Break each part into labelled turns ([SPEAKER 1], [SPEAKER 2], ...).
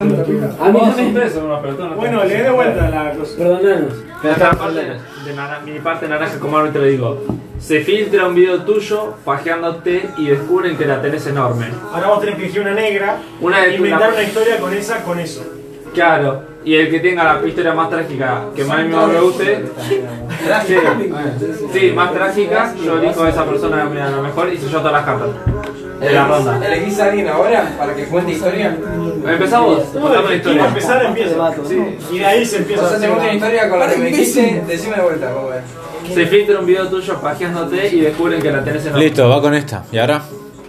[SPEAKER 1] A mí también.
[SPEAKER 2] Bueno, le de vuelta la cosa.
[SPEAKER 1] Perdonanos.
[SPEAKER 3] De nara- mi parte naranja como árbitro te digo. Se filtra un video tuyo pajeándote y descubren que la tenés enorme.
[SPEAKER 2] Ahora vos tenés que elegir una negra
[SPEAKER 3] Una de
[SPEAKER 2] e
[SPEAKER 3] tu-
[SPEAKER 2] inventar
[SPEAKER 3] una-
[SPEAKER 2] una historia con esa, con eso.
[SPEAKER 3] Claro. Y el que tenga la historia más trágica, que más me guste, sí, sí, más trágica, yo elijo a esa persona mira, a lo mejor y se yo todas las cartas de la ronda.
[SPEAKER 4] ¿Elegís a alguien ahora para que cuente historia?
[SPEAKER 3] Empezamos, contame la
[SPEAKER 2] Quiero
[SPEAKER 3] historia.
[SPEAKER 2] empezar, empieza. Y de ahí se empieza
[SPEAKER 4] O sea, te
[SPEAKER 2] hacer
[SPEAKER 4] cuento una historia con la que me dijiste, decime de vuelta, vamos a ver.
[SPEAKER 3] Se filtra un video tuyo pajeándote y descubren que la tenés enorme.
[SPEAKER 5] Listo, va con esta. ¿Y ahora?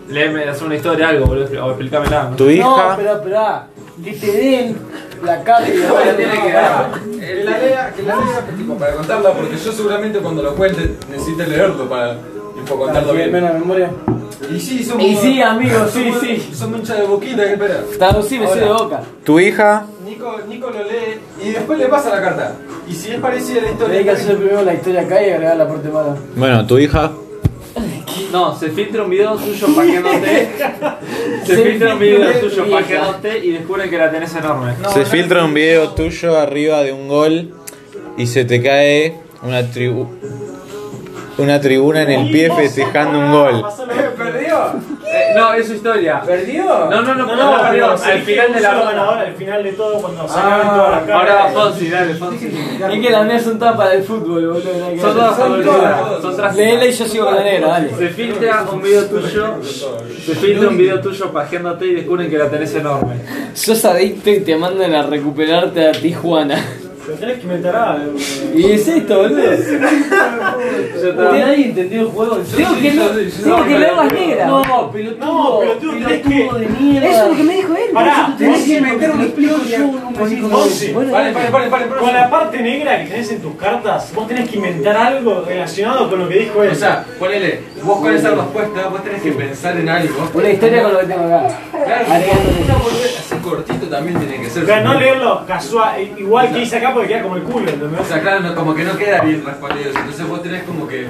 [SPEAKER 3] Léeme, haz una historia, algo, boludo, o explícamela. ¿no?
[SPEAKER 5] Tu
[SPEAKER 1] No,
[SPEAKER 5] hija.
[SPEAKER 1] pero espera. Que te den la carta y
[SPEAKER 3] Bueno, tiene que dar.
[SPEAKER 4] Que la lea, que la lea, tipo, para contarla, porque yo seguramente cuando lo cuente necesite leerlo para tipo, contarlo bien.
[SPEAKER 1] la memoria.
[SPEAKER 4] Y sí, son
[SPEAKER 1] Y
[SPEAKER 4] como-
[SPEAKER 1] sí, amigo, sí,
[SPEAKER 4] son-
[SPEAKER 1] sí.
[SPEAKER 4] Son muchas de boquita, ¿qué espera?
[SPEAKER 1] Traducí, Ah, me sé de
[SPEAKER 4] Ahora.
[SPEAKER 1] boca.
[SPEAKER 5] Tu hija.
[SPEAKER 4] Nico, Nico lo lee y después le pasa la carta. Y si es parecida a la historia.
[SPEAKER 1] Tenés que hacer primero la historia acá y agregar la parte mala.
[SPEAKER 5] Bueno, tu hija.
[SPEAKER 3] No, se filtra un video suyo pajeándote. se
[SPEAKER 1] Se
[SPEAKER 3] filtra un video
[SPEAKER 1] filtra
[SPEAKER 3] suyo
[SPEAKER 1] vieja.
[SPEAKER 3] pajeándote y descubren que la tenés enorme.
[SPEAKER 5] Se filtra un video tuyo arriba de un gol y se te cae una tribu- Una tribuna en el pie festejando un gol.
[SPEAKER 4] Eh, ¿Perdió?
[SPEAKER 3] Eh, no, es su historia.
[SPEAKER 4] ¿Perdió?
[SPEAKER 3] No, no, no, no,
[SPEAKER 2] No, no,
[SPEAKER 3] no,
[SPEAKER 2] pero
[SPEAKER 3] no, al final de la
[SPEAKER 2] ganadora,
[SPEAKER 3] ronda.
[SPEAKER 2] al final de todo, cuando se
[SPEAKER 4] Ah,
[SPEAKER 2] acaben todas las cartas.
[SPEAKER 3] Ahora va Fonsi, dale, Fonsi.
[SPEAKER 1] Es que las mías son tapas del fútbol, boludo. nada que
[SPEAKER 3] Son
[SPEAKER 1] ver.
[SPEAKER 3] todas favoritas,
[SPEAKER 4] todas.
[SPEAKER 3] son trágicas.
[SPEAKER 1] Leela y yo sigo con la negra, dale.
[SPEAKER 3] Se filtra un video tuyo. Se filtra un video tuyo pajeándote y descubren que la tenés enorme.
[SPEAKER 6] Sos adicto y te mandan a recuperarte a Tijuana.
[SPEAKER 2] Pero tenés que inventar algo.
[SPEAKER 1] Y es esto, boludo.
[SPEAKER 3] Yo estaba-
[SPEAKER 1] Nadie entendió el juego. Tengo
[SPEAKER 3] sí,
[SPEAKER 1] que
[SPEAKER 3] yo
[SPEAKER 1] leer-
[SPEAKER 3] sí, yo
[SPEAKER 1] tengo
[SPEAKER 3] sí,
[SPEAKER 1] que
[SPEAKER 3] yo
[SPEAKER 1] leer
[SPEAKER 3] sí.
[SPEAKER 1] las negras. No, pelotudo.
[SPEAKER 2] No, pelotudo, tenés
[SPEAKER 1] pelotudo
[SPEAKER 2] que-
[SPEAKER 1] de mierda. Eso es lo que me dijo él.
[SPEAKER 2] Pará,
[SPEAKER 1] Tenés
[SPEAKER 2] vos
[SPEAKER 1] que
[SPEAKER 4] inventar una historia.
[SPEAKER 2] Fonsi,
[SPEAKER 4] Vale, vale, vale, vale.
[SPEAKER 2] con la parte negra que tenés en tus cartas, vos tenés que inventar algo relacionado con lo que dijo él.
[SPEAKER 4] O sea, ponele, vos con esa respuesta, vos tenés que pensar en algo.
[SPEAKER 1] Una historia con lo que tengo acá.
[SPEAKER 4] Claro, una boludez así cortito también tiene que ser.
[SPEAKER 2] O sea, no leerlo casual, igual que hice acá porque queda como el culo, ¿entendés?
[SPEAKER 4] O sea, claro, no, como que no queda bien respondido. eso. Entonces vos tenés como que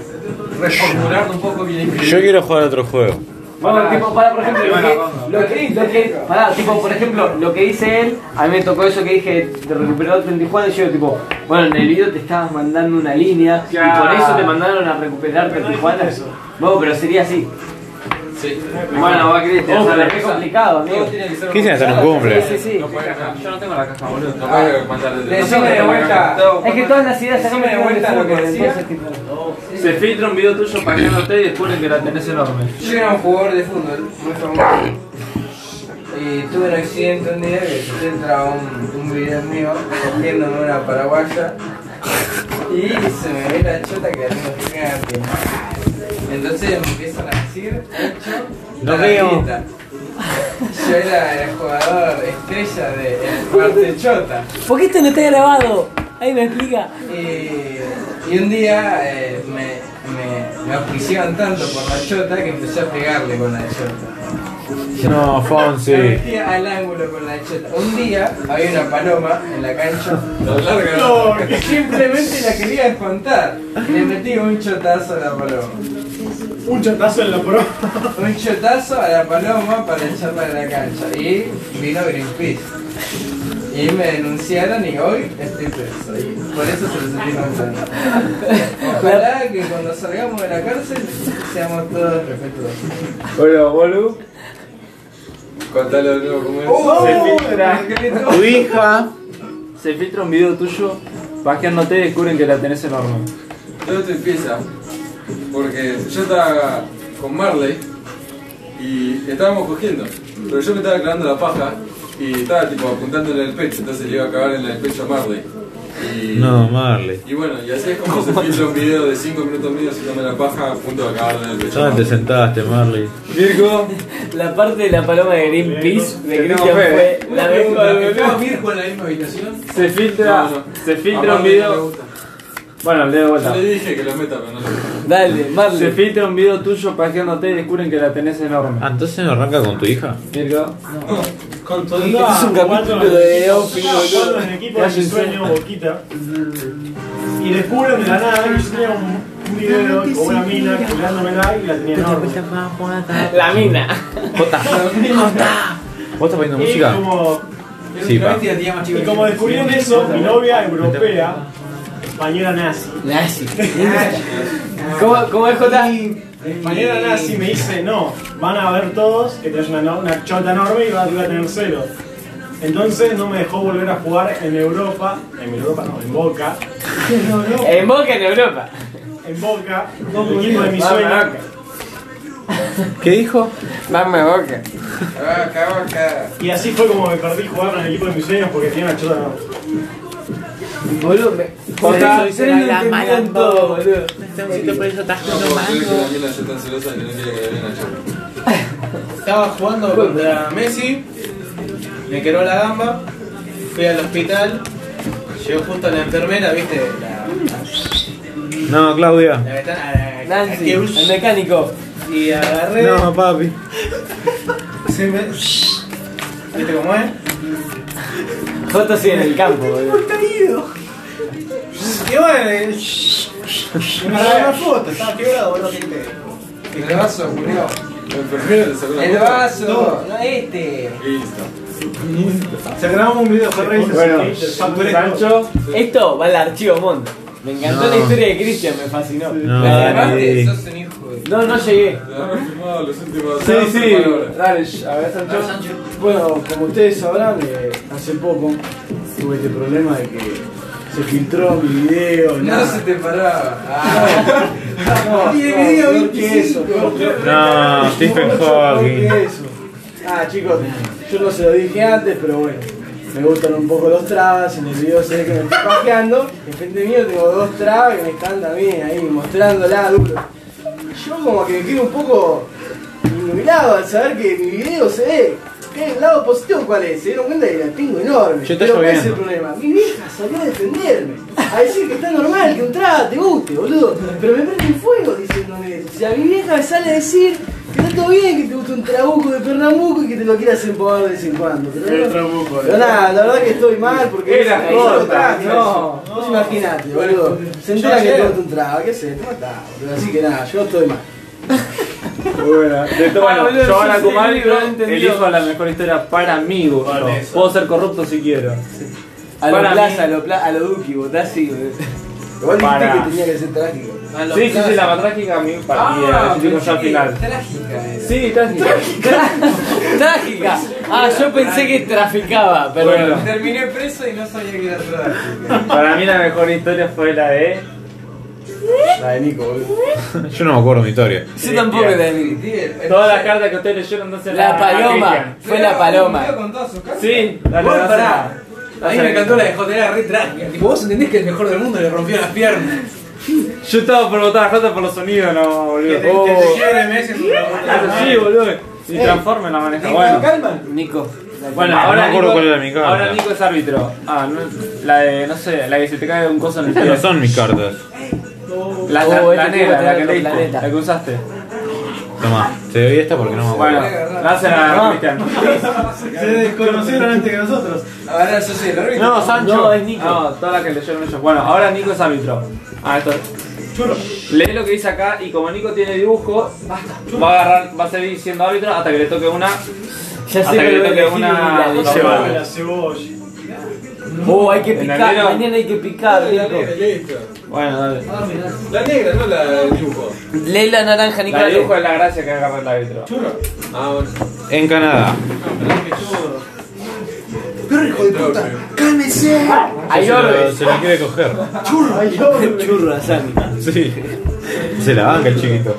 [SPEAKER 4] reformularlo un poco bien.
[SPEAKER 5] Yo quiero jugar otro juego.
[SPEAKER 1] Bueno, tipo, para, por ejemplo,
[SPEAKER 3] Primera
[SPEAKER 1] lo que, lo que, lo que- pará, tipo, por ejemplo, lo que dice él, a mí me tocó eso que dije, te recuperaste en Tijuana, y yo tipo, bueno, en el video te estabas mandando una línea, y por eso te mandaron a recuperarte
[SPEAKER 2] Pero
[SPEAKER 1] en
[SPEAKER 2] no
[SPEAKER 1] Tijuana.
[SPEAKER 2] dijiste eso.
[SPEAKER 1] Bueno, pero sería así.
[SPEAKER 4] Sí.
[SPEAKER 3] Bueno, va Cristian,
[SPEAKER 1] Ojo,
[SPEAKER 3] sale.
[SPEAKER 1] es complicado, amigo.
[SPEAKER 4] Todo tiene que ser.
[SPEAKER 5] ¿Qué hicieron hacer un cumple?
[SPEAKER 1] Sí, sí, sí.
[SPEAKER 4] No puede ganar.
[SPEAKER 3] Yo no tengo la caja, boludo.
[SPEAKER 4] No puede mandar desde-
[SPEAKER 3] Decime de vuelta.
[SPEAKER 1] Es que todas las ideas acá me
[SPEAKER 4] Decime de
[SPEAKER 1] quedan
[SPEAKER 4] vuelta lo que
[SPEAKER 1] fútbol,
[SPEAKER 4] decía.
[SPEAKER 1] entonces, tipo,
[SPEAKER 3] Se filtra un video tuyo pajeándote y descubren que la tenés enorme.
[SPEAKER 4] Yo era un jugador de fútbol muy famoso. Y tuve un accidente un día que se entra un, un video mío cogiéndome una paraguaya y se me ve la chota que tengo gigante. Entonces me empiezan a decir, "Nacho,
[SPEAKER 5] No
[SPEAKER 4] la
[SPEAKER 5] veo".
[SPEAKER 4] Rita". Yo era el jugador estrella de el parte chota.
[SPEAKER 6] ¿Por qué esto no está grabado? Ahí me explica.
[SPEAKER 4] Y, y un día eh, me, me, me auspiciaban tanto por la chota que empecé a pegarle con la chota.
[SPEAKER 5] No,
[SPEAKER 4] Me
[SPEAKER 5] Fonsi.
[SPEAKER 4] metía al ángulo con la cheta. Un día había una paloma en la cancha.
[SPEAKER 2] No,
[SPEAKER 4] que simplemente la quería espantar. Y Le metí un chotazo a la paloma.
[SPEAKER 2] un chatazo en la pro.
[SPEAKER 4] Un chotazo a la paloma para echarla de la cancha. Y vino Greenpeace. Y me denunciaron y hoy estoy preso. Y por eso se lo sentí tanto. Ojalá que cuando salgamos de la cárcel seamos todos respetuosos.
[SPEAKER 3] Hola, boludo.
[SPEAKER 4] Contalo de nuevo cómo es.
[SPEAKER 7] Uh,
[SPEAKER 2] Se filtra.
[SPEAKER 5] Tu hija.
[SPEAKER 3] Se filtra un video tuyo pajeándote y descubren que la tenés enorme.
[SPEAKER 7] Todo esto empieza porque yo estaba con Marley y estábamos cogiendo, pero yo me estaba clavando la paja y estaba tipo apuntándole en el pecho, entonces le iba a cagar en el pecho a Marley. Y,
[SPEAKER 5] No, Marley.
[SPEAKER 7] y bueno, y así es como se filtra un video de 5 minutos míos haciéndome la paja a punto de cagarle en el pecho. a Marley.
[SPEAKER 5] ¿Dónde te sentaste, Marley?
[SPEAKER 4] Virgo.
[SPEAKER 6] La parte de la paloma de Greenpeace de Christian
[SPEAKER 3] fe.
[SPEAKER 6] fue la mejor.
[SPEAKER 4] Virgo en la misma habitación?
[SPEAKER 3] Se filtra,
[SPEAKER 7] No, no.
[SPEAKER 3] se
[SPEAKER 7] A
[SPEAKER 8] Ah,
[SPEAKER 3] filtra un
[SPEAKER 7] Marley no le
[SPEAKER 3] video.
[SPEAKER 7] gusta.
[SPEAKER 3] Bueno, le doy vuelta.
[SPEAKER 7] Yo le dije que lo meta, pero no lo meta.
[SPEAKER 6] Dale,
[SPEAKER 3] Se
[SPEAKER 6] Marley.
[SPEAKER 3] filtra un video tuyo pajeándote y descubren que la tenés enorme.
[SPEAKER 5] Ah, entonces no arranca con tu hija.
[SPEAKER 3] Virgo.
[SPEAKER 2] Con todo Este es un capítulo de Jugando en el equipo de mi sueño, Boquita. Y descubren de la nada que yo tenía un, un video con una mina cuidándomela y la tenía enorme.
[SPEAKER 6] La mina.
[SPEAKER 5] Jota. ¿Vos estás poniendo
[SPEAKER 2] Y
[SPEAKER 5] música?
[SPEAKER 2] como
[SPEAKER 5] Sí, pa.
[SPEAKER 2] Y como descubrieron eso, mi novia europea, española nazi.
[SPEAKER 1] Nazi. ¿Cómo, ¿Cómo es Jota?
[SPEAKER 2] Española nazi me dice, no, van a ver todos que tenés una, no- una chota enorme y vas a tener cero. Entonces no me dejó volver a jugar en Europa, en Europa no, en Boca,
[SPEAKER 1] En Boca, en Europa.
[SPEAKER 2] en Boca, el equipo de mi sueño.
[SPEAKER 5] ¿Qué dijo?
[SPEAKER 1] Dame Boca.
[SPEAKER 9] Acá, acá.
[SPEAKER 2] Y así fue como me perdí jugar en el equipo de mis sueños porque tenía una chota enorme.
[SPEAKER 1] Boludo, me. Jota, la malando, boludo.
[SPEAKER 7] No, porque es que la mina está tan celosa que no quiere que le den a
[SPEAKER 8] Estaba jugando contra Messi, me quebró la gamba, fui al hospital, llegó justo la enfermera, viste, la,
[SPEAKER 5] No, Claudia.
[SPEAKER 8] la que está- a- a-
[SPEAKER 1] Nancy,
[SPEAKER 8] que-
[SPEAKER 1] el mecánico.
[SPEAKER 8] y agarré,
[SPEAKER 5] No, papi.
[SPEAKER 8] se me- viste cómo es,
[SPEAKER 1] Jota sigue en el campo, boludo.
[SPEAKER 8] y bueno,
[SPEAKER 2] eh,
[SPEAKER 8] y- me agarré una foto, estaba quebrado, boludo, gente.
[SPEAKER 9] El vaso, Julio.
[SPEAKER 7] La enfermera le sacó la
[SPEAKER 9] El
[SPEAKER 7] puta.
[SPEAKER 9] vaso. No, este.
[SPEAKER 7] Listo.
[SPEAKER 2] Se grabamos un video con Reyes.
[SPEAKER 1] Bueno,
[SPEAKER 2] Sancho.
[SPEAKER 1] Esto va al archivo Monta. Me encantó
[SPEAKER 5] No.
[SPEAKER 1] la historia de Cristian, me fascinó.
[SPEAKER 5] No,
[SPEAKER 1] La
[SPEAKER 5] dale.
[SPEAKER 1] grabaste.
[SPEAKER 9] Aparte, sos un hijo de.
[SPEAKER 1] no, no llegué.
[SPEAKER 7] Le habrán firmado los últimos
[SPEAKER 4] Sí,
[SPEAKER 7] las
[SPEAKER 4] sí,
[SPEAKER 7] últimas palabras.
[SPEAKER 4] dale, a ver, Sancho. Bueno, como ustedes sabrán, eh, hace poco tuve este problema de que se filtró mi video.
[SPEAKER 9] No
[SPEAKER 4] nada.
[SPEAKER 9] se te paraba. Ah,
[SPEAKER 4] No,
[SPEAKER 9] Y el
[SPEAKER 4] no,
[SPEAKER 9] video
[SPEAKER 4] peor que eso,
[SPEAKER 9] 25.
[SPEAKER 4] peor que-
[SPEAKER 5] No, Stephen
[SPEAKER 4] mucho peor
[SPEAKER 5] Hawking.
[SPEAKER 4] que eso. Ah, chicos, yo no se lo dije antes, pero bueno. Me gustan un poco los trabas, en el video se ve que me estoy pajeando. Enfrente mío tengo dos trabas que me están también ahí mostrándola duro. Yo como que me quedo un poco iluminado al saber que mi video se ve. ¿Qué? ¿El lado positivo cuál es? Se dieron cuenta que la tengo enorme.
[SPEAKER 5] Yo te
[SPEAKER 4] Pero ¿cuál es el
[SPEAKER 5] lloviendo.
[SPEAKER 4] problema? Mi vieja salió a defenderme. A decir que está normal, que un trago te guste, boludo. Pero me prende el fuego diciéndome eso. O sea, mi vieja me sale a decir que está todo bien, que te gusta un trabuco de Pernambuco y que te lo quieras empobar de vez en cuando. Pero, no- pero nada, la verdad que estoy mal porque...
[SPEAKER 1] Era
[SPEAKER 4] Ahí se lo
[SPEAKER 1] corta,
[SPEAKER 4] traje,
[SPEAKER 1] no.
[SPEAKER 4] eso. Vos imaginate, boludo. Se entera que te gusta un trago, qué sé, te matás, boludo. Así que nada, yo estoy mal.
[SPEAKER 2] Bueno,
[SPEAKER 3] De todo,
[SPEAKER 1] Ah,
[SPEAKER 3] bueno,
[SPEAKER 1] boludo,
[SPEAKER 3] yo ahora
[SPEAKER 1] sí, sí,
[SPEAKER 3] como
[SPEAKER 1] el
[SPEAKER 3] árbitro
[SPEAKER 1] libro, entendió.
[SPEAKER 3] elijo la mejor historia para mí, boludo.
[SPEAKER 2] Vale, eso.
[SPEAKER 3] Puedo ser corrupto si quiero.
[SPEAKER 1] A lo
[SPEAKER 3] Para
[SPEAKER 1] plaza,
[SPEAKER 3] mí-
[SPEAKER 1] a lo plaza, a lo duki, votás sí, boludo.
[SPEAKER 4] Igual dijiste
[SPEAKER 3] Para.
[SPEAKER 4] que tenía que ser trágico.
[SPEAKER 3] Sí, sí, sí, la matrágica a mí para mí era, yo digo ya al final.
[SPEAKER 9] Trágica. era.
[SPEAKER 3] Sí, trágica.
[SPEAKER 1] Trágica. Ah, yo pensé que traficaba, pero
[SPEAKER 3] Bueno.
[SPEAKER 9] Terminé preso y no sabía que era trágica.
[SPEAKER 3] Para mí la mejor historia fue la de.
[SPEAKER 4] La de Nico, boludo.
[SPEAKER 5] Yo no me acuerdo mi historia.
[SPEAKER 1] yo tampoco la vi.
[SPEAKER 3] Todas las cartas que ustedes leyeron no se las
[SPEAKER 1] La paloma,
[SPEAKER 3] Ah, Cristian.
[SPEAKER 1] fue la paloma.
[SPEAKER 9] Con todas sus cartas.
[SPEAKER 3] Sí, la
[SPEAKER 9] Vos
[SPEAKER 3] verdad.
[SPEAKER 9] pará. A mí me encantó la de Jotera re trágica. Tipo, vos entendés que el mejor del mundo le rompió las piernas.
[SPEAKER 3] Yo estaba por votar a Jota por los sonidos, no, boludo. Oh. Ah, Sí, boludo. Y transforme la maneja. Bueno.
[SPEAKER 1] Nico.
[SPEAKER 3] Bueno,
[SPEAKER 5] No,
[SPEAKER 3] ahora
[SPEAKER 5] no me
[SPEAKER 3] Nico,
[SPEAKER 5] acuerdo cuál era mi carta.
[SPEAKER 3] ahora Nico es árbitro. Ah, no, la de, no sé, la que se te cae un coso en el
[SPEAKER 5] Esas
[SPEAKER 3] pie.
[SPEAKER 5] no son mis cartas.
[SPEAKER 3] La, la,
[SPEAKER 1] Oh,
[SPEAKER 3] la negra,
[SPEAKER 1] este
[SPEAKER 3] la
[SPEAKER 1] tipo está
[SPEAKER 3] que
[SPEAKER 1] en otro
[SPEAKER 3] leíste,
[SPEAKER 1] planeta.
[SPEAKER 3] la que usaste.
[SPEAKER 5] Tomá, te doy esta porque no me acuerdo.
[SPEAKER 3] Bueno, gracias a Cristian.
[SPEAKER 2] se desconocieron antes que nosotros.
[SPEAKER 9] Ahora yo soy el árbitro.
[SPEAKER 3] No, Sancho.
[SPEAKER 1] No, es Nico.
[SPEAKER 3] No, todas las que leyeron ellos. Bueno, ahora Nico es árbitro. Ah, esto.
[SPEAKER 2] Chulo.
[SPEAKER 3] Lee lo que dice acá y como Nico tiene dibujo, va a agarrar, va a seguir siendo árbitro hasta que le toque una.
[SPEAKER 1] Ya
[SPEAKER 3] Hasta
[SPEAKER 1] sé
[SPEAKER 3] que
[SPEAKER 1] que
[SPEAKER 3] le
[SPEAKER 1] lo
[SPEAKER 3] toque
[SPEAKER 1] elegí
[SPEAKER 3] una-
[SPEAKER 1] la
[SPEAKER 3] una
[SPEAKER 1] de
[SPEAKER 3] cebolla.
[SPEAKER 2] La cebolla.
[SPEAKER 1] Oh, hay que
[SPEAKER 3] ¿En
[SPEAKER 1] picar,
[SPEAKER 3] alero?
[SPEAKER 1] mañana hay que picar, Nico.
[SPEAKER 7] Listo.
[SPEAKER 3] Bueno, dale.
[SPEAKER 9] Ah,
[SPEAKER 7] La negra, no la del dibujo.
[SPEAKER 1] Lee la naranja, Nico.
[SPEAKER 3] La de dibujo es la gracia que agarra el árbitro.
[SPEAKER 7] Ah, bueno.
[SPEAKER 5] En Canadá.
[SPEAKER 1] Hay
[SPEAKER 5] Se la-
[SPEAKER 1] orden.
[SPEAKER 5] se la quiere coger.
[SPEAKER 1] Churro, a Sandy.
[SPEAKER 5] Sí. Se la banca el chiquito.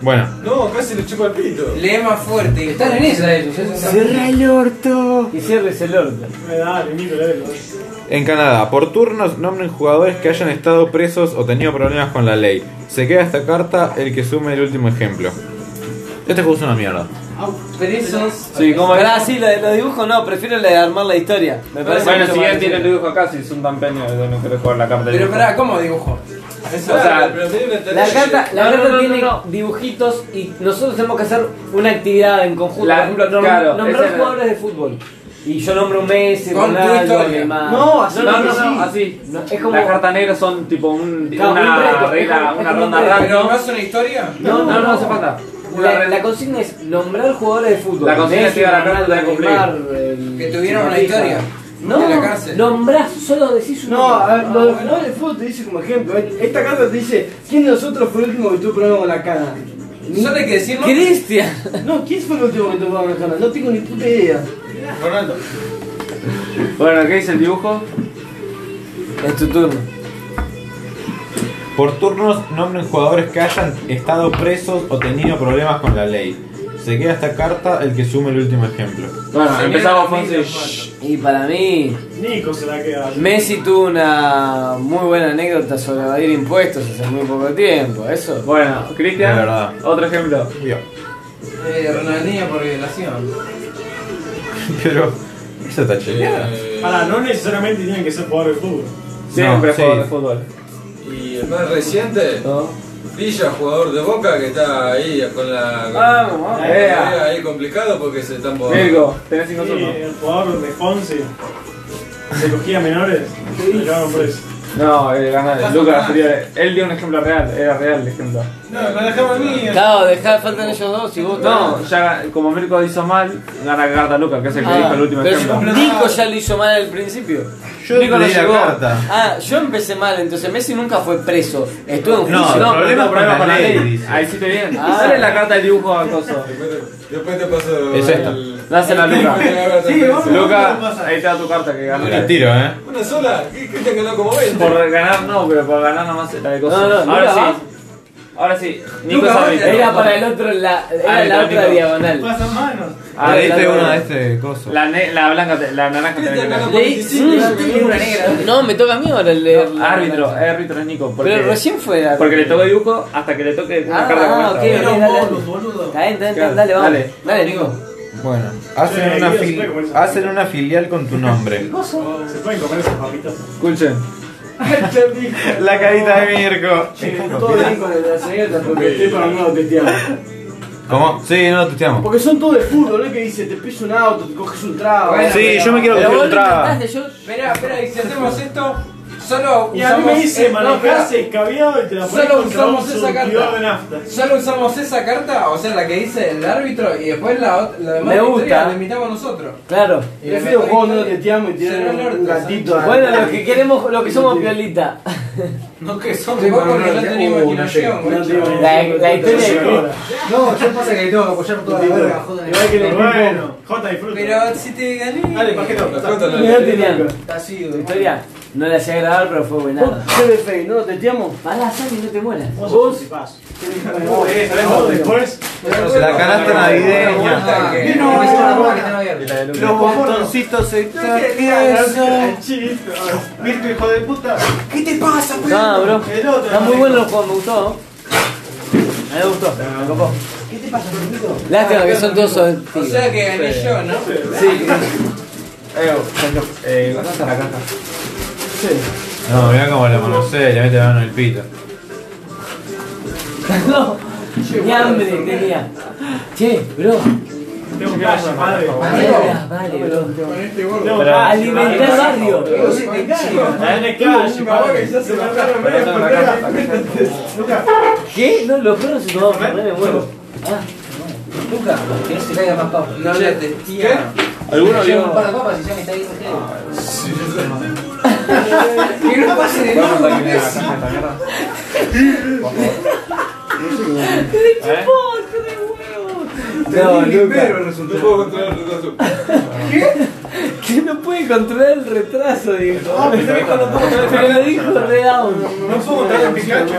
[SPEAKER 5] Bueno.
[SPEAKER 7] No, casi le chupa el pito.
[SPEAKER 9] Lee más fuerte. Están en esa ellos. eso es-
[SPEAKER 1] Cierra el orto. Que cierres el orto.
[SPEAKER 2] Me da, le miro, le doy.
[SPEAKER 5] En Canadá, por turnos nombren jugadores que hayan estado presos o tenido problemas con la ley. Se queda esta carta el que sume el último ejemplo. Este juego es una mierda.
[SPEAKER 9] Pero esos.
[SPEAKER 3] Sí, ¿cómo es?
[SPEAKER 1] Pará, sí, la de los dibujos no, prefiero la de armar la historia. Me parece
[SPEAKER 3] Bueno,
[SPEAKER 1] mucho
[SPEAKER 3] si
[SPEAKER 1] más
[SPEAKER 3] bien tiene el
[SPEAKER 1] gracioso.
[SPEAKER 3] dibujo acá, si es un campeño, no quiero jugar la carta del
[SPEAKER 9] Pero
[SPEAKER 3] dibujo.
[SPEAKER 9] pará, ¿cómo dibujo?
[SPEAKER 7] Eso,
[SPEAKER 3] O sea,
[SPEAKER 7] pero tenía una tarea
[SPEAKER 1] La
[SPEAKER 7] que-
[SPEAKER 1] carta, la
[SPEAKER 3] No, no,
[SPEAKER 1] carta
[SPEAKER 3] no, no,
[SPEAKER 1] tiene
[SPEAKER 3] no.
[SPEAKER 1] dibujitos y nosotros tenemos que hacer una actividad en conjunto.
[SPEAKER 3] La-
[SPEAKER 1] Por ejemplo, nom-
[SPEAKER 3] claro, esa
[SPEAKER 1] nombrar
[SPEAKER 3] es la-
[SPEAKER 1] jugadores de fútbol. Y yo nombro un Messi,
[SPEAKER 9] Con tu
[SPEAKER 1] Ronaldo,
[SPEAKER 9] historia.
[SPEAKER 1] Neymar.
[SPEAKER 4] No, así
[SPEAKER 3] No, no,
[SPEAKER 4] sí.
[SPEAKER 3] no, así.
[SPEAKER 1] No, es como-
[SPEAKER 3] Las cartas negras son tipo un,
[SPEAKER 1] Claro,
[SPEAKER 3] una
[SPEAKER 1] un reto, es
[SPEAKER 3] regla, una
[SPEAKER 1] como- es como
[SPEAKER 3] ronda
[SPEAKER 1] un reto.
[SPEAKER 9] ¿Pero
[SPEAKER 3] random.
[SPEAKER 9] más una historia?
[SPEAKER 3] No, no, no hace falta.
[SPEAKER 1] La, la consigna es nombrar jugadores de fútbol.
[SPEAKER 3] La consigna es llegar a la
[SPEAKER 1] Ronaldo,
[SPEAKER 3] carta de cumplir.
[SPEAKER 1] Neymar, el-
[SPEAKER 10] Que tuvieron una
[SPEAKER 1] Neymar.
[SPEAKER 10] historia.
[SPEAKER 1] No,
[SPEAKER 10] en la cárcel. Ah,
[SPEAKER 1] nombrás, solo decís un
[SPEAKER 4] No,
[SPEAKER 1] nombre.
[SPEAKER 4] a ver, lo de los jugadores de fútbol te dice como ejemplo. eh. Esta carta te dice, ¿quién de nosotros fue el último que tuvo problema con la cana?
[SPEAKER 10] Solo hay que decirlo.
[SPEAKER 1] Cristian.
[SPEAKER 4] No, ¿quién fue el último que tuvo problema con la cana? No tengo ni puta idea.
[SPEAKER 11] Ronaldo.
[SPEAKER 3] Bueno, ¿qué dice el dibujo?
[SPEAKER 1] Es tu turno.
[SPEAKER 5] Por turnos nombren jugadores que hayan estado presos o tenido problemas con la ley. Se queda esta carta el que sume el último ejemplo.
[SPEAKER 1] Bueno,
[SPEAKER 3] Empezamos Fonsi.
[SPEAKER 1] y para mí,
[SPEAKER 2] Nico se la queda.
[SPEAKER 1] Messi tuvo una muy buena anécdota sobre evadir impuestos hace muy poco tiempo. Eso.
[SPEAKER 3] Bueno, Cristian,
[SPEAKER 5] De verdad.
[SPEAKER 3] otro ejemplo.
[SPEAKER 5] Yo.
[SPEAKER 10] Eh, Ronaldinho por violación.
[SPEAKER 5] Pero. Esa está chequeada.
[SPEAKER 7] Eh,
[SPEAKER 2] Pará, no necesariamente tienen que ser jugadores de fútbol.
[SPEAKER 3] Siempre
[SPEAKER 5] No, sí.
[SPEAKER 3] jugador de fútbol.
[SPEAKER 7] y el más reciente, Villa, jugador de Boca, que está ahí con la... con
[SPEAKER 3] Vamos,
[SPEAKER 7] la
[SPEAKER 3] vamos.
[SPEAKER 7] tarea
[SPEAKER 3] Ea.
[SPEAKER 7] ahí complicado porque se están borrando.
[SPEAKER 3] Mirko, tenés
[SPEAKER 2] Sí,
[SPEAKER 3] cinco turnos.
[SPEAKER 2] el jugador de Fonsi, de cogía menores, lo llevaron preso.
[SPEAKER 3] No, eh, ganar. Lucas Friore. Él dio un ejemplo real, era real el ejemplo.
[SPEAKER 11] No, lo dejamos mí.
[SPEAKER 1] Claro, dejá, faltan ellos dos y vos.
[SPEAKER 3] No, ya como Mirko hizo mal, gana carta Lucas, que es el que dijo
[SPEAKER 1] Ah,
[SPEAKER 3] el último
[SPEAKER 1] pero
[SPEAKER 3] ejemplo.
[SPEAKER 1] yo- Nico ya lo hizo mal al principio.
[SPEAKER 5] Yo
[SPEAKER 1] Nico no
[SPEAKER 5] leí la
[SPEAKER 1] llegó.
[SPEAKER 5] carta.
[SPEAKER 1] Ah, yo empecé mal, entonces Messi nunca fue preso. Estuvo en
[SPEAKER 5] No,
[SPEAKER 1] juicio.
[SPEAKER 5] el problema
[SPEAKER 3] Tengo problemas
[SPEAKER 5] con la ley,
[SPEAKER 3] ley.
[SPEAKER 5] dice.
[SPEAKER 3] Ahí sí te bien.
[SPEAKER 1] Ah.
[SPEAKER 3] Dale la carta de dibujo a Coso.
[SPEAKER 7] Después, después te paso...
[SPEAKER 5] Es esta.
[SPEAKER 7] el-
[SPEAKER 3] Dásela a Lucas.
[SPEAKER 7] Sí, vamos.
[SPEAKER 3] Lucas, ahí está tu carta que
[SPEAKER 5] Me La
[SPEAKER 3] ganaste.
[SPEAKER 5] tiro, eh.
[SPEAKER 7] Una sola, ¿Qué- Cristian ganó como 20.
[SPEAKER 3] Por ganar no, pero por ganar nomás la de Coso.
[SPEAKER 1] No, no,
[SPEAKER 3] Ahora
[SPEAKER 1] Lucas,
[SPEAKER 3] sí.
[SPEAKER 1] ¿vas?
[SPEAKER 3] Ahora sí. Nico
[SPEAKER 10] Lucas,
[SPEAKER 3] Sarri.
[SPEAKER 10] vaya.
[SPEAKER 1] Era para el otro, la, era
[SPEAKER 3] Ah,
[SPEAKER 1] la
[SPEAKER 3] el
[SPEAKER 1] otra
[SPEAKER 3] tópico.
[SPEAKER 1] diagonal.
[SPEAKER 2] Pasan manos.
[SPEAKER 3] Ah,
[SPEAKER 5] Le diste
[SPEAKER 1] la-
[SPEAKER 5] una de este coso.
[SPEAKER 3] La, ne- la blanca, te- la naranja te
[SPEAKER 7] Cristian
[SPEAKER 3] viene.
[SPEAKER 7] ganó
[SPEAKER 1] Le- Mm.
[SPEAKER 7] por 25, yo tengo una negra.
[SPEAKER 1] No, me toca a mí ahora leer. la-
[SPEAKER 3] Árbitro, árbitro es Nico. Porque,
[SPEAKER 1] Pero recién fue la-
[SPEAKER 3] porque le toca dibujo hasta que le toque una
[SPEAKER 1] Ah,
[SPEAKER 3] carta como esta.
[SPEAKER 1] ok, ok,
[SPEAKER 11] Era un
[SPEAKER 1] dale, dale.
[SPEAKER 11] bonus, boludo.
[SPEAKER 1] Está bien, está bien,
[SPEAKER 3] Claro.
[SPEAKER 1] está bien, dale, vamos.
[SPEAKER 3] Dale.
[SPEAKER 1] Dale, Nico.
[SPEAKER 5] Bueno, hacen
[SPEAKER 2] Sí,
[SPEAKER 5] una,
[SPEAKER 2] Dios,
[SPEAKER 5] fil-
[SPEAKER 2] fue como esa.
[SPEAKER 5] hacen una filial con tu nombre.
[SPEAKER 2] Se pueden comer esas papitas.
[SPEAKER 3] Escuchen.
[SPEAKER 5] La carita de Mirko.
[SPEAKER 4] Todo bien con el anécdota porque estoy para no tetear.
[SPEAKER 5] ¿Cómo? Sí, no, te amo.
[SPEAKER 4] Porque son todos de fútbol, ¿no? Que dice, te piso un auto, te coges un trago.
[SPEAKER 5] Sí, yo me quiero
[SPEAKER 1] Pero
[SPEAKER 5] coger
[SPEAKER 1] vos lo
[SPEAKER 5] un traba.
[SPEAKER 1] intentaste, yo.
[SPEAKER 10] Espera, espera, y si hacemos esto, solo
[SPEAKER 2] Y a mí me
[SPEAKER 10] usamos-
[SPEAKER 2] dice
[SPEAKER 10] eh, no, espera.
[SPEAKER 2] manejarse escabiado y te la pones
[SPEAKER 10] Solo
[SPEAKER 2] contra un
[SPEAKER 10] usamos esa
[SPEAKER 2] surtidor
[SPEAKER 10] carta.
[SPEAKER 2] de nafta.
[SPEAKER 10] Solo usamos esa carta, o sea, la que dice el árbitro, y después la, ot- la demás
[SPEAKER 1] Me
[SPEAKER 10] historia
[SPEAKER 1] gusta.
[SPEAKER 10] la invitamos nosotros.
[SPEAKER 1] Claro.
[SPEAKER 10] Y
[SPEAKER 4] Prefiero
[SPEAKER 10] la
[SPEAKER 4] jugar
[SPEAKER 10] mejor
[SPEAKER 4] donde
[SPEAKER 10] historia-
[SPEAKER 4] teteamos y tirar
[SPEAKER 10] Cerró el
[SPEAKER 4] un
[SPEAKER 10] orto,
[SPEAKER 4] gatito a
[SPEAKER 1] Bueno, lo que queremos, lo que somos piolita.
[SPEAKER 10] No, que somos. Vos porque no tenés imaginación,
[SPEAKER 4] No
[SPEAKER 10] guacho.
[SPEAKER 4] tengo-
[SPEAKER 1] La, la historia de
[SPEAKER 4] Ahora.
[SPEAKER 12] No, yo pasa que tengo que apoyar toda la verga, joder.
[SPEAKER 4] Igual que los pipos.
[SPEAKER 2] Bueno, J disfruta.
[SPEAKER 10] Pero si te gané.
[SPEAKER 2] Dale, Pajeto.
[SPEAKER 7] La cuenta
[SPEAKER 4] Mirá,
[SPEAKER 7] no-
[SPEAKER 4] tenían.
[SPEAKER 10] Está así,
[SPEAKER 1] La
[SPEAKER 10] güey.
[SPEAKER 1] historia no la llegué a grabar, pero fue
[SPEAKER 2] Oh,
[SPEAKER 1] buena.
[SPEAKER 4] Vos, de fe, ¿no? ¿Teteamos?
[SPEAKER 1] Pará, Sammy, no te mueras.
[SPEAKER 2] Vos sos un tipazo. Vos, eh, ¿sabés vos? Después,
[SPEAKER 5] La canasta navideña.
[SPEAKER 10] Ah, que-
[SPEAKER 12] No,
[SPEAKER 10] que sea
[SPEAKER 12] no,
[SPEAKER 10] la
[SPEAKER 12] no.
[SPEAKER 10] boca que tenga abierta.
[SPEAKER 5] Los botoncitos se
[SPEAKER 2] el chiste. Mirko, hijo de puta.
[SPEAKER 12] ¿Qué te pasa,
[SPEAKER 1] No,
[SPEAKER 12] Pedro?
[SPEAKER 1] bro.
[SPEAKER 2] El otro.
[SPEAKER 1] Está muy bueno el juego, me gustó. ¿no? A mí Me gustó,
[SPEAKER 2] Ah.
[SPEAKER 1] me copó.
[SPEAKER 12] ¿Qué te pasa, Pedrito?
[SPEAKER 1] Lástima que son todos esos
[SPEAKER 10] O sea que gané yo, ¿no?
[SPEAKER 3] Eh, ganaste la carta.
[SPEAKER 5] No, mirá cómo la manosea y le mete la mano en el pito.
[SPEAKER 1] No, ni hambre tenía. Che, bro.
[SPEAKER 2] Ah, Tengo un gallo, madre.
[SPEAKER 1] Vale,
[SPEAKER 2] Ah,
[SPEAKER 1] vale, bro. Ah,
[SPEAKER 2] Tengo un gallo,
[SPEAKER 1] Alimentar el
[SPEAKER 2] madre.
[SPEAKER 1] barrio.
[SPEAKER 2] La nena es calle, madre. Se me agarraron varias perreras. Lucas,
[SPEAKER 1] ¿Qué? No, los perros se tomaban
[SPEAKER 2] ¿Eh?
[SPEAKER 1] para me muero. Ah,
[SPEAKER 12] Luca, que no se caiga más papas.
[SPEAKER 10] No la testía.
[SPEAKER 3] ¿Alguno
[SPEAKER 12] Llevo un
[SPEAKER 3] vio?
[SPEAKER 12] par de papas y ya me está yendo gel.
[SPEAKER 10] Que no pase de
[SPEAKER 7] Vamos
[SPEAKER 10] nuevo.
[SPEAKER 7] a terminar la caja, esta mierda.
[SPEAKER 3] ¿Eh?
[SPEAKER 1] No, Luca.
[SPEAKER 7] Pero resultó puedo controlar el retraso.
[SPEAKER 1] Que no puede controlar el retraso, dijo. Pero lo dijo re down.
[SPEAKER 2] no puedo contar a Pikachu.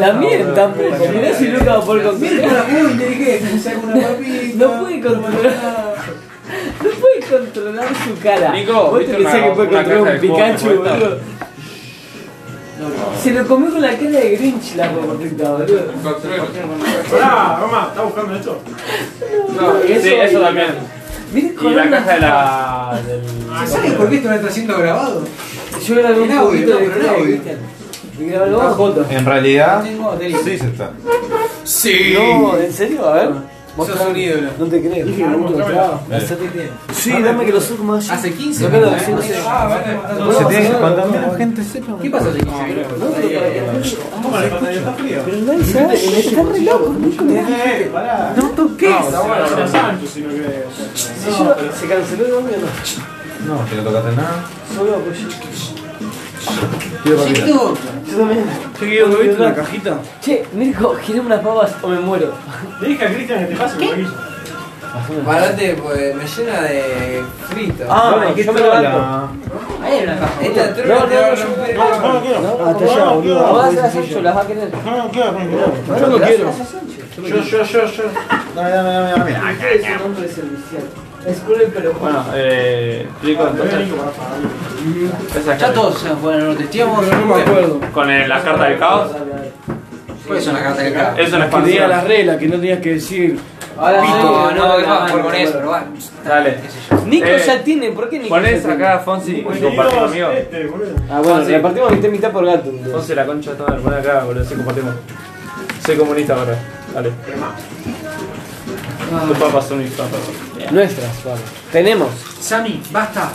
[SPEAKER 1] También Eh, tampoco. Mirá si Luca va a poder controlar.
[SPEAKER 10] Muy inteligente, saca una papita.
[SPEAKER 1] No puede controlar. No puede controlar su cara.
[SPEAKER 3] Nico,
[SPEAKER 1] ¿Vos te
[SPEAKER 3] ¿viste
[SPEAKER 1] pensás
[SPEAKER 3] una-
[SPEAKER 1] que puede
[SPEAKER 3] una
[SPEAKER 1] controlar un
[SPEAKER 3] caja de juegos
[SPEAKER 1] Pikachu,
[SPEAKER 3] que cuesta?
[SPEAKER 1] boludo? Se lo comió con la cara de Grinch la gordita, boludo.
[SPEAKER 7] Control.
[SPEAKER 2] Pará, Roma, ¿estás buscando esto?
[SPEAKER 3] Sí, eso también.
[SPEAKER 1] Miren
[SPEAKER 3] Y
[SPEAKER 1] con
[SPEAKER 3] la
[SPEAKER 1] una-
[SPEAKER 3] caja de la. del.
[SPEAKER 12] ¿Sabes por qué esto no está siendo grabado?
[SPEAKER 1] Yo grabé un
[SPEAKER 12] En audio,
[SPEAKER 1] poquito
[SPEAKER 12] no,
[SPEAKER 1] de
[SPEAKER 12] pero en
[SPEAKER 1] historia de
[SPEAKER 12] audio.
[SPEAKER 1] Cristian. Y grabalo vos.
[SPEAKER 5] En realidad,
[SPEAKER 12] Tengo hotel.
[SPEAKER 5] sí se está.
[SPEAKER 1] No, ¿en serio? A ver.
[SPEAKER 13] Sos un ídolo.
[SPEAKER 1] No te creo.
[SPEAKER 14] Dije, no, mostrámela.
[SPEAKER 1] Sí, dame que lo suba más.
[SPEAKER 13] Hace 15
[SPEAKER 1] Sacalo,
[SPEAKER 13] minutos,
[SPEAKER 1] sí,
[SPEAKER 13] ¿eh?
[SPEAKER 1] no sé.
[SPEAKER 13] Ah, vale.
[SPEAKER 1] No,
[SPEAKER 5] Se tiene
[SPEAKER 1] no,
[SPEAKER 5] que
[SPEAKER 1] no,
[SPEAKER 5] cuanto
[SPEAKER 1] no,
[SPEAKER 5] menos
[SPEAKER 1] no.
[SPEAKER 5] gente sepa.
[SPEAKER 13] ¿Qué pasa hace 15 minutos?
[SPEAKER 1] No, pero para que-
[SPEAKER 2] ¿Cómo la pantalla está fría?
[SPEAKER 1] Pero nadie sabe, me está re loco, Nico, me da-
[SPEAKER 2] Eh, pará.
[SPEAKER 1] No toques.
[SPEAKER 2] Era Sancho, si no creo.
[SPEAKER 1] Si yo- ¿Se canceló el nombre o no?
[SPEAKER 5] No, que no tocaste nada.
[SPEAKER 1] Solo apoyo.
[SPEAKER 5] Quiero papita.
[SPEAKER 1] Yo también.
[SPEAKER 14] Che, Guido, ¿no viste la cajita?
[SPEAKER 1] Che, Mirko, giré unas papas o me muero.
[SPEAKER 2] Le dije a Cristian que te pase por aquí.
[SPEAKER 15] Parate, pues me llena de frito.
[SPEAKER 1] Ah,
[SPEAKER 5] Bueno,
[SPEAKER 1] ¿qué
[SPEAKER 5] yo me
[SPEAKER 1] te
[SPEAKER 5] la
[SPEAKER 1] banco?
[SPEAKER 5] banco.
[SPEAKER 4] Ahí era una caja.
[SPEAKER 15] Esta truca te va a romper.
[SPEAKER 2] No, no lo quiero.
[SPEAKER 1] Ah, está allá, boludo.
[SPEAKER 2] No,
[SPEAKER 1] Vos las has hecho, las va a querer.
[SPEAKER 2] No, no quiero, no quiero.
[SPEAKER 1] Yo no quiero.
[SPEAKER 2] Yo, yo, yo, yo.
[SPEAKER 5] Dame, dame, dame, dame. Ay,
[SPEAKER 1] Es un hombre servicial. Es cool, pero.
[SPEAKER 3] Bueno, eh, explico entonces. Esas
[SPEAKER 4] Ya
[SPEAKER 3] cartas.
[SPEAKER 4] todos se fueron, lo testeamos.
[SPEAKER 14] No me acuerdo.
[SPEAKER 3] Con eh, las cartas del caos,
[SPEAKER 4] ¿Cuáles son las cartas Pues del caos?
[SPEAKER 3] eso es una
[SPEAKER 14] Que tenía las
[SPEAKER 3] expansión.
[SPEAKER 14] reglas, que no tenías que decir.
[SPEAKER 1] Ahora
[SPEAKER 4] No,
[SPEAKER 1] sí,
[SPEAKER 4] no, que
[SPEAKER 1] no,
[SPEAKER 4] vas por con eso, pero bueno.
[SPEAKER 3] Dale.
[SPEAKER 1] Nico
[SPEAKER 3] Eh,
[SPEAKER 1] ya tiene, ¿por qué Nico?
[SPEAKER 3] Ponés
[SPEAKER 1] ya tiene?
[SPEAKER 3] acá a Fonsi y compartí
[SPEAKER 2] Bienvenidos,
[SPEAKER 3] conmigo.
[SPEAKER 2] Este, boludo.
[SPEAKER 1] Ah, bueno,
[SPEAKER 3] Fonsi.
[SPEAKER 1] repartimos mitad mitad por gato. entonces.
[SPEAKER 3] Fonsi la concha toda, pon acá, boludo, así compartimos. Soy comunista ahora. Dale.
[SPEAKER 4] Ah.
[SPEAKER 3] Tu papá es un hijo.
[SPEAKER 1] Nuestras, vamos. Tenemos.
[SPEAKER 4] Sammy, basta.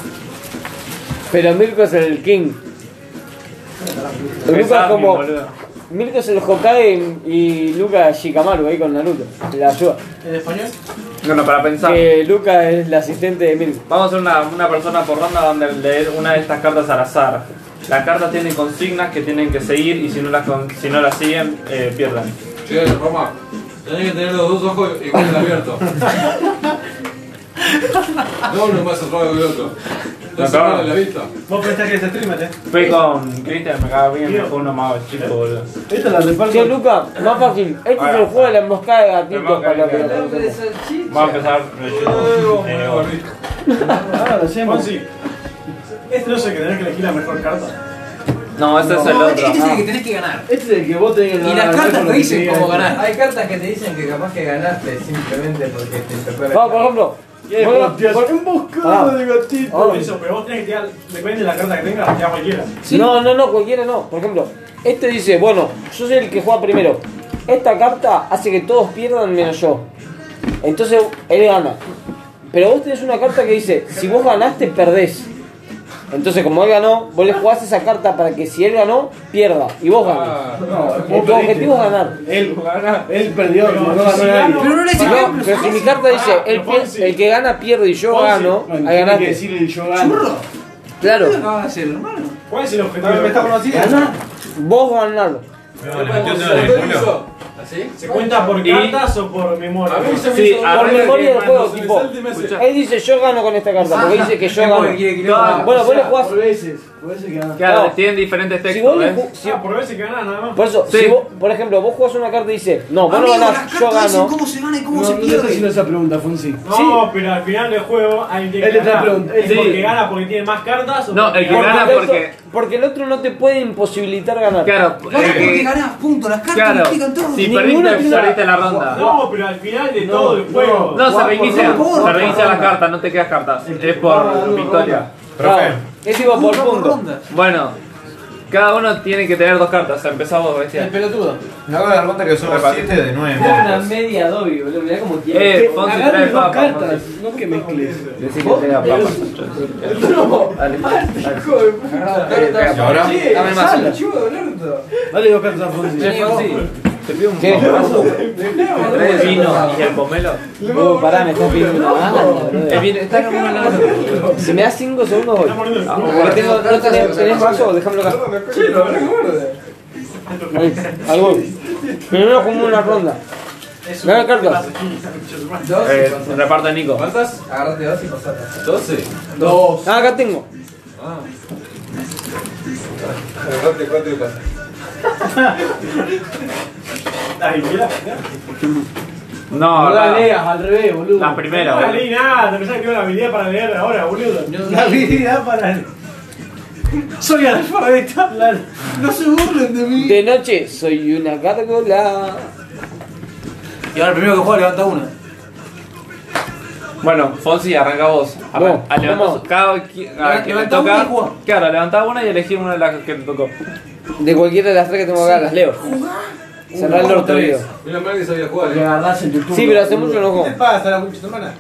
[SPEAKER 1] Pero Mirko es el king. Luca es
[SPEAKER 3] Pesado,
[SPEAKER 1] como.
[SPEAKER 3] boludo.
[SPEAKER 1] Mirko es el Hokage y Luca Shikamaru ahí con Naruto. La ayuda.
[SPEAKER 13] ¿En español?
[SPEAKER 3] Bueno, para pensar.
[SPEAKER 1] Que Luca es la asistente de Mirko.
[SPEAKER 3] Vamos a hacer una, una persona por ronda donde leer una de estas cartas al azar. Las cartas tienen consignas que tienen que seguir y si no las, con- si no las siguen, eh, pierden.
[SPEAKER 7] Che, Roma, tenés que tener los dos ojos igual abiertos. No uno es más cerrado que el otro. No cerrado de la vista.
[SPEAKER 2] Vos pensás que es streamer, eh.
[SPEAKER 3] Fui con Cristian, me cagaba bien, me fue uno más chico, boludo.
[SPEAKER 2] Esta la
[SPEAKER 1] Che,
[SPEAKER 2] reparto.
[SPEAKER 1] Luca, más fácil. Este es el juego de la emboscada de gatitos para lo que lo conocemos.
[SPEAKER 3] Vamos a empezar. eh,
[SPEAKER 14] Ah, lo hacemos.
[SPEAKER 2] Fonsi. Este no sé que tenés que elegir la mejor carta.
[SPEAKER 3] No, ese es el
[SPEAKER 4] No, este
[SPEAKER 3] otro.
[SPEAKER 4] es el que tenés que ganar.
[SPEAKER 14] Este es el que vos tenés que
[SPEAKER 4] Y
[SPEAKER 14] ganar,
[SPEAKER 4] las
[SPEAKER 14] no es por
[SPEAKER 4] cartas
[SPEAKER 14] lo
[SPEAKER 4] te
[SPEAKER 14] que
[SPEAKER 4] dicen
[SPEAKER 14] diga
[SPEAKER 4] cómo
[SPEAKER 14] esto.
[SPEAKER 4] ganar.
[SPEAKER 15] Hay cartas que te dicen que capaz que ganaste simplemente porque te tocó la
[SPEAKER 1] Vamos, por ejemplo.
[SPEAKER 14] Bueno, te
[SPEAKER 1] por-
[SPEAKER 14] hace un boscado
[SPEAKER 1] Ah.
[SPEAKER 14] de gatito.
[SPEAKER 1] Ah.
[SPEAKER 2] Eso, pero vos tenés que tirar, depende de la carta que tengas, ya cualquiera.
[SPEAKER 1] No, no, no, cualquiera no. Por ejemplo, este dice, bueno, yo soy el que juega primero. Esta carta hace que todos pierdan menos yo. Entonces él gana. Pero vos tenés una carta que dice, si vos ganaste, perdés. Entonces como él ganó, vos le jugás esa carta para que si él ganó, pierda. Y vos ganas.
[SPEAKER 7] Ah,
[SPEAKER 14] vos
[SPEAKER 1] tu
[SPEAKER 14] perdiste.
[SPEAKER 1] objetivo es ganar.
[SPEAKER 14] Él, él perdió,
[SPEAKER 2] Pero
[SPEAKER 14] no
[SPEAKER 2] si
[SPEAKER 14] ganó nadie.
[SPEAKER 2] gano-
[SPEAKER 4] Pero no le
[SPEAKER 2] Pará,
[SPEAKER 4] sirvió.
[SPEAKER 1] No, pero si mi carta dice,
[SPEAKER 3] Ah,
[SPEAKER 2] pará,
[SPEAKER 1] el,
[SPEAKER 2] pero Fonsi,
[SPEAKER 1] el que gana pierde y yo
[SPEAKER 2] Fonsi,
[SPEAKER 1] gano,
[SPEAKER 14] Bueno,
[SPEAKER 1] ahí
[SPEAKER 14] tiene que
[SPEAKER 1] ganaste.
[SPEAKER 14] decirle el yo gano.
[SPEAKER 4] Burro.
[SPEAKER 1] Claro,
[SPEAKER 4] ¿Qué acabas de hacer, hermano?
[SPEAKER 2] ¿Cuál es el objetivo? de la carta?
[SPEAKER 1] vos ganar.
[SPEAKER 7] ¿Así?
[SPEAKER 2] ¿Se cuenta por
[SPEAKER 3] Y-
[SPEAKER 2] cartas o por memoria?
[SPEAKER 7] A mí se me
[SPEAKER 3] Sí,
[SPEAKER 7] hizo
[SPEAKER 3] a
[SPEAKER 1] Por
[SPEAKER 3] ver,
[SPEAKER 1] memoria del
[SPEAKER 7] cuando
[SPEAKER 1] juego,
[SPEAKER 7] se me
[SPEAKER 1] tipo.
[SPEAKER 7] salte, me hace-
[SPEAKER 1] Él dice, yo gano con esta carta, porque dice que yo
[SPEAKER 4] Es
[SPEAKER 1] gano.
[SPEAKER 4] porque quiere quilombo.
[SPEAKER 1] Ah, Bueno, vos le jugás.
[SPEAKER 14] Por veces, por veces que ganaste.
[SPEAKER 3] Claro,
[SPEAKER 1] No.
[SPEAKER 3] tienen diferentes
[SPEAKER 1] Si
[SPEAKER 3] textos,
[SPEAKER 1] vos le
[SPEAKER 3] ¿eh?
[SPEAKER 1] ju- si-
[SPEAKER 2] Ah, por veces que ganás nada más.
[SPEAKER 1] Por eso,
[SPEAKER 3] Sí.
[SPEAKER 1] si vos, por ejemplo, vos jugás una carta y dice, no, vos no
[SPEAKER 4] Amigo,
[SPEAKER 1] ganás,
[SPEAKER 4] las
[SPEAKER 1] yo
[SPEAKER 4] cartas dicen
[SPEAKER 1] gano.
[SPEAKER 4] cómo se gana y
[SPEAKER 14] No,
[SPEAKER 4] cómo se
[SPEAKER 14] no estás haciendo
[SPEAKER 4] pierde.
[SPEAKER 14] esa pregunta, Fonsi.
[SPEAKER 2] No, pero al final del juego hay que
[SPEAKER 14] Él te está
[SPEAKER 2] ganar.
[SPEAKER 14] preguntando.
[SPEAKER 2] ¿Es
[SPEAKER 3] Sí.
[SPEAKER 2] porque gana porque tiene más cartas o
[SPEAKER 3] No,
[SPEAKER 2] porque
[SPEAKER 3] el que
[SPEAKER 2] gana-
[SPEAKER 3] gana-
[SPEAKER 1] Porque el
[SPEAKER 3] porque-
[SPEAKER 1] otro- porque el otro no te puede imposibilitar ganar.
[SPEAKER 3] Claro,
[SPEAKER 4] Ganás porque
[SPEAKER 3] eh,
[SPEAKER 4] ganás, punto. Las cartas
[SPEAKER 3] claro.
[SPEAKER 4] explican todo.
[SPEAKER 3] Si
[SPEAKER 1] Ninguno
[SPEAKER 3] perdiste,
[SPEAKER 1] tiene una-
[SPEAKER 3] perdiste la ronda.
[SPEAKER 2] No, pero al final de
[SPEAKER 14] No,
[SPEAKER 2] todo el
[SPEAKER 14] no.
[SPEAKER 2] juego.
[SPEAKER 3] No, se
[SPEAKER 14] Guau,
[SPEAKER 3] reinicia,
[SPEAKER 4] por favor,
[SPEAKER 3] se reinicia
[SPEAKER 4] por
[SPEAKER 3] la
[SPEAKER 4] favor.
[SPEAKER 3] carta, no te quedas cartas.
[SPEAKER 14] El que
[SPEAKER 3] Es
[SPEAKER 14] va
[SPEAKER 3] por
[SPEAKER 14] dando
[SPEAKER 3] victoria.
[SPEAKER 14] ronda.
[SPEAKER 5] Profe,
[SPEAKER 1] Claro, Es igual por
[SPEAKER 4] Punto por
[SPEAKER 1] punto.
[SPEAKER 4] ronda.
[SPEAKER 3] Bueno, cada uno tiene que tener dos cartas. Empezamos,
[SPEAKER 13] El
[SPEAKER 3] bestia.
[SPEAKER 13] pelotudo.
[SPEAKER 5] no hago la ronda que son
[SPEAKER 3] Como
[SPEAKER 5] 7 de 9.
[SPEAKER 1] Una media doble, boludo, mirá como quiere.
[SPEAKER 3] Eh, Fonsi
[SPEAKER 14] Agarren
[SPEAKER 3] trae
[SPEAKER 14] dos
[SPEAKER 3] papa.
[SPEAKER 14] cartas,
[SPEAKER 3] Fonsi. Eh,
[SPEAKER 14] no que mezcles.
[SPEAKER 1] Decí que tenga papa.
[SPEAKER 5] ¿Y ahora?
[SPEAKER 4] Dame más.
[SPEAKER 14] Dale dos cartas a Fonsi.
[SPEAKER 3] Che, Fonsi, te pido un
[SPEAKER 1] ¿Qué?
[SPEAKER 3] abrazo. ¿Traes el vino y el pomelo?
[SPEAKER 1] Vos, pará, me estás pidiendo una banda, boludo.
[SPEAKER 3] El vino, está como en la mano.
[SPEAKER 1] Si me das 5 segundos voy. Ah,
[SPEAKER 2] Está mordiendo el culo.
[SPEAKER 1] Porque tengo, no tenés, tenés vaso, déjamelo acá. Ahí, al gol. Primero como una ronda.
[SPEAKER 2] Es
[SPEAKER 1] Gana cartas.
[SPEAKER 15] Dos y
[SPEAKER 3] Eh,
[SPEAKER 15] pasate.
[SPEAKER 3] reparto a Nico.
[SPEAKER 7] ¿Cuántas?
[SPEAKER 15] Agarrate dos y pasate.
[SPEAKER 7] 12.
[SPEAKER 1] Ah, acá tengo.
[SPEAKER 7] Ah. Agarrate cuatro y pasate.
[SPEAKER 2] Ay, mirá.
[SPEAKER 3] No,
[SPEAKER 14] No la
[SPEAKER 3] acá,
[SPEAKER 14] leas, al revés, boludo.
[SPEAKER 3] las primeras.
[SPEAKER 2] No la
[SPEAKER 3] boludo.
[SPEAKER 2] leí nada, te pensás que tengo la habilidad para leer ahora, boludo.
[SPEAKER 14] La habilidad para... Soy analfabeta. La-
[SPEAKER 4] No se burlen de mí.
[SPEAKER 1] De noche soy una gárgola.
[SPEAKER 4] Y ahora el primero que juega levanta una.
[SPEAKER 3] Bueno, Fonsi, arranca vos.
[SPEAKER 1] Vos,
[SPEAKER 3] Arranca, levantá
[SPEAKER 1] vamos.
[SPEAKER 3] su- cada qui- a que le
[SPEAKER 4] Levantá una y
[SPEAKER 3] toca.
[SPEAKER 4] jugá.
[SPEAKER 3] Claro, levantá una y elegí una de las que te tocó.
[SPEAKER 1] De cualquiera de las tres que tengo acá, las leo. Cerrá el orto,
[SPEAKER 7] Tres.
[SPEAKER 1] digo.
[SPEAKER 7] Menos mal que sabía jugar, eh.
[SPEAKER 1] Sí, pero hace mucho no
[SPEAKER 16] ¿Qué
[SPEAKER 1] juego.
[SPEAKER 16] te pasa la concha de tu hermana?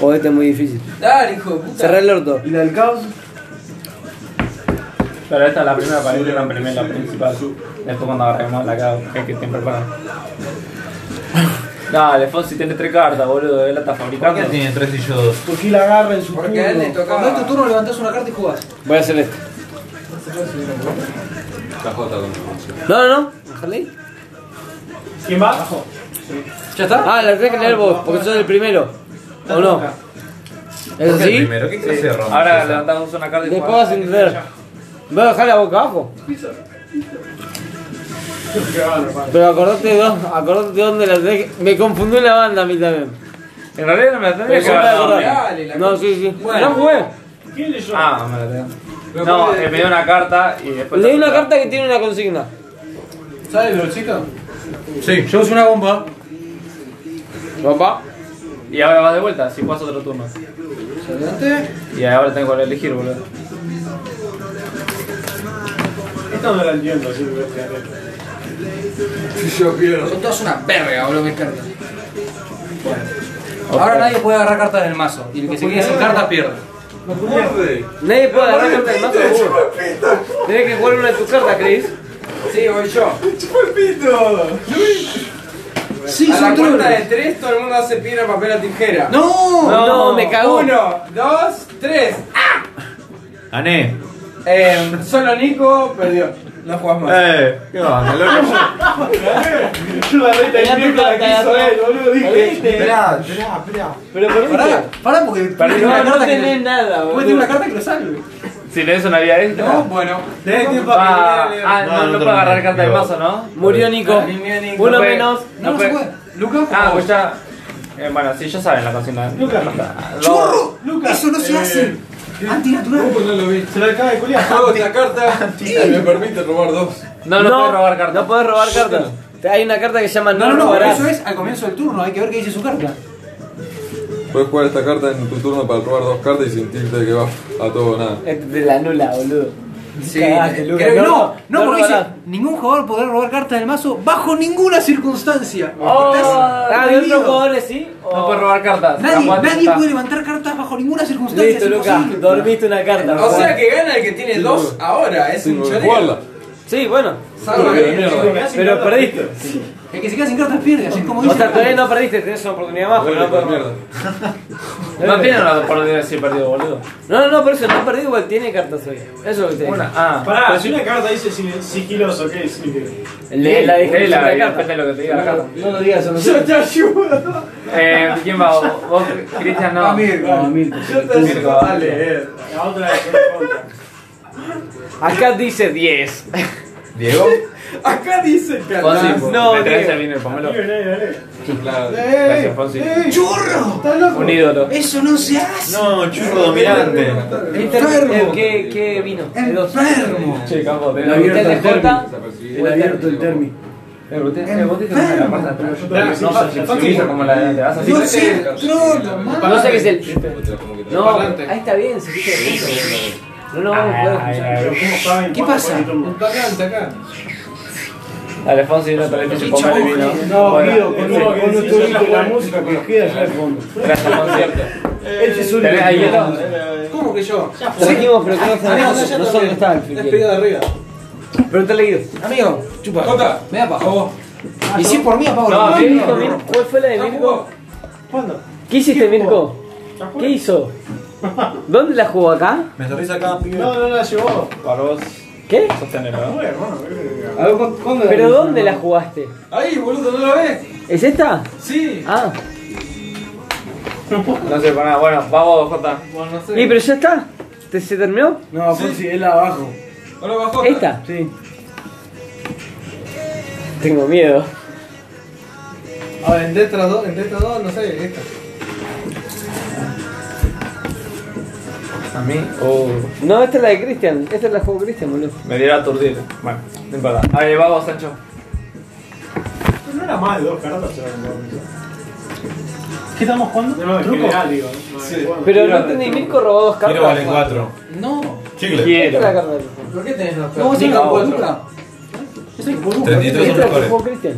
[SPEAKER 1] Jodete este es muy difícil.
[SPEAKER 17] Dale, hijo de puta.
[SPEAKER 1] Cerrá el orto.
[SPEAKER 18] ¿Y la del caos?
[SPEAKER 3] Pero esta es la primera para la primera, la principal. Después cuando agarremos la cara, que estén preparados. Dale, Fonsi tiene tres cartas, boludo, él la está fabricando.
[SPEAKER 5] ¿Por qué tiene tres y yo dos?
[SPEAKER 18] Porque la agarra en su
[SPEAKER 17] Porque a él le
[SPEAKER 18] turno.
[SPEAKER 4] Cuando es tu
[SPEAKER 17] tocaba.
[SPEAKER 4] turno levantás una carta y jugás.
[SPEAKER 1] Voy a hacer este. esto.
[SPEAKER 7] Está jota con el
[SPEAKER 1] No, no, no. Déjale ahí.
[SPEAKER 2] ¿Quién va? Abajo.
[SPEAKER 4] ¿Ya está?
[SPEAKER 1] Ah, la tenés que leer vos, porque sos el primero. ¿O no? ¿Es
[SPEAKER 5] ¿Por qué el
[SPEAKER 1] así?
[SPEAKER 5] primero? ¿Qué clase
[SPEAKER 3] Sí.
[SPEAKER 5] de ronda es
[SPEAKER 3] Ahora
[SPEAKER 5] esa?
[SPEAKER 3] levantamos una carta y
[SPEAKER 1] Después
[SPEAKER 3] jugamos.
[SPEAKER 1] vas a entender. Voy a dejar la boca abajo. Pero acordate de, dó- acordate de dónde la tenés que- Me confundió la banda a mí también.
[SPEAKER 3] En realidad no me la tendría
[SPEAKER 1] Pero
[SPEAKER 3] que
[SPEAKER 1] yo me la
[SPEAKER 3] haber dado.
[SPEAKER 1] acordaba.
[SPEAKER 17] Dale, la
[SPEAKER 1] No,
[SPEAKER 17] concha.
[SPEAKER 1] sí, sí.
[SPEAKER 17] Bueno.
[SPEAKER 1] No jugué.
[SPEAKER 2] ¿Quién leyó?
[SPEAKER 3] Ah, me la tengo. No, eh, me dio una carta y después.
[SPEAKER 1] Leí una carta que tiene una consigna.
[SPEAKER 16] ¿Sabes el brochito?
[SPEAKER 5] Sí.
[SPEAKER 4] Yo uso una bomba.
[SPEAKER 1] Papá.
[SPEAKER 3] Y ahora vas de vuelta, si juegas otro turno.
[SPEAKER 16] ¿Adelante?
[SPEAKER 3] Y ahora tengo que elegir, boludo.
[SPEAKER 2] Esto no la entiendo, así que voy a tirar esto.
[SPEAKER 7] Yo quiero.
[SPEAKER 4] Son todas una verga, boludo, mis cartas. Ahora nadie puede agarrar cartas del mazo. Y el que se quede sin cartas pierde.
[SPEAKER 7] Muerde.
[SPEAKER 1] Nadie puede agarrar carta del mazo seguro. Tenés que jugar una de tus cartas, Chris.
[SPEAKER 17] Sí, voy yo.
[SPEAKER 4] Sí,
[SPEAKER 17] A la cuenta de tres, todo el mundo hace piedra, papel o tijera.
[SPEAKER 4] ¡No!
[SPEAKER 1] No, me cagó.
[SPEAKER 17] Uno, dos, tres.
[SPEAKER 5] Ané.
[SPEAKER 17] Eh, solo Nico perdió. No jugás más.
[SPEAKER 5] Eh, ¿qué onda, loco?
[SPEAKER 2] Yo la reta
[SPEAKER 1] Tenía
[SPEAKER 2] el
[SPEAKER 1] tu
[SPEAKER 2] miércoles que
[SPEAKER 1] carta,
[SPEAKER 2] hizo
[SPEAKER 1] agarró.
[SPEAKER 2] él, boludo. Dije, este.
[SPEAKER 4] Esperá,
[SPEAKER 1] Pero
[SPEAKER 4] pará, pará porque puede tener
[SPEAKER 1] No,
[SPEAKER 4] una
[SPEAKER 1] no
[SPEAKER 4] carta que
[SPEAKER 1] tenés
[SPEAKER 4] le-
[SPEAKER 1] nada,
[SPEAKER 4] puede tener una
[SPEAKER 1] boludo.
[SPEAKER 4] carta que lo salve.
[SPEAKER 3] Si le des una vida extra.
[SPEAKER 4] No, bueno.
[SPEAKER 18] Tenés tiempo
[SPEAKER 3] Ah,
[SPEAKER 18] a que
[SPEAKER 3] ah,
[SPEAKER 5] No,
[SPEAKER 3] no,
[SPEAKER 5] no
[SPEAKER 3] no puedo
[SPEAKER 5] terminé.
[SPEAKER 3] agarrar carta de
[SPEAKER 5] Digo,
[SPEAKER 3] mazo, ¿no?
[SPEAKER 1] Murió Nico.
[SPEAKER 17] Murió Nico.
[SPEAKER 1] Uno
[SPEAKER 3] puede-
[SPEAKER 1] menos.
[SPEAKER 4] No, no
[SPEAKER 3] puede-
[SPEAKER 4] se puede. Lucas,
[SPEAKER 3] Ah, pues ya. Eh, bueno, sí, ya saben la consigna.
[SPEAKER 2] Lucas.
[SPEAKER 3] Dos.
[SPEAKER 4] ¡Chorro! Eso no se hace. Eh, Antinatural.
[SPEAKER 7] ¿Cómo no lo vi?
[SPEAKER 2] Se la acaba de culiar.
[SPEAKER 7] Hago esta carta y me permite robar dos.
[SPEAKER 3] No, no, puedes robar cartas.
[SPEAKER 1] No podés robar cartas. Te- Hay una carta que se llama
[SPEAKER 4] No, no, no,
[SPEAKER 1] robarás.
[SPEAKER 4] eso es al comienzo del turno, hay que ver qué dice su carta.
[SPEAKER 7] Puedes jugar esta carta en tu turno para robar dos cartas y sentirte que vas a todo o nada.
[SPEAKER 1] Es de la nula, boludo.
[SPEAKER 17] Sí,
[SPEAKER 1] Cagaste, Lucas.
[SPEAKER 4] Creo Eh, que no, no,
[SPEAKER 1] no
[SPEAKER 4] porque dice,
[SPEAKER 1] robarás.
[SPEAKER 4] ningún jugador podrá robar cartas del mazo bajo ninguna circunstancia.
[SPEAKER 1] Ah, de
[SPEAKER 4] prohibido.
[SPEAKER 1] otros jugadores sí. Oh. o-
[SPEAKER 3] No puedes robar cartas.
[SPEAKER 4] Nadie,
[SPEAKER 3] Capaz
[SPEAKER 4] nadie
[SPEAKER 3] está.
[SPEAKER 4] puede levantar cartas bajo ninguna circunstancia.
[SPEAKER 1] Listo,
[SPEAKER 4] es
[SPEAKER 1] Lucas.
[SPEAKER 4] imposible.
[SPEAKER 1] Dormiste una carta.
[SPEAKER 17] O
[SPEAKER 1] boludo.
[SPEAKER 17] sea que gana el que tiene dos ahora, es
[SPEAKER 7] Sí,
[SPEAKER 17] un
[SPEAKER 7] porque
[SPEAKER 17] choreo.
[SPEAKER 7] jugarla.
[SPEAKER 1] Sí, bueno.
[SPEAKER 17] Salvo
[SPEAKER 7] Porque de
[SPEAKER 17] que-
[SPEAKER 7] mierda.
[SPEAKER 1] Pero perdiste.
[SPEAKER 4] El que se queda sin cartas pierde, así es como
[SPEAKER 1] O
[SPEAKER 4] dice.
[SPEAKER 1] sea, todavía no perdiste, tenés una oportunidad más. pero
[SPEAKER 7] Huele
[SPEAKER 1] no
[SPEAKER 7] de
[SPEAKER 1] podés robar.
[SPEAKER 7] mierda.
[SPEAKER 3] No tiene una oportunidad de ser perdido, boludo.
[SPEAKER 1] No, no, no, por eso no has perdido igual tiene cartas hoy. Eso es lo que tiene.
[SPEAKER 3] Una. Ah.
[SPEAKER 2] Pará, si una carta dice si- sigiloso, ¿qué es?
[SPEAKER 1] Le, la
[SPEAKER 3] Lee
[SPEAKER 1] descripción
[SPEAKER 3] la-
[SPEAKER 1] de
[SPEAKER 3] y
[SPEAKER 1] la
[SPEAKER 3] depende
[SPEAKER 1] carta.
[SPEAKER 3] de lo que te diga la carta.
[SPEAKER 18] No lo digas a nosotros.
[SPEAKER 3] Eh, ¿Quién va? ¿Vos- ¿Vos, Cristian, no?
[SPEAKER 18] Yo Dale,
[SPEAKER 2] La otra es una contra.
[SPEAKER 1] Acá dice 10.
[SPEAKER 5] ¿Diego?
[SPEAKER 17] Acá dice que
[SPEAKER 3] Fonsi,
[SPEAKER 1] No,
[SPEAKER 3] me traes
[SPEAKER 1] Diego.
[SPEAKER 3] el vino y pomelo.
[SPEAKER 2] Dale, dale, dale.
[SPEAKER 7] Claro.
[SPEAKER 3] Gracias, Fonsi.
[SPEAKER 4] ¡Churro!
[SPEAKER 3] Un ídolo.
[SPEAKER 4] Eso no se hace.
[SPEAKER 5] No, churro dominante.
[SPEAKER 1] Este,
[SPEAKER 4] Enfermo.
[SPEAKER 1] ¿qué, ¿Qué vino? El dos.
[SPEAKER 4] Enfermo.
[SPEAKER 3] Che, campo, te-
[SPEAKER 18] El abierto
[SPEAKER 1] ¿Usted
[SPEAKER 18] el
[SPEAKER 1] le corta?
[SPEAKER 18] termi. El abierto el termi.
[SPEAKER 3] Eh, vos tenés- eh, vos tenés que la parte de atrás. No sos flexibilista como la de antes. Vas a
[SPEAKER 4] No
[SPEAKER 3] hacer-
[SPEAKER 4] sé, trolo, man.
[SPEAKER 1] No sé qué es el.
[SPEAKER 7] Otra, como que te-
[SPEAKER 1] No, ahí está bien, se dice eso. No, no, vamos a poder
[SPEAKER 3] Ay,
[SPEAKER 1] escuchar.
[SPEAKER 2] Pero
[SPEAKER 3] ay,
[SPEAKER 2] ¿cómo saben
[SPEAKER 4] ¿Qué
[SPEAKER 2] cuánto
[SPEAKER 4] pasa?
[SPEAKER 2] fue el turno?
[SPEAKER 3] ay. Dale, Fonsi, no traes leche y pomelo y vino.
[SPEAKER 18] No,
[SPEAKER 3] Bueno,
[SPEAKER 18] Guido, con
[SPEAKER 2] Bueno,
[SPEAKER 18] un con un
[SPEAKER 2] sí,
[SPEAKER 18] turno
[SPEAKER 2] sí,
[SPEAKER 18] de la
[SPEAKER 2] sí.
[SPEAKER 18] música que nos queda ya de fondo.
[SPEAKER 3] Gracias, Fonsi.
[SPEAKER 18] Este es un
[SPEAKER 3] Tenés ahí el-
[SPEAKER 4] ¿Cómo que yo?
[SPEAKER 1] Trajimos, pero que no sabemos nosotros está el
[SPEAKER 4] Es pegado
[SPEAKER 1] final.
[SPEAKER 4] arriba.
[SPEAKER 1] Pero te he leído.
[SPEAKER 4] Amigo, chupa.
[SPEAKER 7] Jota.
[SPEAKER 4] Me da paja. vos. Y si es por mí, apago
[SPEAKER 3] No,
[SPEAKER 4] la
[SPEAKER 1] ¿Qué
[SPEAKER 4] luz.
[SPEAKER 1] dijo Mirko? ¿Cuál fue la de Mirko?
[SPEAKER 2] ¿Cuándo?
[SPEAKER 1] ¿Qué hiciste, Mirko? ¿Qué hizo? ¿Dónde la jugó acá?
[SPEAKER 5] Me sonrisa acá.
[SPEAKER 2] No, no la llevó.
[SPEAKER 3] Para vos,
[SPEAKER 1] ¿Qué?
[SPEAKER 3] sostenerlo.
[SPEAKER 2] Bueno, bueno, bueno.
[SPEAKER 18] A ver, ¿cu- ¿cuándo?
[SPEAKER 1] ¿Pero dónde la jugaste?
[SPEAKER 7] Ahí, boludo, ¿no lo ves?
[SPEAKER 1] ¿Es esta?
[SPEAKER 7] Sí.
[SPEAKER 1] Ah.
[SPEAKER 3] No sé, para nada. Bueno, vamos, Jota.
[SPEAKER 1] ¿Y pero ya está? ¿Te- ¿Se terminó?
[SPEAKER 18] No, Fonsi, él abajo.
[SPEAKER 7] Ahora va Jota.
[SPEAKER 1] ¿Esta?
[SPEAKER 18] Sí.
[SPEAKER 1] Tengo miedo.
[SPEAKER 4] A ver, en Detra 2, en Detra 2, no sé, esta.
[SPEAKER 3] A mí, oh.
[SPEAKER 1] No, esta es la de Cristian. Esta es la jugó Cristian, boludo.
[SPEAKER 3] Me diera a aturdir. Bueno, no importa. Ahí vamos, Sancho.
[SPEAKER 2] No era más de dos cartas, chaval. ¿Qué estamos jugando? No, en general, digo.
[SPEAKER 7] Sí.
[SPEAKER 1] Pero no entendí, Mirko robó dos
[SPEAKER 5] Quiero vale
[SPEAKER 1] cartas.
[SPEAKER 5] cuatro.
[SPEAKER 4] No.
[SPEAKER 5] Chicle.
[SPEAKER 1] Esta es
[SPEAKER 3] Quiero.
[SPEAKER 1] la carta de Cristian.
[SPEAKER 19] ¿Por qué tenés dos
[SPEAKER 4] No, vos
[SPEAKER 19] Ni
[SPEAKER 4] sos
[SPEAKER 19] con
[SPEAKER 4] la
[SPEAKER 19] cuatro.
[SPEAKER 4] boluda. Es el boludo.
[SPEAKER 5] 33 son
[SPEAKER 1] Esta que
[SPEAKER 5] mejores.
[SPEAKER 1] jugó Cristian.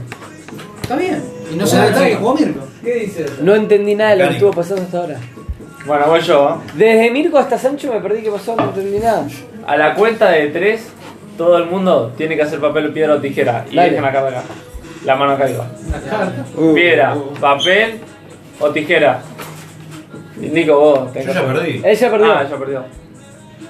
[SPEAKER 4] Está bien. Y no se da ataque, jugó Mirko.
[SPEAKER 19] ¿Qué dices?
[SPEAKER 1] No entendí nada de lo que
[SPEAKER 5] Mecánico.
[SPEAKER 1] estuvo pasando hasta ahora.
[SPEAKER 3] Bueno, voy yo. ¿eh?
[SPEAKER 1] Desde Mirko hasta Sancho me perdí qué pasó, no entendí nada.
[SPEAKER 3] A la cuenta de tres, todo el mundo tiene que hacer papel, piedra o tijera. Y
[SPEAKER 1] Dale. Uh,
[SPEAKER 3] dejen acá, acá. La mano acá arriba. Piedra, papel o tijera. Y Nico, vos. tenés
[SPEAKER 5] Yo
[SPEAKER 3] que
[SPEAKER 5] ya
[SPEAKER 3] hacer.
[SPEAKER 5] perdí.
[SPEAKER 1] Él ya perdió.
[SPEAKER 3] Ah, ya perdió.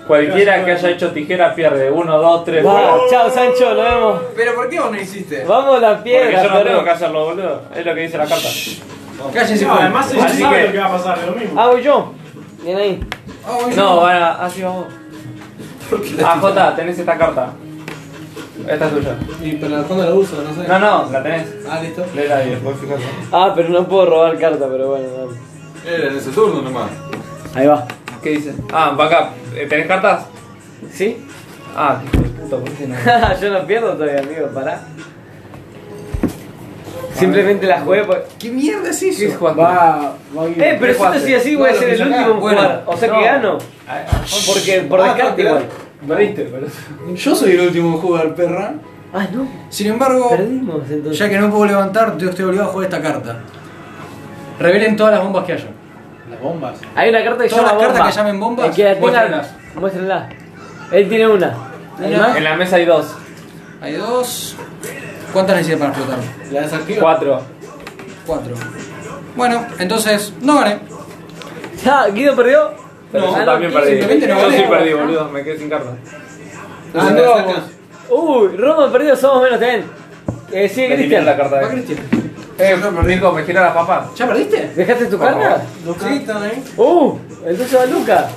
[SPEAKER 3] Cualquiera que haya hecho tijera pierde. Uno, dos, tres,
[SPEAKER 1] Va,
[SPEAKER 3] cuatro.
[SPEAKER 1] Chao Sancho, nos vemos.
[SPEAKER 19] ¿Pero por qué vos no hiciste?
[SPEAKER 1] Vamos a la
[SPEAKER 3] Porque
[SPEAKER 1] piedra,
[SPEAKER 3] yo no tengo
[SPEAKER 1] perdón.
[SPEAKER 3] que hacerlo, boludo. Es lo que dice la carta.
[SPEAKER 19] Cállese,
[SPEAKER 4] pues.
[SPEAKER 2] No, además ella
[SPEAKER 3] Así
[SPEAKER 2] sabe
[SPEAKER 3] que-
[SPEAKER 2] lo que va a pasar, es lo mismo.
[SPEAKER 1] Ah, voy yo. Bien ahí.
[SPEAKER 4] Ah,
[SPEAKER 3] No, ahora, así vamos. Ah, Jota, tenés esta carta. Esta es tuya.
[SPEAKER 4] Y pero al fondo la uso, no sé.
[SPEAKER 3] No, no, la tenés.
[SPEAKER 4] Ah, listo.
[SPEAKER 3] Léela y después fijate.
[SPEAKER 1] Ah, pero no puedo robar carta, pero bueno, dale.
[SPEAKER 7] Era en ese turno nomás.
[SPEAKER 1] Ahí va.
[SPEAKER 3] ¿Qué dice? Ah, backup. Eh, ¿Tenés cartas?
[SPEAKER 1] ¿Sí?
[SPEAKER 3] Ah, hijo de puta, ¿por qué no?
[SPEAKER 1] yo no pierdo todavía, amigo, pará. Simplemente la jugué por...
[SPEAKER 4] ¿Qué mierda es eso?
[SPEAKER 3] pues, ¿Qué jugaste?
[SPEAKER 6] Va, va Guido.
[SPEAKER 1] Eh, pero si esto sigue así voy a ser el último en
[SPEAKER 19] bueno,
[SPEAKER 1] jugar. O sea que
[SPEAKER 3] no.
[SPEAKER 1] gano. Porque por
[SPEAKER 4] Ah,
[SPEAKER 1] descarte
[SPEAKER 4] no,
[SPEAKER 1] igual.
[SPEAKER 3] Perdiste, pero.
[SPEAKER 4] Yo soy el último en jugar, perra.
[SPEAKER 1] Ah, no.
[SPEAKER 4] Sin embargo,
[SPEAKER 1] Perdimos entonces.
[SPEAKER 4] ya que no puedo levantar, yo estoy obligado a jugar esta carta. Revelen todas las bombas que haya.
[SPEAKER 20] Las bombas.
[SPEAKER 1] Hay una carta que
[SPEAKER 4] Todas
[SPEAKER 1] llama
[SPEAKER 4] las cartas
[SPEAKER 1] bomba.
[SPEAKER 4] que llamen bombas,
[SPEAKER 1] El que la tenga,
[SPEAKER 4] muéstrenlas.
[SPEAKER 1] muéstrenla. Él tiene una. ¿El más?
[SPEAKER 3] En la mesa hay dos.
[SPEAKER 4] Hay dos. ¿Cuántas necesitas para explotar?
[SPEAKER 20] La desactivo.
[SPEAKER 3] Cuatro.
[SPEAKER 4] Cuatro. Bueno, entonces, no gané.
[SPEAKER 1] Ah, Guido perdió.
[SPEAKER 3] Pero
[SPEAKER 4] No, Ah,
[SPEAKER 3] yo también
[SPEAKER 4] no,
[SPEAKER 3] perdí.
[SPEAKER 4] simplemente no
[SPEAKER 3] yo sí
[SPEAKER 4] gané.
[SPEAKER 3] perdí, boludo. Me quedé sin cartas.
[SPEAKER 4] Ah,
[SPEAKER 1] Uy, Roma perdido, somos menos también. Eh, sigue
[SPEAKER 3] Me tiré
[SPEAKER 1] Cristian.
[SPEAKER 3] la carta
[SPEAKER 4] Va,
[SPEAKER 3] de.
[SPEAKER 4] Cristian.
[SPEAKER 3] Eh, Nico, me gira la papa.
[SPEAKER 4] ¿Ya perdiste?
[SPEAKER 1] ¿Dejaste tu carta?
[SPEAKER 4] Sí, está bien.
[SPEAKER 1] Uh, entonces va Luca.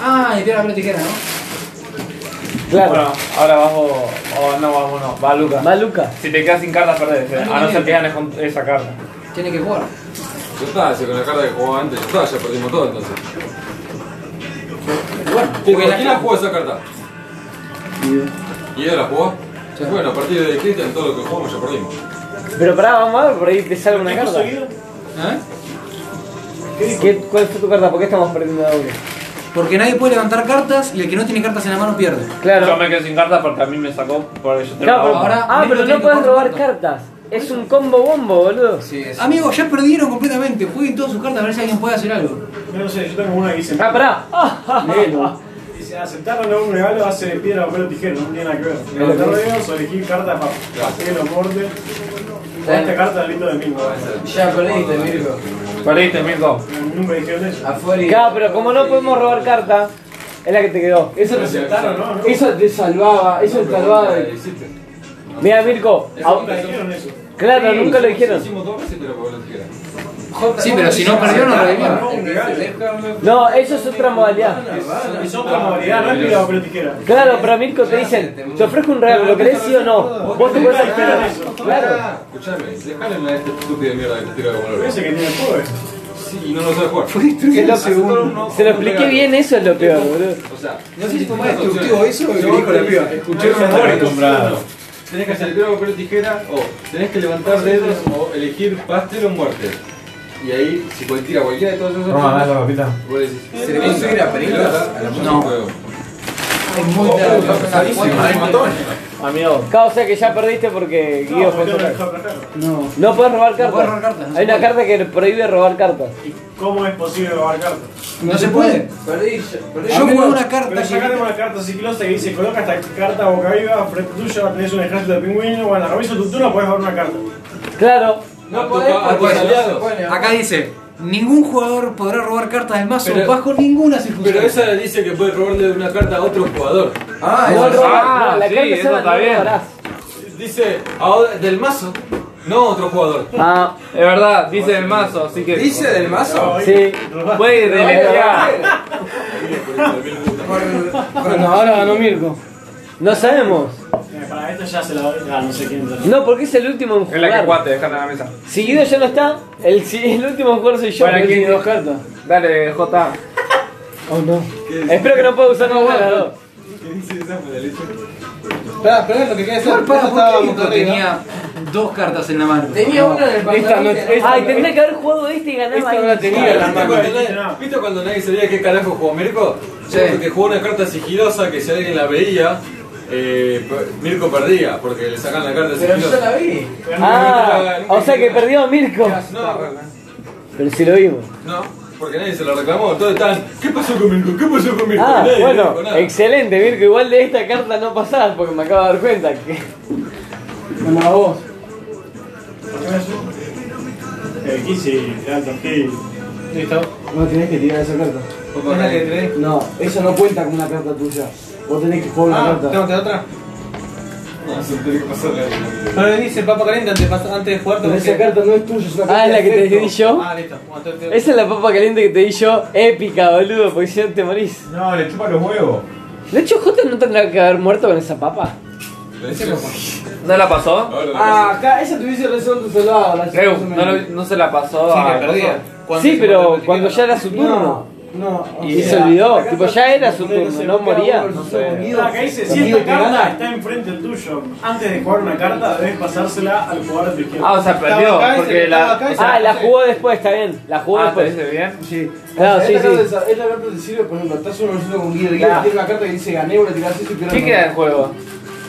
[SPEAKER 4] Ah, y tiene la pelota tijera, ¿no?
[SPEAKER 1] Claro,
[SPEAKER 3] Bueno, ahora vas vos. Oh, no, vamos, no. Va Lucas.
[SPEAKER 1] va Luca.
[SPEAKER 3] Si te quedas sin cartas, perdés. eh. A no ser que ganes con esa carta.
[SPEAKER 4] Tiene que jugar.
[SPEAKER 7] Ya está, si con la carta que jugaba antes, ya está, ya perdimos todo entonces.
[SPEAKER 4] Bueno,
[SPEAKER 7] ¿Por
[SPEAKER 4] porque la-
[SPEAKER 7] quién la jugó esa carta? ¿Y él la jugó? Bueno, a partir de Cristian, todo lo que jugamos ya perdimos.
[SPEAKER 1] Pero pará, vamos a ver, por ahí te sale una
[SPEAKER 2] ¿Qué
[SPEAKER 1] carta.
[SPEAKER 2] puso Guido?
[SPEAKER 4] ¿Eh?
[SPEAKER 1] ¿Qué- ¿Cuál fue tu carta? ¿Por qué estamos perdiendo a uno?
[SPEAKER 4] Porque nadie puede levantar cartas y el que no tiene cartas en la mano pierde.
[SPEAKER 3] Yo
[SPEAKER 1] Claro.
[SPEAKER 3] me quedé sin cartas porque a mí me sacó. Por yo tengo
[SPEAKER 1] Claro, pero-
[SPEAKER 3] la
[SPEAKER 4] ahora-
[SPEAKER 3] bomba.
[SPEAKER 1] ah,
[SPEAKER 4] Nico
[SPEAKER 1] pero
[SPEAKER 4] tiene
[SPEAKER 1] no
[SPEAKER 4] que
[SPEAKER 1] puedes
[SPEAKER 4] jugar
[SPEAKER 1] robar
[SPEAKER 4] con
[SPEAKER 1] cartas. Es un combo bombo, boludo.
[SPEAKER 19] Sí, es.
[SPEAKER 4] Amigos, ya perdieron completamente. Jueguen todas sus cartas a ver si alguien puede hacer algo.
[SPEAKER 2] Yo no sé, yo tengo una que dice.
[SPEAKER 1] Ah, pará. Ah, ah, ah.
[SPEAKER 2] Dice, aceptar o no un regalo hace piedra, papel o tijera, no tiene nada que ver. En el torneo elegir carta de papel o corte. O esta carta del lindo de Mingo.
[SPEAKER 19] Ya perdiste, Mirko.
[SPEAKER 3] Perdiste, Mirko.
[SPEAKER 2] Nunca dijeron eso.
[SPEAKER 19] Afuera y.
[SPEAKER 1] Claro, pero como no podemos robar carta, es la que te quedó.
[SPEAKER 6] Eso, te-
[SPEAKER 2] ¿Aceptaron o no? Nunca
[SPEAKER 6] eso te salvaba, eso te salvaba de-
[SPEAKER 7] Hiciste.
[SPEAKER 1] Mira, Mirko. a-
[SPEAKER 2] dijeron eso.
[SPEAKER 1] Claro, nunca lo dijeron.
[SPEAKER 7] Hicimos dos veces, pero por la tijera.
[SPEAKER 4] Sí, pero si no perdió, no revivió.
[SPEAKER 2] un regalo.
[SPEAKER 1] No, eso es otra modalidad.
[SPEAKER 2] Es otra modalidad rápida o tijera.
[SPEAKER 1] Claro, pero a Mirko te dicen, te ofrezco un regalo, ¿lo querés sí o no? Vos te podés
[SPEAKER 2] Nunca dijeron
[SPEAKER 1] esperar.
[SPEAKER 2] eso.
[SPEAKER 1] Claro.
[SPEAKER 7] Escuchame, dejale la este estúpido de mierda que te tira de color.
[SPEAKER 2] Ese que tiene el juego.
[SPEAKER 7] Sí, y no lo sabe jugar.
[SPEAKER 1] Se lo,
[SPEAKER 7] segundo.
[SPEAKER 1] se lo expliqué bien, eso es lo peor, boludo.
[SPEAKER 7] O sea,
[SPEAKER 4] No sé si fue más destructivo eso o el que dijo la piba.
[SPEAKER 7] escuché los nombres comprados. Tenés que hacer piedra, papel o tijera, o tenés que levantar dedos, o elegir pastel o muerte. Y ahí, si cualquiera, cualquiera de todas esas opciones,
[SPEAKER 5] papita.
[SPEAKER 7] vos decís,
[SPEAKER 19] ¿Se le puede subir a películas? A la
[SPEAKER 7] No. juego.
[SPEAKER 4] Es muy
[SPEAKER 7] Oh,
[SPEAKER 3] Amigo.
[SPEAKER 1] Claro, o sea que ya perdiste porque Guido fue solo.
[SPEAKER 4] No.
[SPEAKER 1] No podés robar
[SPEAKER 4] No podés robar cartas,
[SPEAKER 1] cartas.
[SPEAKER 4] no
[SPEAKER 1] Hay
[SPEAKER 4] se
[SPEAKER 1] una
[SPEAKER 4] puede.
[SPEAKER 1] carta que prohíbe robar cartas.
[SPEAKER 2] ¿Cómo es posible robar cartas?
[SPEAKER 4] No se puede.
[SPEAKER 19] Perdí, yo- perdí.
[SPEAKER 4] Yo juego una
[SPEAKER 2] Pero
[SPEAKER 4] carta
[SPEAKER 2] ya
[SPEAKER 4] que.
[SPEAKER 2] tenemos la carta ciclosa que dice: coloca esta carta boca arriba, frente tuya, tenés un ejército de pingüinos. Bueno, reviso tu turno, podés jugar una carta.
[SPEAKER 1] Claro.
[SPEAKER 7] oh,
[SPEAKER 19] No podés porque
[SPEAKER 7] Bueno,
[SPEAKER 19] aliado. Bueno,
[SPEAKER 4] Acá dice: ningún jugador podrá robar cartas del mazo
[SPEAKER 7] Pero-
[SPEAKER 4] bajo ninguna
[SPEAKER 7] Pero
[SPEAKER 4] circunstancia.
[SPEAKER 7] esa dice que puede robarle una carta a otro jugador.
[SPEAKER 19] Ah,
[SPEAKER 1] No
[SPEAKER 19] eso
[SPEAKER 1] robar,
[SPEAKER 3] Ah,
[SPEAKER 1] no, la
[SPEAKER 3] sí,
[SPEAKER 1] carta
[SPEAKER 3] eso
[SPEAKER 1] se llama
[SPEAKER 3] está
[SPEAKER 1] no
[SPEAKER 3] bien.
[SPEAKER 1] robarás.
[SPEAKER 7] Dice, ahora, del mazo, no a otro jugador.
[SPEAKER 1] Ah,
[SPEAKER 3] Es verdad, dice el mazo, así que.
[SPEAKER 19] ¿Dice del mazo?
[SPEAKER 1] sí.
[SPEAKER 3] Puede ir de elegir.
[SPEAKER 4] Bueno, ahora ganó Mirko.
[SPEAKER 1] No sabemos.
[SPEAKER 2] Eh, Para esto ya se la doy. Ah, no sé quién. se la-
[SPEAKER 1] No, porque es el último en
[SPEAKER 3] Es la que
[SPEAKER 1] jugar.
[SPEAKER 3] cuate, dejate en la mesa.
[SPEAKER 1] Si Guido ya no está, el, si- el último en jugar soy yo.
[SPEAKER 3] Bueno, ¿quién
[SPEAKER 1] porque tiene
[SPEAKER 3] tiene?
[SPEAKER 1] dos cartas.
[SPEAKER 3] Dale, J.
[SPEAKER 1] Oh no. Espero que no pueda usar ninguna de las dos.
[SPEAKER 4] Espera, espera, lo que queda hacer.
[SPEAKER 6] para,
[SPEAKER 4] Esto
[SPEAKER 6] ¿por qué
[SPEAKER 4] estábamos
[SPEAKER 6] Mirko
[SPEAKER 4] arriba.
[SPEAKER 6] tenía-
[SPEAKER 4] dos cartas en la mano.
[SPEAKER 19] Tenía una en el pantalón.
[SPEAKER 4] Ay, tendría
[SPEAKER 19] que haber jugado este y ganaba. Esta no la
[SPEAKER 7] ¿Viste cuando nadie- ¿Viste cuando nadie sabía qué carajo jugó Mirko? Yo creo que jugó una carta sigilosa que si alguien la veía, eh, Mirko perdía porque le sacan la carta
[SPEAKER 19] Pero yo
[SPEAKER 7] sigilosa.
[SPEAKER 19] la vi.
[SPEAKER 1] Ah, o sea que perdió a Mirko. Pero si lo vimos.
[SPEAKER 7] No, porque nadie se lo reclamó. Todos estaban, ¿qué pasó con Mirko? ¿Qué pasó con Mirko?
[SPEAKER 1] Ah,
[SPEAKER 7] Nadie
[SPEAKER 1] bueno,
[SPEAKER 7] dijo nada.
[SPEAKER 1] excelente, Mirko. Igual de esta carta no pasás porque me acabo de dar cuenta que.
[SPEAKER 6] Bueno, a vos.
[SPEAKER 2] El 15, alto Gil.
[SPEAKER 6] Listo. No tenés que tirar esa carta.
[SPEAKER 2] ¿Es la que tenés?
[SPEAKER 6] No, eso no cuenta como una carta tuya. Vos tenés que jugar una
[SPEAKER 20] Ah,
[SPEAKER 6] carta.
[SPEAKER 20] tengo que otra.
[SPEAKER 7] No, eso tiene que pasarle a
[SPEAKER 20] Pero le dice papa caliente antes, de pas- antes de jugar.
[SPEAKER 6] Pero
[SPEAKER 20] tengo
[SPEAKER 6] esa
[SPEAKER 20] que-
[SPEAKER 6] carta no es tuya, es una carta
[SPEAKER 1] Ah, la
[SPEAKER 6] de
[SPEAKER 1] que te
[SPEAKER 6] efecto.
[SPEAKER 1] di yo.
[SPEAKER 20] Ah, listo. Bueno, tengo que-
[SPEAKER 1] Esa es la papa caliente que te di yo, épica, boludo, porque si no te morís.
[SPEAKER 21] No, le chupa los huevos.
[SPEAKER 1] De hecho, Jota no tendrá que haber muerto con esa papa.
[SPEAKER 3] ¿No la pasó?
[SPEAKER 6] Ah, acá, esa tuviese razón tu salvado. la
[SPEAKER 3] Creu,
[SPEAKER 6] chica,
[SPEAKER 3] no, lo- no se la pasó
[SPEAKER 20] Sí,
[SPEAKER 3] a.
[SPEAKER 20] me perdía.
[SPEAKER 1] Sí, pero cuando ya era su turno.
[SPEAKER 6] No, no. o
[SPEAKER 1] Y
[SPEAKER 6] sea,
[SPEAKER 1] se olvidó,
[SPEAKER 6] Ah, acá
[SPEAKER 1] tipo,
[SPEAKER 6] está-
[SPEAKER 1] ya era su
[SPEAKER 6] no Ah,
[SPEAKER 1] turno,
[SPEAKER 6] se
[SPEAKER 1] no
[SPEAKER 6] bloquea
[SPEAKER 1] moría.
[SPEAKER 6] uno versus otro, unido.
[SPEAKER 2] La que dice, Ah, si
[SPEAKER 6] Unido
[SPEAKER 2] esta
[SPEAKER 6] que
[SPEAKER 2] carta
[SPEAKER 6] gana.
[SPEAKER 2] está enfrente del tuyo, antes de jugar una carta debes pasársela al jugador de tu izquierda.
[SPEAKER 3] Ah, o sea, perdió.
[SPEAKER 20] acá y se
[SPEAKER 3] Porque
[SPEAKER 20] estaba
[SPEAKER 3] la.
[SPEAKER 20] acá y se-
[SPEAKER 1] Ah, la jugó después, está bien. La jugó
[SPEAKER 3] Ah, ¿te
[SPEAKER 1] después.
[SPEAKER 3] dice bien?
[SPEAKER 6] Sí.
[SPEAKER 1] Claro,
[SPEAKER 6] O sea,
[SPEAKER 1] sí,
[SPEAKER 6] esta
[SPEAKER 1] sí.
[SPEAKER 6] carta te sa- Esta carta te sirve, por ejemplo, estás uno uno con Guido. Guido
[SPEAKER 1] Claro.
[SPEAKER 6] tiene una carta que dice gané, vos le tirás eso y pierdas
[SPEAKER 3] ¿Qué
[SPEAKER 6] la
[SPEAKER 3] queda
[SPEAKER 6] carta.
[SPEAKER 3] en juego?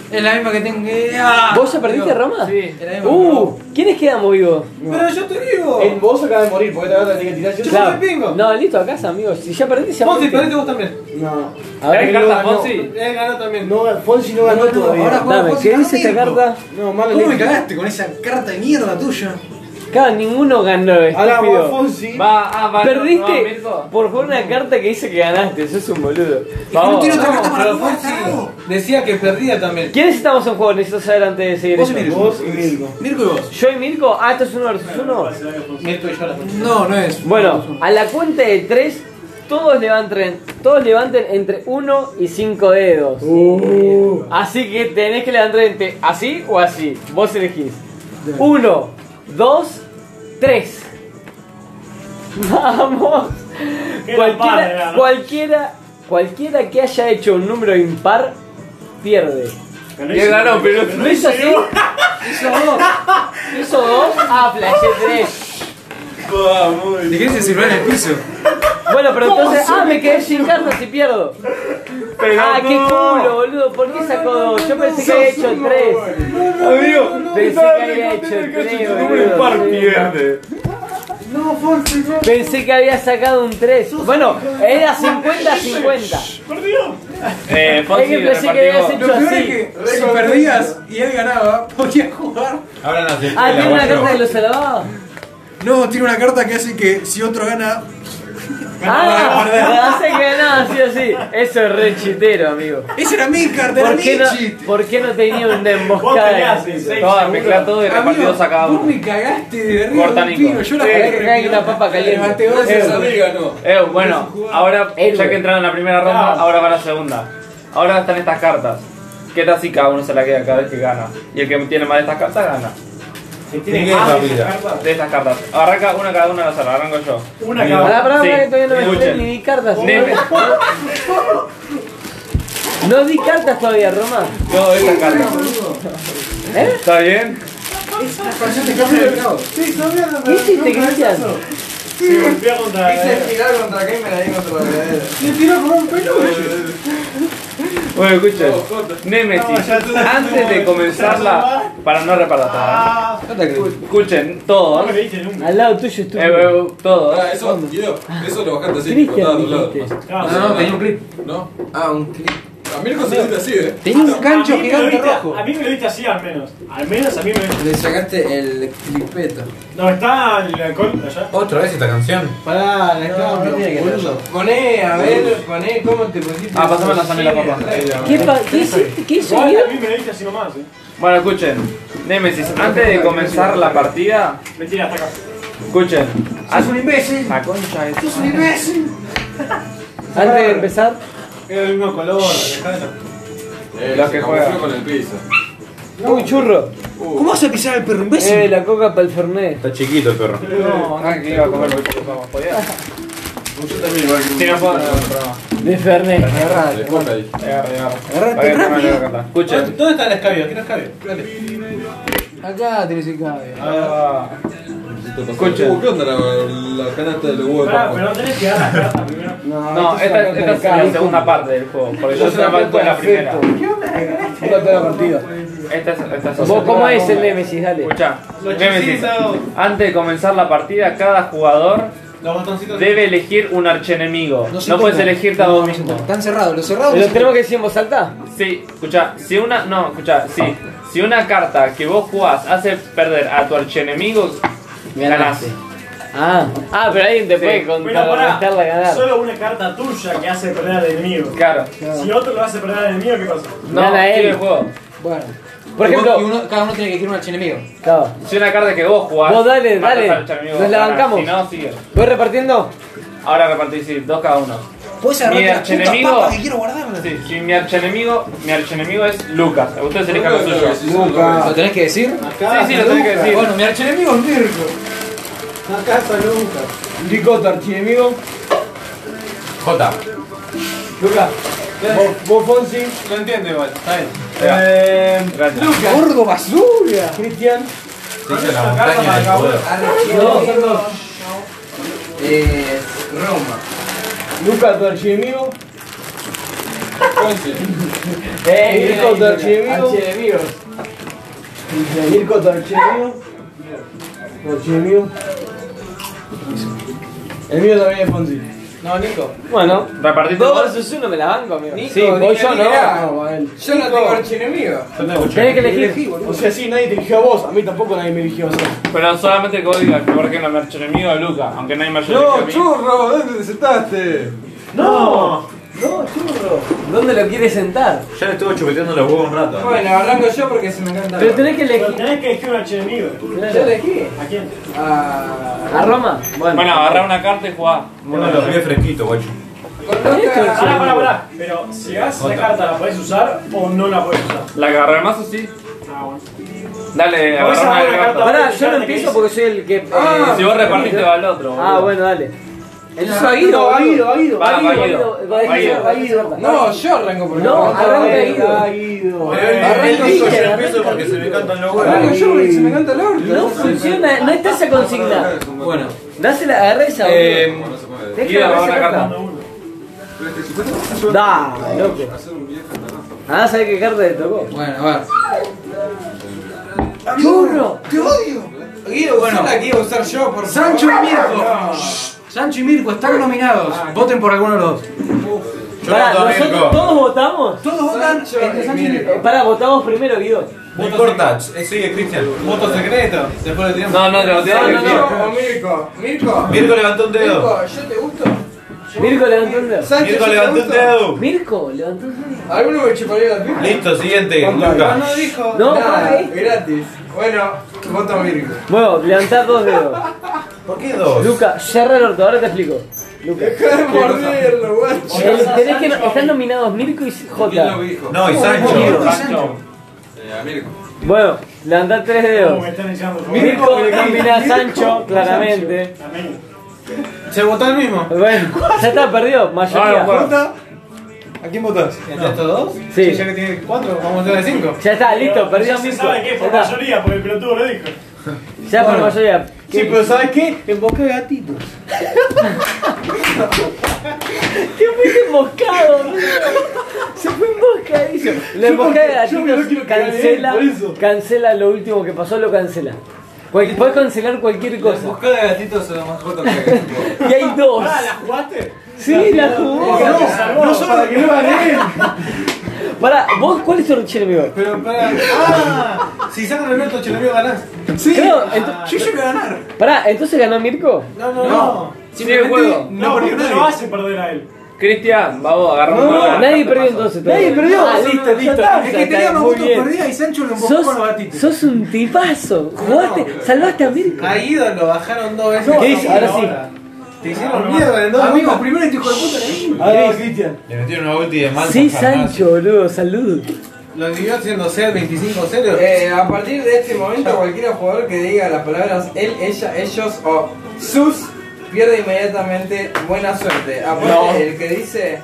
[SPEAKER 4] Es la misma que tengo. ¡Ah!
[SPEAKER 1] ¿Vos ya perdiste
[SPEAKER 4] Digo,
[SPEAKER 1] Roma?
[SPEAKER 3] Sí.
[SPEAKER 4] es la misma que
[SPEAKER 1] Uh, ¿quiénes quedamos vivos?
[SPEAKER 4] Pero yo te digo.
[SPEAKER 6] El vos acaba de morir, porque esta carta tenés que tirar. Yo soy
[SPEAKER 1] Claro.
[SPEAKER 6] el pingo.
[SPEAKER 1] No, listo, a casa, amigos. Si ya perdiste, ya
[SPEAKER 20] Fonsi, perdiste
[SPEAKER 1] perdiste.
[SPEAKER 20] vos también.
[SPEAKER 6] No.
[SPEAKER 1] A ver,
[SPEAKER 3] ¿Tres
[SPEAKER 6] no
[SPEAKER 3] cartas,
[SPEAKER 6] ganó.
[SPEAKER 3] Fonsi?
[SPEAKER 20] Él ganó también.
[SPEAKER 6] No, Fonsi no ganó
[SPEAKER 4] No, no, no,
[SPEAKER 6] todavía.
[SPEAKER 4] ahora-
[SPEAKER 1] dame,
[SPEAKER 4] Juan,
[SPEAKER 1] ¿qué
[SPEAKER 4] Juan,
[SPEAKER 1] dice esta
[SPEAKER 4] Mirko.
[SPEAKER 1] carta?
[SPEAKER 6] No, mal
[SPEAKER 4] ¿Cómo me
[SPEAKER 6] electo.
[SPEAKER 4] cagaste con esa carta de mierda tuya?
[SPEAKER 1] Claro, ninguno ganó,
[SPEAKER 6] Ahora vos,
[SPEAKER 1] estúpido.
[SPEAKER 6] Fonsi.
[SPEAKER 3] Va, ah, va. no,
[SPEAKER 1] Perdiste
[SPEAKER 3] Mirko.
[SPEAKER 1] por jugar una carta que dice que ganaste, sos un boludo.
[SPEAKER 4] no
[SPEAKER 1] Vamos.
[SPEAKER 4] tiene otra carta
[SPEAKER 20] No,
[SPEAKER 4] para
[SPEAKER 20] pero
[SPEAKER 4] jugar,
[SPEAKER 20] Fonsi
[SPEAKER 4] tarado.
[SPEAKER 20] decía que perdía también.
[SPEAKER 1] ¿Quiénes estamos en juego? Necesito saber antes de seguir
[SPEAKER 4] Vos y
[SPEAKER 1] esto.
[SPEAKER 4] Mirko.
[SPEAKER 6] Vos y Mirko.
[SPEAKER 4] Mirko y vos.
[SPEAKER 1] ¿Yo y Mirko? Ah, ¿esto es uno versus uno?
[SPEAKER 20] Mirko y yo la
[SPEAKER 4] No, no es.
[SPEAKER 1] Bueno, a la cuenta de tres, todos levanten, todos levanten entre uno y cinco dedos.
[SPEAKER 6] Oh.
[SPEAKER 1] Así que tenés que levantar entre así o así. Vos elegís. Uno, dos, tres. Vamos.
[SPEAKER 2] Qué lampara
[SPEAKER 1] Cualquiera,
[SPEAKER 2] era, ¿no?
[SPEAKER 1] cualquiera, cualquiera que haya hecho un número impar, pierde.
[SPEAKER 3] Él ganó, pero.
[SPEAKER 1] ¿Lo hizo así? Hizo dos. Hizo dos. Ah, flashé tres.
[SPEAKER 4] Dejé sirvió en el piso.
[SPEAKER 1] Bueno, pero entonces. Ah, me quedé sin cartas y pierdo.
[SPEAKER 3] Pero
[SPEAKER 1] ah, qué
[SPEAKER 3] no.
[SPEAKER 1] culo, boludo. ¿Por qué sacó dos? Yo pensé que había hecho tres. Amigo, pensé que había hecho tres. boludo.
[SPEAKER 3] pierde.
[SPEAKER 6] No, Fonsi, no.
[SPEAKER 1] Pensé que había sacado un 3. Bueno, era 50-50.
[SPEAKER 2] Perdió.
[SPEAKER 3] Eh,
[SPEAKER 1] Es
[SPEAKER 3] Fonsi,
[SPEAKER 1] que pensé que habías
[SPEAKER 3] repartimos.
[SPEAKER 1] hecho así.
[SPEAKER 4] Si perdías y él ganaba, podía jugar.
[SPEAKER 5] Ahora no se
[SPEAKER 1] Ah, ¿tiene una
[SPEAKER 5] Guacho.
[SPEAKER 1] carta de los alabados?
[SPEAKER 4] No, tiene una carta que hace que si otro gana.
[SPEAKER 1] Ah, hace que ganaba así así. Eso es re chitero, amigo.
[SPEAKER 4] Esa era mi carta, era
[SPEAKER 1] ¿Por
[SPEAKER 4] mi
[SPEAKER 1] qué no,
[SPEAKER 4] chiste.
[SPEAKER 1] ¿por qué no tenía una
[SPEAKER 2] Vos
[SPEAKER 1] emboscada?
[SPEAKER 2] peleás en 6
[SPEAKER 3] Todo, mezcla todo y
[SPEAKER 4] Amigo,
[SPEAKER 3] repartidos a cada
[SPEAKER 4] vos
[SPEAKER 3] uno.
[SPEAKER 4] me cagaste de arriba
[SPEAKER 3] Corta,
[SPEAKER 4] de un
[SPEAKER 3] Nico.
[SPEAKER 4] pino, yo la
[SPEAKER 3] Sí.
[SPEAKER 4] cagué.
[SPEAKER 1] Hay una papa caliente.
[SPEAKER 4] Levanté dos.
[SPEAKER 7] Gracias a Riga, ganó.
[SPEAKER 3] Eh, bueno, ahora ya que entraron en la primera ronda, ahora va la segunda. Ahora están estas cartas. ¿Qué tal si cada uno se la queda cada vez que gana? Y el que tiene más de estas cartas gana.
[SPEAKER 2] Si tienes
[SPEAKER 5] ¿Quién
[SPEAKER 6] Ah,
[SPEAKER 2] más de
[SPEAKER 5] es la
[SPEAKER 2] esas cartas,
[SPEAKER 3] De estas cartas. Arranca una cada una de las arranco yo.
[SPEAKER 2] una
[SPEAKER 5] Mira.
[SPEAKER 1] Pará,
[SPEAKER 2] cada
[SPEAKER 1] pará,
[SPEAKER 3] Sí,
[SPEAKER 1] pará, que todavía no me
[SPEAKER 3] escuchen.
[SPEAKER 1] enteré ni di cartas.
[SPEAKER 3] Neme.
[SPEAKER 1] No di cartas todavía, Roma.
[SPEAKER 3] No, de estas cartas.
[SPEAKER 1] ¿Eh?
[SPEAKER 3] ¿Está bien?
[SPEAKER 1] ¿Qué hiciste, Cristian?
[SPEAKER 2] Si golpea contra la
[SPEAKER 19] Quise
[SPEAKER 2] cadera.
[SPEAKER 19] tirar contra qué y me la di contra la verdadera.
[SPEAKER 3] Bueno, escuchen. Nemesis. Antes de comenzarla, para no reparar.
[SPEAKER 2] Ah,
[SPEAKER 3] Escuchen, todos.
[SPEAKER 2] no
[SPEAKER 3] Eh,
[SPEAKER 2] me viste nunca.
[SPEAKER 1] Al lado tuyo estuvo.
[SPEAKER 3] eh, todos.
[SPEAKER 7] Ah, eso, Guido, eso lo bajaste así,
[SPEAKER 1] Cristian,
[SPEAKER 7] cortado a tu lado.
[SPEAKER 1] dijiste.
[SPEAKER 2] Claro,
[SPEAKER 4] No, no, tenía un clip.
[SPEAKER 7] ¿No?
[SPEAKER 19] Ah, un clip.
[SPEAKER 7] A Mirko se siente así, eh.
[SPEAKER 4] Tenía un
[SPEAKER 2] a
[SPEAKER 4] gancho
[SPEAKER 2] mí me lo
[SPEAKER 4] gigante
[SPEAKER 2] viste-
[SPEAKER 4] rojo.
[SPEAKER 2] A mí me lo viste así al menos. Al menos a mí me lo
[SPEAKER 19] Le sacaste el clipeto.
[SPEAKER 2] No, está el alcohol allá.
[SPEAKER 5] Otra vez esta canción.
[SPEAKER 20] Pará, la
[SPEAKER 19] No, no
[SPEAKER 20] cambio,
[SPEAKER 19] tiene que ser.
[SPEAKER 20] boludo.
[SPEAKER 19] Poné, a ver, poné cómo te pusiste.
[SPEAKER 3] Ah, pasámela también la papa.
[SPEAKER 1] ¿Qué, pa- ¿Qué hiciste? ¿Qué hizo
[SPEAKER 2] Igual
[SPEAKER 1] Guido?
[SPEAKER 2] a mí me lo viste así nomás, eh.
[SPEAKER 3] Bueno, escuchen. Nemesis, antes de comenzar la partida,
[SPEAKER 2] Me tira hasta acá.
[SPEAKER 3] escuchen. ¡Haz un imbécil! La concha de tu madre.
[SPEAKER 1] Antes de empezar,
[SPEAKER 2] Era el mismo color, Alejandro.
[SPEAKER 7] Eh,
[SPEAKER 3] Los
[SPEAKER 7] se
[SPEAKER 3] que
[SPEAKER 7] camufló
[SPEAKER 3] juegan.
[SPEAKER 7] con el piso.
[SPEAKER 1] uy, churro.
[SPEAKER 4] ¿Cómo vas a pisar al perro imbécil?
[SPEAKER 1] Eh, la coca para el Fernet.
[SPEAKER 5] Está chiquito el perro.
[SPEAKER 3] No, no, que iba Eh, a comer porque no podía.
[SPEAKER 7] Yo también igual que
[SPEAKER 3] Si no puedo, no,
[SPEAKER 1] De Fernet.
[SPEAKER 7] Le falta ahí.
[SPEAKER 3] no, no. Escuchen,
[SPEAKER 20] ¿Dónde está el escabio? ¿Qué no escabio? Dale.
[SPEAKER 4] Acá tenés el cable.
[SPEAKER 3] Ah,
[SPEAKER 7] Concha. ¿Qué onda la, la canasta del huevo de
[SPEAKER 2] Pará,
[SPEAKER 7] papa?
[SPEAKER 2] pero no tenés que dar las cartas primero.
[SPEAKER 1] No,
[SPEAKER 3] No, esta, esta es la segunda parte del juego, porque yo
[SPEAKER 4] Yo se la
[SPEAKER 3] solamente
[SPEAKER 4] cuento
[SPEAKER 3] estuve en la primera.
[SPEAKER 4] perfecto. Nunca toda la partida.
[SPEAKER 3] Esta es, esta es
[SPEAKER 1] ¿Vos cómo es el Nemesis? Dale.
[SPEAKER 3] Escucha,
[SPEAKER 20] Los
[SPEAKER 3] Nemesis,
[SPEAKER 20] hechizados.
[SPEAKER 3] antes de comenzar la partida, cada jugador
[SPEAKER 20] Los botoncitos.
[SPEAKER 3] debe elegir un archenemigo.
[SPEAKER 4] se
[SPEAKER 3] No puedes
[SPEAKER 4] tocan.
[SPEAKER 3] elegirte a vos
[SPEAKER 4] No, no se
[SPEAKER 3] mismo.
[SPEAKER 4] tocan. Están cerrados, los cerrados. no
[SPEAKER 1] ¿Lo
[SPEAKER 4] se
[SPEAKER 1] tenemos que decir en voz alta?
[SPEAKER 3] Sí, escucha, si una. No, escucha, sí. Si una carta que vos jugás hace perder a tu archenemigo, ganás.
[SPEAKER 1] Ah, ah pero alguien te
[SPEAKER 3] Sí.
[SPEAKER 1] puede
[SPEAKER 2] Pero pará,
[SPEAKER 1] contrarrestarla a ganar.
[SPEAKER 2] solo una carta tuya que hace perder al enemigo.
[SPEAKER 3] Claro.
[SPEAKER 2] Si otro lo hace perder al enemigo, ¿qué pasa?
[SPEAKER 3] No,
[SPEAKER 1] Gana él.
[SPEAKER 3] sigue el juego.
[SPEAKER 4] tocan. Bueno.
[SPEAKER 1] Por
[SPEAKER 4] Y
[SPEAKER 1] ejemplo-
[SPEAKER 4] vos- y uno- cada uno tiene que elegir un archienemigo.
[SPEAKER 1] Claro.
[SPEAKER 3] Si una carta que vos jugás.
[SPEAKER 1] Vos dale,
[SPEAKER 3] matas
[SPEAKER 1] dale.
[SPEAKER 3] al archenemigo,
[SPEAKER 1] Nos la
[SPEAKER 3] ganás.
[SPEAKER 1] bancamos.
[SPEAKER 3] Si no, sigue.
[SPEAKER 1] ¿Voy repartiendo?
[SPEAKER 3] Ahora repartís, sí, dos cada uno.
[SPEAKER 4] Puedes
[SPEAKER 3] Mi
[SPEAKER 4] agarrar las putas
[SPEAKER 3] archienemigo-
[SPEAKER 4] papas que quiero guardarlas.
[SPEAKER 3] Sí, sí, mi archenemigo, mi archenemigo es Lucas. Ustedes elijan los suyos. Sí,
[SPEAKER 4] ¿Lo tenés que decir?
[SPEAKER 3] sí, lo tenés que decir.
[SPEAKER 4] Bueno, mi archienemigo es Mirko.
[SPEAKER 6] Acá está nunca.
[SPEAKER 4] Ricota, archienemigo. J.
[SPEAKER 6] Lucas, vos, vos Fonsi,
[SPEAKER 20] Lo entiendo igual, está bien.
[SPEAKER 6] eh,
[SPEAKER 3] Gracias.
[SPEAKER 4] Gordo basura.
[SPEAKER 6] Cristian,
[SPEAKER 7] Dice la montaña del poder.
[SPEAKER 19] Archienemigo es Roma.
[SPEAKER 6] Lucas tu archienemigo,
[SPEAKER 7] Conche.
[SPEAKER 6] Mirko tu archienemigo,
[SPEAKER 1] Archienemigos.
[SPEAKER 6] Mirko tu archienemigo, tu archienemigo. El mío también es Fonsi.
[SPEAKER 20] No, Nico.
[SPEAKER 1] Bueno,
[SPEAKER 3] Repartiste
[SPEAKER 1] dos
[SPEAKER 3] vos.
[SPEAKER 1] versus uno me la banco, amigo.
[SPEAKER 4] Nico,
[SPEAKER 1] sí, voy
[SPEAKER 4] Nico,
[SPEAKER 1] yo, ¿no?
[SPEAKER 3] Ah,
[SPEAKER 4] Nicolás.
[SPEAKER 6] No, va él.
[SPEAKER 19] Yo no tengo archienemigo.
[SPEAKER 1] Tenés que elegir.
[SPEAKER 6] O sea, sí, nadie te eligió a vos, a mí tampoco nadie me eligió a vos.
[SPEAKER 3] Pero solamente que vos digas que por ejemplo mi archenemigo es Lucas, aunque nadie me ayude.
[SPEAKER 7] No, churro, ¿dónde te sentaste?
[SPEAKER 2] No,
[SPEAKER 1] ¿Dónde lo quieres sentar?
[SPEAKER 5] Ya le estuve chupeteando los huevos un rato.
[SPEAKER 19] Bueno, arranco yo porque se me encanta.
[SPEAKER 1] Pero tenés que
[SPEAKER 2] pero
[SPEAKER 1] elegir.
[SPEAKER 2] tenés que elegir un archienemigo.
[SPEAKER 19] Yo elegí
[SPEAKER 2] ¿A quién?
[SPEAKER 19] a.
[SPEAKER 1] ¿A Roma?
[SPEAKER 3] Bueno, agarrá una carta y jugá.
[SPEAKER 5] Bueno, lo pide fresquito, guacho.
[SPEAKER 19] Coloca.
[SPEAKER 2] Pará, pará, pará. Pero si hagas esa carta, ¿la podés usar o no la podés usar?
[SPEAKER 3] ¿La agarré más o sí?
[SPEAKER 2] Ah, bueno.
[SPEAKER 3] Dale,
[SPEAKER 2] Podés
[SPEAKER 3] agarrá
[SPEAKER 2] agarrar
[SPEAKER 3] una
[SPEAKER 2] una
[SPEAKER 3] carta.
[SPEAKER 2] carta.
[SPEAKER 1] Pará, yo no empiezo porque soy el que.
[SPEAKER 3] Y Si
[SPEAKER 1] eh,
[SPEAKER 3] vos repartiste va al otro.
[SPEAKER 1] Ah,
[SPEAKER 3] boludo.
[SPEAKER 1] bueno, dale. El
[SPEAKER 19] No,
[SPEAKER 1] uso ha ido,
[SPEAKER 6] ha
[SPEAKER 1] boludo.
[SPEAKER 6] ido, ha ido.
[SPEAKER 3] Va, va,
[SPEAKER 1] Guido,
[SPEAKER 3] Guido.
[SPEAKER 1] Guido, va,
[SPEAKER 3] Va,
[SPEAKER 1] Guido,
[SPEAKER 3] Guido.
[SPEAKER 1] va, Guido.
[SPEAKER 19] No, yo arranco porque
[SPEAKER 1] No, arranca
[SPEAKER 19] arranco
[SPEAKER 1] Guido.
[SPEAKER 6] Ha ido.
[SPEAKER 2] Eh,
[SPEAKER 7] Él
[SPEAKER 19] Arranco
[SPEAKER 7] dijo,
[SPEAKER 19] yo.
[SPEAKER 7] yo empiezo porque Eh, se me cantan los huevos.
[SPEAKER 19] Arranco yo porque se me encanta el
[SPEAKER 1] No
[SPEAKER 19] orto.
[SPEAKER 1] funciona, no está esa consigna.
[SPEAKER 7] Bueno,
[SPEAKER 1] Dásela, agarrá esa, boludo.
[SPEAKER 7] no se puede.
[SPEAKER 1] Tenés que
[SPEAKER 3] Guido,
[SPEAKER 1] agarrar esa
[SPEAKER 3] agarra
[SPEAKER 1] carta. Da, loco.
[SPEAKER 7] Hacer un viejo carajo.
[SPEAKER 1] Ah, ¿sabés qué carta le tocó?
[SPEAKER 4] Bueno, a ver.
[SPEAKER 1] ¡Churro!
[SPEAKER 19] Te odio. Guido, bueno. la quiero usar yo por
[SPEAKER 4] Sancho y
[SPEAKER 19] favor.
[SPEAKER 4] Mirko. Sancho y Mirko están
[SPEAKER 19] Ah,
[SPEAKER 4] nominados. Voten por alguno de los dos.
[SPEAKER 1] Pará, ¿nosotros todos votamos?
[SPEAKER 4] Todos votan entre Sancho y Mirko.
[SPEAKER 1] Eh, Pará, votamos primero, Guido.
[SPEAKER 5] No importa, eh, sigue Cristian.
[SPEAKER 20] Voto secreto. Después lo tiramos.
[SPEAKER 3] No, no, te lo
[SPEAKER 19] No,
[SPEAKER 3] tiramos.
[SPEAKER 19] no, no. o Mirko. Mirko.
[SPEAKER 5] Mirko levantó un dedo.
[SPEAKER 19] Mirko, yo te gusto.
[SPEAKER 1] Mirko levantó un dedo.
[SPEAKER 19] Sancho,
[SPEAKER 5] Mirko
[SPEAKER 19] yo te
[SPEAKER 5] levantó un
[SPEAKER 19] gusto.
[SPEAKER 5] dedo.
[SPEAKER 1] Mirko levantó un dedo.
[SPEAKER 19] ¿Alguno me chuparía la pipa?
[SPEAKER 5] Listo, siguiente,
[SPEAKER 6] No,
[SPEAKER 5] Lucas.
[SPEAKER 6] no dijo.
[SPEAKER 1] No, pará,
[SPEAKER 19] Nada,
[SPEAKER 1] ahí.
[SPEAKER 19] gratis. Bueno, voto a Mirko.
[SPEAKER 1] Bueno, levantá dos dedos.
[SPEAKER 5] ¿Por qué dos?
[SPEAKER 1] Luca, cierra el orto, ahora te explico. Luca.
[SPEAKER 19] Dejá de morderlo, guacho.
[SPEAKER 1] El- tenés que, están nominados Mirko y
[SPEAKER 7] ¿Quién lo
[SPEAKER 1] Jota.
[SPEAKER 7] dijo?
[SPEAKER 5] No, y Sancho.
[SPEAKER 1] Guido.
[SPEAKER 3] Sancho.
[SPEAKER 7] Eh, a Mirko.
[SPEAKER 1] Bueno, levantá tres
[SPEAKER 2] Como
[SPEAKER 1] dedos.
[SPEAKER 2] me están echando por
[SPEAKER 1] Mirko que le combina a Sancho, claramente.
[SPEAKER 2] Amén.
[SPEAKER 20] Se votó el mismo.
[SPEAKER 1] Bueno, ya está, perdido, mayoría.
[SPEAKER 3] Ah, bueno.
[SPEAKER 6] ¿A quién votás?
[SPEAKER 20] ¿Entre estos dos?
[SPEAKER 1] Sí.
[SPEAKER 20] Ya que tiene cuatro, vamos a votar de cinco.
[SPEAKER 1] Ya está, listo,
[SPEAKER 2] Pero
[SPEAKER 1] perdió
[SPEAKER 2] ya se
[SPEAKER 1] Mirko.
[SPEAKER 2] sabe que es
[SPEAKER 1] Ya
[SPEAKER 2] por
[SPEAKER 1] está,
[SPEAKER 2] mayoría, porque el pelotudo lo dijo.
[SPEAKER 1] ya por mayoría.
[SPEAKER 6] Sí, pero ¿sabes qué? En boca de gatito.
[SPEAKER 1] ¿Qué fuiste emboscado? boludo? Se fue emboscadillo. La
[SPEAKER 6] Yo
[SPEAKER 1] emboscada de
[SPEAKER 6] porque- yo porque no
[SPEAKER 1] gatitos
[SPEAKER 6] quiero que gane él,
[SPEAKER 1] cancela,
[SPEAKER 6] por eso.
[SPEAKER 1] cancela lo último que pasó, lo cancela. Cual- Podés cancelar cualquier cosa.
[SPEAKER 7] Buscada de gatitos son más jotos que
[SPEAKER 1] Y hay dos.
[SPEAKER 6] Ah,
[SPEAKER 2] Pará, ¿la jugaste?
[SPEAKER 1] Sí, la jugó.
[SPEAKER 2] No, no,
[SPEAKER 6] No solo para que no gané.
[SPEAKER 1] Pará, ¿vos cuál es tu archienemigo?
[SPEAKER 20] Pero para. ¡Ah! Si sacan Alberto Chelavio ganás.
[SPEAKER 1] Sí. Creo, ento-
[SPEAKER 4] Yo llego a ganar.
[SPEAKER 1] Pará, ¿entonces ganó Mirko?
[SPEAKER 20] No, no, no.
[SPEAKER 3] Sigue el juego.
[SPEAKER 2] No, porque no lo hace perder a él.
[SPEAKER 3] Cristian, vamos, agarra un juego.
[SPEAKER 1] Ah, Nadie perdió entonces.
[SPEAKER 6] Nadie
[SPEAKER 1] todavía.
[SPEAKER 6] perdió.
[SPEAKER 1] Ah, listo, listo.
[SPEAKER 4] Es que tenía unos votos perdidos y Sancho lo empujó con los
[SPEAKER 1] Sos,
[SPEAKER 4] gatitos.
[SPEAKER 1] sos un tipazo. Jugaste, salvaste a Mirko.
[SPEAKER 20] A Guido lo bajaron dos veces.
[SPEAKER 1] ¿Qué hice? Ahora sí.
[SPEAKER 20] Te hicieron mierda en dos
[SPEAKER 4] Amigos, primero este hijo de puta le dimos.
[SPEAKER 6] Ahora, Cristian.
[SPEAKER 5] Le metieron una ulti de mansa.
[SPEAKER 1] Sí, Sancho, boludo, salud.
[SPEAKER 20] Lo dividió siendo 0, 25, 0.
[SPEAKER 19] Eh, a partir de este momento, cualquier jugador que diga las palabras él, ella, ellos o sus pierde inmediatamente buena suerte. Aparte, el que dice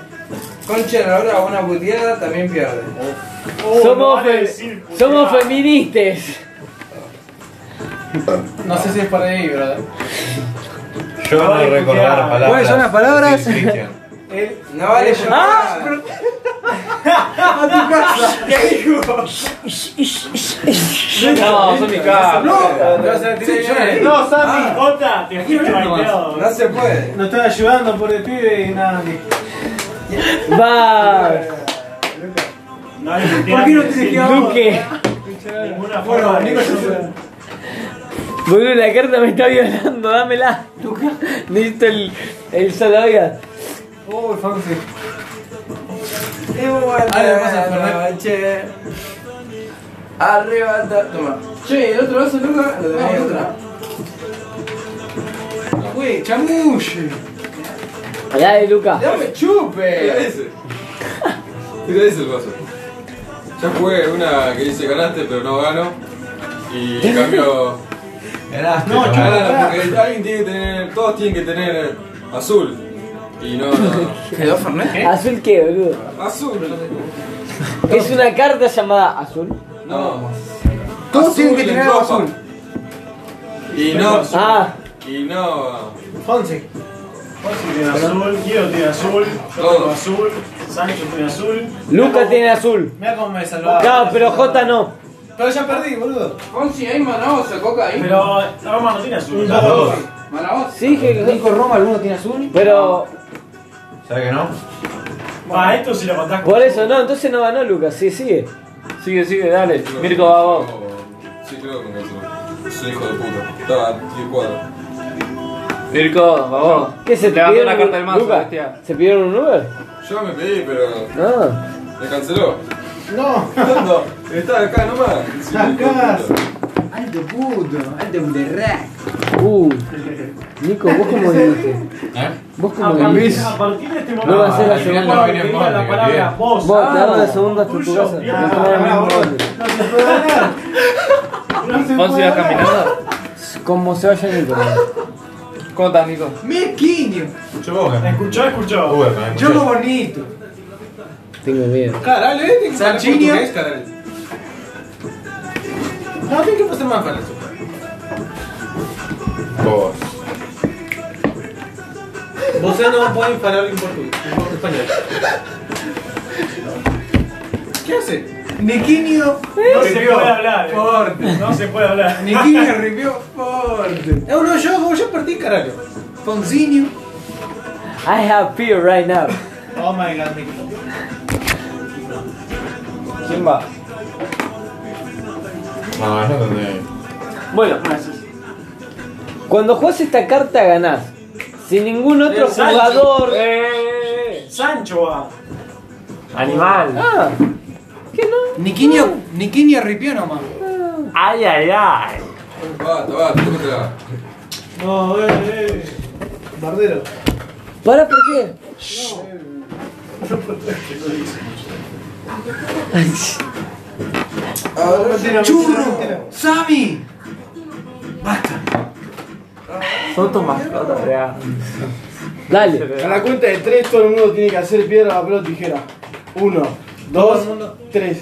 [SPEAKER 19] concha de la hora o una puteada también pierde.
[SPEAKER 2] Oh, no
[SPEAKER 1] somos
[SPEAKER 2] vale pues,
[SPEAKER 1] fe-
[SPEAKER 2] decir puteada.
[SPEAKER 1] somos feministas.
[SPEAKER 20] No sé si es para ahí, brother.
[SPEAKER 5] Yo no recordar palabras.
[SPEAKER 4] ¿Cuáles son las palabras?
[SPEAKER 5] de Cristian.
[SPEAKER 19] No vale yo.
[SPEAKER 4] Ah,
[SPEAKER 19] ¡A tu casa! ¿Qué dijo?
[SPEAKER 3] No, son mi cara.
[SPEAKER 19] No, no,
[SPEAKER 2] No, Santi, Ah, Jota, te escucho baiteado.
[SPEAKER 19] no se puede.
[SPEAKER 2] No estoy ayudando por el pibe y nada. ni-
[SPEAKER 1] Va.
[SPEAKER 2] No, hay
[SPEAKER 19] ¿Por qué no te dejé abajo?
[SPEAKER 1] Duque.
[SPEAKER 2] Ninguna forma. de-
[SPEAKER 1] Boludo, la carta me está violando, dámela. Necesito el, el salvavidas.
[SPEAKER 19] Uy, Fonsi. Y buena noche. Arrebata. Toma. Che, el otro vaso, Luca. Lo tenés otra. Güey, chamulle.
[SPEAKER 1] Dale, eh, Luca.
[SPEAKER 19] Dame
[SPEAKER 7] Era
[SPEAKER 19] chupe.
[SPEAKER 7] ese. Era ese el vaso. Ya jugué una que dice ganaste pero no gano. Y en cambio.
[SPEAKER 2] No,
[SPEAKER 7] No,
[SPEAKER 2] chaval.
[SPEAKER 7] ganan porque alguien tiene que tener. Todos tienen que tener azul. Y no, no, no.
[SPEAKER 19] ¿Quedó Fernet?
[SPEAKER 1] ¿Azul qué, boludo?
[SPEAKER 7] Azul.
[SPEAKER 1] Es una carta llamada azul.
[SPEAKER 7] No.
[SPEAKER 4] Todos
[SPEAKER 7] Azul
[SPEAKER 4] tienen que
[SPEAKER 7] en
[SPEAKER 4] tener algo
[SPEAKER 7] ropa.
[SPEAKER 4] azul.
[SPEAKER 7] Y no.
[SPEAKER 1] Ah,
[SPEAKER 7] Y no.
[SPEAKER 6] Fonse.
[SPEAKER 2] Fonsi tiene azul, Guido tiene azul, yo
[SPEAKER 7] Todo.
[SPEAKER 2] tengo azul, Sancho tiene azul.
[SPEAKER 1] Luca tiene azul.
[SPEAKER 20] Mira cómo me
[SPEAKER 2] Ah.
[SPEAKER 20] salvaba.
[SPEAKER 1] Claro, pero J no.
[SPEAKER 20] Pero ya perdí, boludo.
[SPEAKER 19] Fonsi, hay manaosa, coca ahí.
[SPEAKER 2] Pero la mamá no tiene azul.
[SPEAKER 19] Manaosa.
[SPEAKER 1] Sí, que Nico Roma, alguno tiene azul. Pero
[SPEAKER 5] ¿Sabes que no?
[SPEAKER 2] Va, esto si lo contás con
[SPEAKER 1] por eso no, entonces no ganó Luca. Sí, sigue.
[SPEAKER 3] Sigue, sigue, dale. Mirko va vos.
[SPEAKER 7] Sí, creo que con azul. Soy hijo de puta. Estaba 10 cuadros.
[SPEAKER 3] Mirko, va vos.
[SPEAKER 1] ¿Qué se te
[SPEAKER 3] Levantó
[SPEAKER 1] pidieron?
[SPEAKER 3] una carta del mazo,
[SPEAKER 1] Luca,
[SPEAKER 3] bestia.
[SPEAKER 1] ¿Se pidieron un Uber? Ah.
[SPEAKER 7] Yo me pedí, pero.
[SPEAKER 1] No.
[SPEAKER 7] Me canceló.
[SPEAKER 6] No.
[SPEAKER 7] ¿Cuándo? Está acá nomás. Sí,
[SPEAKER 6] Acá.
[SPEAKER 7] hijo de puta.
[SPEAKER 4] Alto puto, alto puterrack.
[SPEAKER 1] Uh. Nico, vos cómo dijiste.
[SPEAKER 5] ¿Eh?
[SPEAKER 1] Vos
[SPEAKER 2] A
[SPEAKER 3] Ah,
[SPEAKER 1] cómo
[SPEAKER 2] partir,
[SPEAKER 1] dijiste.
[SPEAKER 2] a partir de este momento,
[SPEAKER 1] No va a ser la
[SPEAKER 2] el
[SPEAKER 1] segunda
[SPEAKER 2] juego
[SPEAKER 5] opinión
[SPEAKER 2] que diga la
[SPEAKER 5] pública,
[SPEAKER 2] palabra
[SPEAKER 5] bien.
[SPEAKER 2] vos.
[SPEAKER 1] Vos, te
[SPEAKER 3] Ah.
[SPEAKER 1] damos la segunda hasta tu
[SPEAKER 2] tuyo,
[SPEAKER 1] casa.
[SPEAKER 2] bien.
[SPEAKER 1] Te tomás el
[SPEAKER 2] Ah,
[SPEAKER 1] mismo
[SPEAKER 2] bueno.
[SPEAKER 1] bote.
[SPEAKER 2] No se puede ganar. No se
[SPEAKER 3] Fonsi
[SPEAKER 2] puede
[SPEAKER 3] vas
[SPEAKER 2] ganar.
[SPEAKER 3] caminando.
[SPEAKER 1] Ah. Como se vaya Nico.
[SPEAKER 3] ¿Cómo estás, Nico?
[SPEAKER 4] Mezquiño.
[SPEAKER 5] Yo boca.
[SPEAKER 2] Escuchó, escuchó.
[SPEAKER 5] Uber, me
[SPEAKER 4] Yo como bonito.
[SPEAKER 1] Tengo miedo.
[SPEAKER 20] Caralho, eh, tem que falar
[SPEAKER 4] Santinho.
[SPEAKER 20] português, caralho. Não, tem que fazer uma fala, super.
[SPEAKER 5] Vos.
[SPEAKER 20] Você não pode falar em português, em espanhol. ¿Qué hace?
[SPEAKER 4] Mezquiño.
[SPEAKER 2] No se puede hablar. eh.
[SPEAKER 4] Fuerte.
[SPEAKER 2] No se puede hablar.
[SPEAKER 4] Mezquiño review fuerte.
[SPEAKER 20] Eu não jogo, eu já perdi, caralho.
[SPEAKER 4] Fonzinho.
[SPEAKER 1] I have fear right now.
[SPEAKER 20] Oh my god, Nico.
[SPEAKER 3] ¿Quién va?
[SPEAKER 5] No, no entendí.
[SPEAKER 1] Bueno, cuando jugás esta carta ganás. Sin ningún otro
[SPEAKER 2] Sancho.
[SPEAKER 1] jugador.
[SPEAKER 3] ¡Eh!
[SPEAKER 2] Sancho va.
[SPEAKER 3] ¡Animal!
[SPEAKER 1] Ah, ¿qué no?
[SPEAKER 4] Niquinho. Niquinho ripió nomás.
[SPEAKER 3] ¡Ay, ay, ay!
[SPEAKER 7] Basta, basta, tómatela.
[SPEAKER 2] No, eh, eh. Bardero.
[SPEAKER 1] ¿Para por qué?
[SPEAKER 4] Churro. Sami. Basta.
[SPEAKER 3] Son tus mascotas, ya.
[SPEAKER 1] Dale.
[SPEAKER 6] A la cuenta de tres todo el mundo tiene que hacer piedra, papel o tijera. Uno, dos, tres.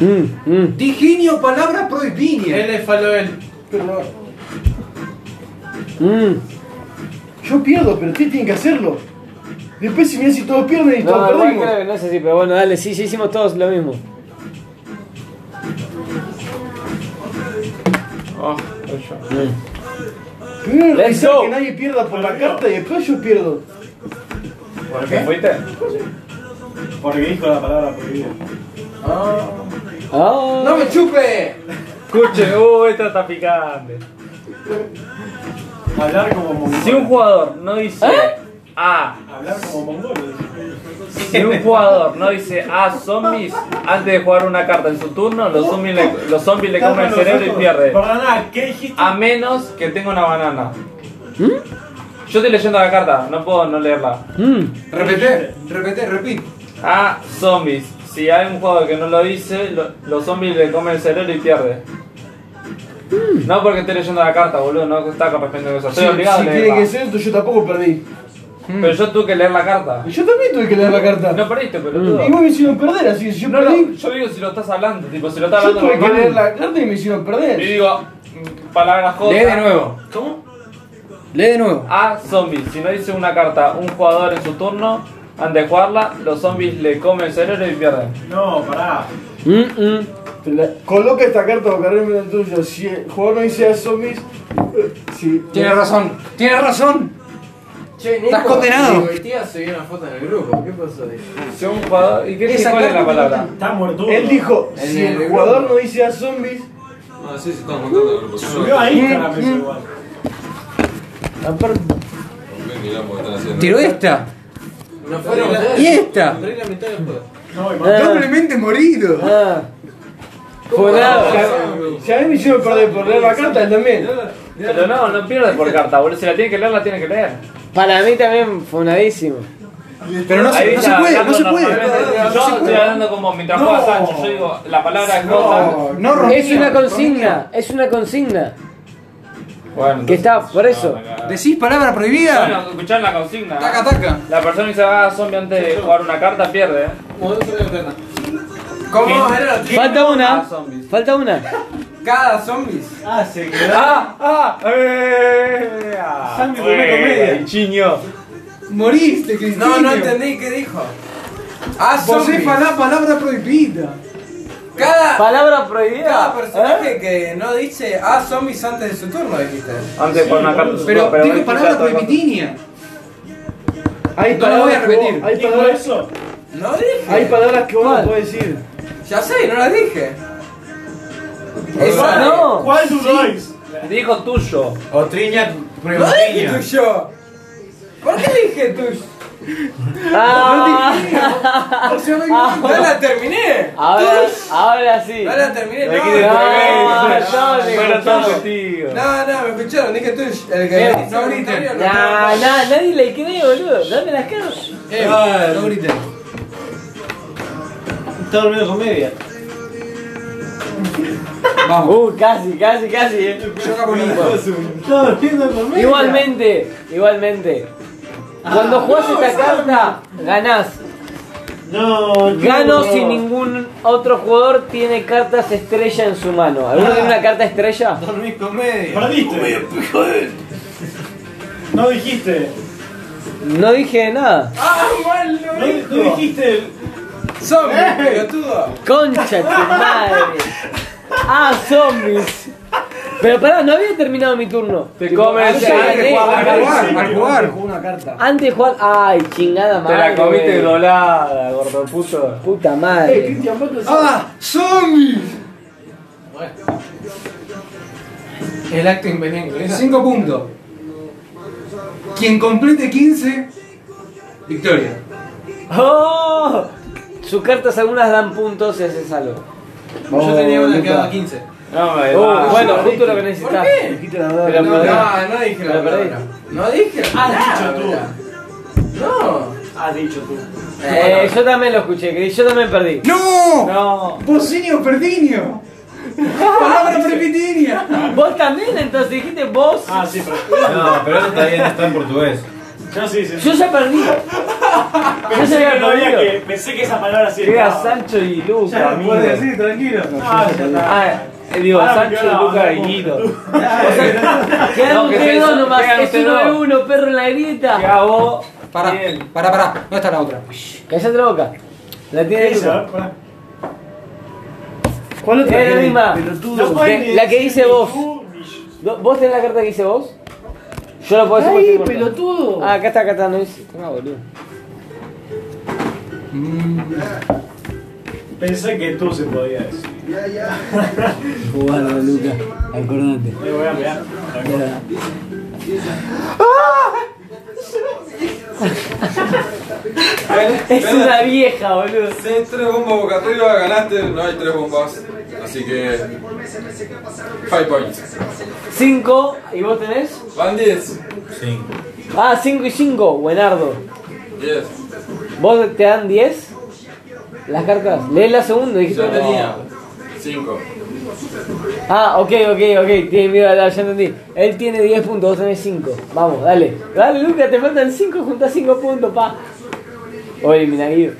[SPEAKER 1] Mm, mm.
[SPEAKER 4] Diginio, palabra prohibida.
[SPEAKER 20] Ele falou ele.
[SPEAKER 6] Pero no,
[SPEAKER 1] Mm.
[SPEAKER 6] yo pierdo, pero ustedes tienen que hacerlo. Después si miran si todos pierden y
[SPEAKER 1] No,
[SPEAKER 6] todos
[SPEAKER 1] igual
[SPEAKER 6] perdimos.
[SPEAKER 1] creo que no es así, pero bueno, dale, sí, sí, hicimos todos lo mismo.
[SPEAKER 3] Oh, yo.
[SPEAKER 6] Primero
[SPEAKER 1] Let's
[SPEAKER 6] revisar
[SPEAKER 1] go.
[SPEAKER 6] que nadie pierda por la carta y después yo pierdo.
[SPEAKER 3] ¿Por qué fuiste?
[SPEAKER 2] Porque dijo la palabra prohibida.
[SPEAKER 1] Ah.
[SPEAKER 19] ¡No me chupe!
[SPEAKER 3] Escuche, uh, esta está picante.
[SPEAKER 2] Hablar como mongol.
[SPEAKER 3] Si un jugador no dice
[SPEAKER 1] ¿Eh?
[SPEAKER 3] A,
[SPEAKER 2] Hablar como mongol.
[SPEAKER 3] si un jugador no dice A zombies antes de jugar una carta en su turno, los zombies le, los zombies le comen el cerebro y pierde.
[SPEAKER 2] Perdona, ¿qué dijiste?
[SPEAKER 3] A menos que tenga una banana. Yo estoy leyendo la carta, no puedo no leerla.
[SPEAKER 1] Mm.
[SPEAKER 4] Repete, repete, repite.
[SPEAKER 3] A zombies. Si hay un jugador que no lo dice, lo- los zombies le comen el cerebro y pierde. No porque estoy leyendo la carta, boludo, no está correspondiendo a eso.
[SPEAKER 6] Si,
[SPEAKER 3] Estoy obligado a
[SPEAKER 6] si tiene
[SPEAKER 3] leerla.
[SPEAKER 6] que ser esto, yo tampoco perdí.
[SPEAKER 3] Pero yo tuve que leer la carta.
[SPEAKER 6] Y yo también tuve que leer la carta.
[SPEAKER 3] No perdiste, pelotudo.
[SPEAKER 6] Y vos me hicieron perder, así que si yo
[SPEAKER 3] No,
[SPEAKER 6] perdí.
[SPEAKER 3] no, yo digo si lo estás hablando, tipo, si lo estás
[SPEAKER 6] Yo
[SPEAKER 3] hablando
[SPEAKER 6] tuve que
[SPEAKER 3] normal,
[SPEAKER 6] leer la carta y me hicieron
[SPEAKER 3] Y
[SPEAKER 6] perder.
[SPEAKER 3] digo, mm, palabras jodas.
[SPEAKER 4] Lee de nuevo.
[SPEAKER 3] ¿Cómo?
[SPEAKER 4] Lee de nuevo.
[SPEAKER 3] A zombies. Si no dice una carta un jugador en su turno, antes de jugarla, los zombies le comen el cerebro y pierden.
[SPEAKER 2] No, pará.
[SPEAKER 6] Te la- Coloca esta carta boca arriba en el tuyo. Si el jugador no dice a zombies, eh, sí.
[SPEAKER 4] Tienes razón. Tienes razón.
[SPEAKER 19] Che, Nico,
[SPEAKER 4] Estás condenado.
[SPEAKER 19] mi tía subió una foto en el grupo. ¿Qué pasó ahí?
[SPEAKER 3] Si un jugador. ¿Y qué dice
[SPEAKER 6] Esa
[SPEAKER 3] cuál es la
[SPEAKER 6] carta
[SPEAKER 3] palabra?
[SPEAKER 2] Está muerto.
[SPEAKER 6] Él dijo,
[SPEAKER 19] En
[SPEAKER 6] si
[SPEAKER 19] el
[SPEAKER 6] el jugador no dice a zombies,
[SPEAKER 7] No, Ah, sí, se está montando el grupo. Yo no
[SPEAKER 2] Subió a Instagram eso igual.
[SPEAKER 7] ni la puedo estar haciendo.
[SPEAKER 4] Tiró esta.
[SPEAKER 19] No fueron ustedes.
[SPEAKER 4] Y esta.
[SPEAKER 19] Perdí la mitad del juego.
[SPEAKER 2] No, y más.
[SPEAKER 4] Doblemente morido.
[SPEAKER 1] Ah. Fue nada.
[SPEAKER 6] si a mí me hicieron perder por leer la carta, él también.
[SPEAKER 3] Pero no, no pierde por carta, boludo. Si la tiene que leer, la tiene que leer.
[SPEAKER 1] Para mí también fue nadísimo.
[SPEAKER 4] Pero no
[SPEAKER 3] Ahí
[SPEAKER 4] se, no se
[SPEAKER 3] la-
[SPEAKER 4] puede,
[SPEAKER 3] la-
[SPEAKER 4] no se puede.
[SPEAKER 3] normalmente- Yo estoy hablando como mientras
[SPEAKER 6] No.
[SPEAKER 3] juega Sancho. Yo digo, la palabra es cosa.
[SPEAKER 4] No
[SPEAKER 1] Es
[SPEAKER 4] rompí.
[SPEAKER 1] una consigna, es una consigna.
[SPEAKER 3] Bueno,
[SPEAKER 1] Que está, por eso.
[SPEAKER 4] Decís palabra prohibida.
[SPEAKER 3] Bueno, escucharon la consigna. ¿eh?
[SPEAKER 4] Taca, taca.
[SPEAKER 3] La persona que se va a zombie antes de jugar una carta pierde. ¿eh?
[SPEAKER 19] ¿Cómo era la tía?
[SPEAKER 1] Falta
[SPEAKER 3] Ah,
[SPEAKER 1] una.
[SPEAKER 3] zombies.
[SPEAKER 1] Falta una.
[SPEAKER 19] Cada zombies.
[SPEAKER 2] Ah, se quedó.
[SPEAKER 3] ¡Ah! ¡Ah! ¡Eh! ah,
[SPEAKER 2] Zombie por una
[SPEAKER 3] eh,
[SPEAKER 2] comedia.
[SPEAKER 3] ¡Chiño!
[SPEAKER 4] Moriste, Cristina.
[SPEAKER 19] No, no entendí qué dijo. Ah, zombies.
[SPEAKER 4] la palabra prohibida.
[SPEAKER 19] Cada,
[SPEAKER 1] Palabra prohibida.
[SPEAKER 19] cada
[SPEAKER 1] ¿eh?
[SPEAKER 19] personaje que no dice ah, zombies antes de su turno, dijiste.
[SPEAKER 3] Antes de jugar una carta.
[SPEAKER 4] Pero, digo
[SPEAKER 3] no
[SPEAKER 4] palabra
[SPEAKER 3] escucha todo.
[SPEAKER 4] prohibitinia.
[SPEAKER 6] Hay
[SPEAKER 4] No la voy a
[SPEAKER 6] palabras que vos-
[SPEAKER 4] repetir.
[SPEAKER 6] hay
[SPEAKER 2] Dijo
[SPEAKER 6] palabras-
[SPEAKER 2] eso.
[SPEAKER 19] No dije.
[SPEAKER 6] hay palabras que vos
[SPEAKER 1] ¿Cuál?
[SPEAKER 6] no podés decir.
[SPEAKER 19] Ya sé, no las dije.
[SPEAKER 1] Esa no.
[SPEAKER 2] ¿Cuál dudáis?
[SPEAKER 3] Dijo tuyo.
[SPEAKER 20] O triña
[SPEAKER 19] No dije tuyo. ¿Por qué dije tuyo?
[SPEAKER 1] Ah.
[SPEAKER 19] No la terminé.
[SPEAKER 1] Ahora, ahora sí.
[SPEAKER 19] No la terminé. No,
[SPEAKER 3] quiere
[SPEAKER 1] Ah,
[SPEAKER 19] no,
[SPEAKER 1] yo le
[SPEAKER 3] Bueno,
[SPEAKER 1] escuchaba.
[SPEAKER 3] entonces, tío.
[SPEAKER 19] no, no, me escucharon, dije tuyo. El que
[SPEAKER 1] Mira,
[SPEAKER 19] dice
[SPEAKER 4] no
[SPEAKER 19] un
[SPEAKER 4] griten.
[SPEAKER 19] notario, no,
[SPEAKER 1] Nah,
[SPEAKER 19] no.
[SPEAKER 1] nah, nadie le cree, boludo. Dame las caras.
[SPEAKER 4] Eh, no griten.
[SPEAKER 2] Está durmiendo comedia.
[SPEAKER 4] Vamos.
[SPEAKER 1] Uh, casi, casi, casi. eh.
[SPEAKER 2] Está durmiendo comedia.
[SPEAKER 1] Igualmente, igualmente.
[SPEAKER 3] Ah,
[SPEAKER 1] Cuando jugás esta carta, ganás.
[SPEAKER 2] No,
[SPEAKER 1] Gano
[SPEAKER 2] tío.
[SPEAKER 1] si ningún otro jugador tiene cartas estrella en su mano. ¿Alguno
[SPEAKER 3] Ah.
[SPEAKER 1] tiene una carta estrella?
[SPEAKER 20] Dormís comedia.
[SPEAKER 2] Perdiste. No dijiste.
[SPEAKER 1] No dije nada.
[SPEAKER 19] Ah, mal,
[SPEAKER 2] No,
[SPEAKER 19] no dije.
[SPEAKER 2] no dijiste. el-
[SPEAKER 19] Zombies, pelotudo.
[SPEAKER 1] Concha de tu madre. Ah, zombies. Pero pará, no había terminado mi turno.
[SPEAKER 3] Te comen el
[SPEAKER 1] antes
[SPEAKER 3] cerebro.
[SPEAKER 1] de
[SPEAKER 3] Juan,
[SPEAKER 1] jugar,
[SPEAKER 3] Juan, Juan.
[SPEAKER 4] Jugar, al jugar.
[SPEAKER 1] Antes de jugar. Ay, chingada
[SPEAKER 3] Te
[SPEAKER 1] madre.
[SPEAKER 3] la comiste Eh,
[SPEAKER 1] güey.
[SPEAKER 3] doblada, gordo puto.
[SPEAKER 1] Puta madre.
[SPEAKER 4] ¡Ah! ¡Zombie!
[SPEAKER 19] El acto inveniente.
[SPEAKER 4] 5 puntos. Quien complete 15, victoria.
[SPEAKER 1] ¡Oh! Sus cartas algunas dan puntos y haces algo.
[SPEAKER 20] Yo tenía una que daba 15.
[SPEAKER 3] No me
[SPEAKER 1] Oh,
[SPEAKER 3] va.
[SPEAKER 1] bueno, justo lo que
[SPEAKER 19] ¿Por
[SPEAKER 1] necesitas. Eh,
[SPEAKER 19] qué?
[SPEAKER 1] Pero
[SPEAKER 19] No,
[SPEAKER 1] perdón.
[SPEAKER 19] no, no dije la
[SPEAKER 1] Pero perdí.
[SPEAKER 19] palabra. No dije
[SPEAKER 20] Ah,
[SPEAKER 19] la
[SPEAKER 2] Has dicho
[SPEAKER 19] palabra. No.
[SPEAKER 2] Has dicho tú.
[SPEAKER 1] Eh, yo también lo escuché, Chris, yo también perdí.
[SPEAKER 4] ¡No!
[SPEAKER 3] No.
[SPEAKER 4] ¡Pocinio Perdinio! ¡Palabra prohibitinia!
[SPEAKER 1] Vos también entonces dijiste vos.
[SPEAKER 2] Ah, sí, pero.
[SPEAKER 5] No, pero eso está bien, está en portugués.
[SPEAKER 2] No, sí, sí.
[SPEAKER 1] Yo ya perdí. Yo
[SPEAKER 2] Pensé
[SPEAKER 1] ya
[SPEAKER 2] que,
[SPEAKER 1] había
[SPEAKER 2] no había
[SPEAKER 1] perdido.
[SPEAKER 2] que, pensé que esa palabra sí
[SPEAKER 3] Llega
[SPEAKER 2] estaba.
[SPEAKER 3] Sancho y
[SPEAKER 2] Ya
[SPEAKER 3] Luca,
[SPEAKER 2] lo
[SPEAKER 3] amigo.
[SPEAKER 2] puedes decir, tranquilo. Ah, ya está.
[SPEAKER 1] Ah, eh, digo,
[SPEAKER 2] Ahora me
[SPEAKER 1] Sancho,
[SPEAKER 2] quedó la
[SPEAKER 1] Luca
[SPEAKER 2] banda,
[SPEAKER 1] y Guido.
[SPEAKER 3] No,
[SPEAKER 1] Quedaron
[SPEAKER 3] que
[SPEAKER 1] ustedes
[SPEAKER 3] se-
[SPEAKER 1] dos nomás,
[SPEAKER 3] quedan
[SPEAKER 1] es
[SPEAKER 3] ustedes
[SPEAKER 1] uno de
[SPEAKER 3] dos.
[SPEAKER 1] uno, perro en la
[SPEAKER 3] ¿Qué
[SPEAKER 1] grieta.
[SPEAKER 3] hago?
[SPEAKER 4] Pará,
[SPEAKER 3] Bien.
[SPEAKER 4] pará, pará. No está la otra.
[SPEAKER 1] Cállate la boca. La
[SPEAKER 2] ¿Qué
[SPEAKER 1] tiene
[SPEAKER 2] dice? A
[SPEAKER 1] Luca.
[SPEAKER 2] ver, pará.
[SPEAKER 6] ¿Cuál otra
[SPEAKER 3] Eh,
[SPEAKER 1] Era la
[SPEAKER 6] tiene?
[SPEAKER 1] misma.
[SPEAKER 6] Pelotudo.
[SPEAKER 2] No pueden
[SPEAKER 1] De-
[SPEAKER 2] ni
[SPEAKER 1] la que
[SPEAKER 2] decir
[SPEAKER 1] dice
[SPEAKER 2] ni
[SPEAKER 1] vos.
[SPEAKER 2] tú ni yo.
[SPEAKER 1] Do- ¿Vos tenés la carta que dice vos? Yo la puedo hacer
[SPEAKER 6] Ay,
[SPEAKER 1] por ti, corta.
[SPEAKER 6] pelotudo.
[SPEAKER 1] Ah, acá está, acá está, no dice. Ah, boludo.
[SPEAKER 2] Pensé que tú se podía decir.
[SPEAKER 22] Guarda, Luca, acordate.
[SPEAKER 2] Le voy a pegar.
[SPEAKER 1] Es una vieja, boludo.
[SPEAKER 7] Seis, tres bombas boca arriba, ganaste, no hay tres bombas. Así que. Five points.
[SPEAKER 1] 5 y vos tenés.
[SPEAKER 7] Van 10.
[SPEAKER 1] Ah, 5 y 5, buenardo.
[SPEAKER 7] 10.
[SPEAKER 1] ¿Vos te dan 10? Las cartas. Lee la segunda, dijiste.
[SPEAKER 7] Yo tenía 5.
[SPEAKER 1] Ah, ok, ok, ok. Tiene miedo a la, ya entendí. Él tiene 10 puntos, vos tenés 5. Vamos, dale. Dale, Luca, te faltan 5, juntás 5 puntos, pa. Oye, Minaguillo.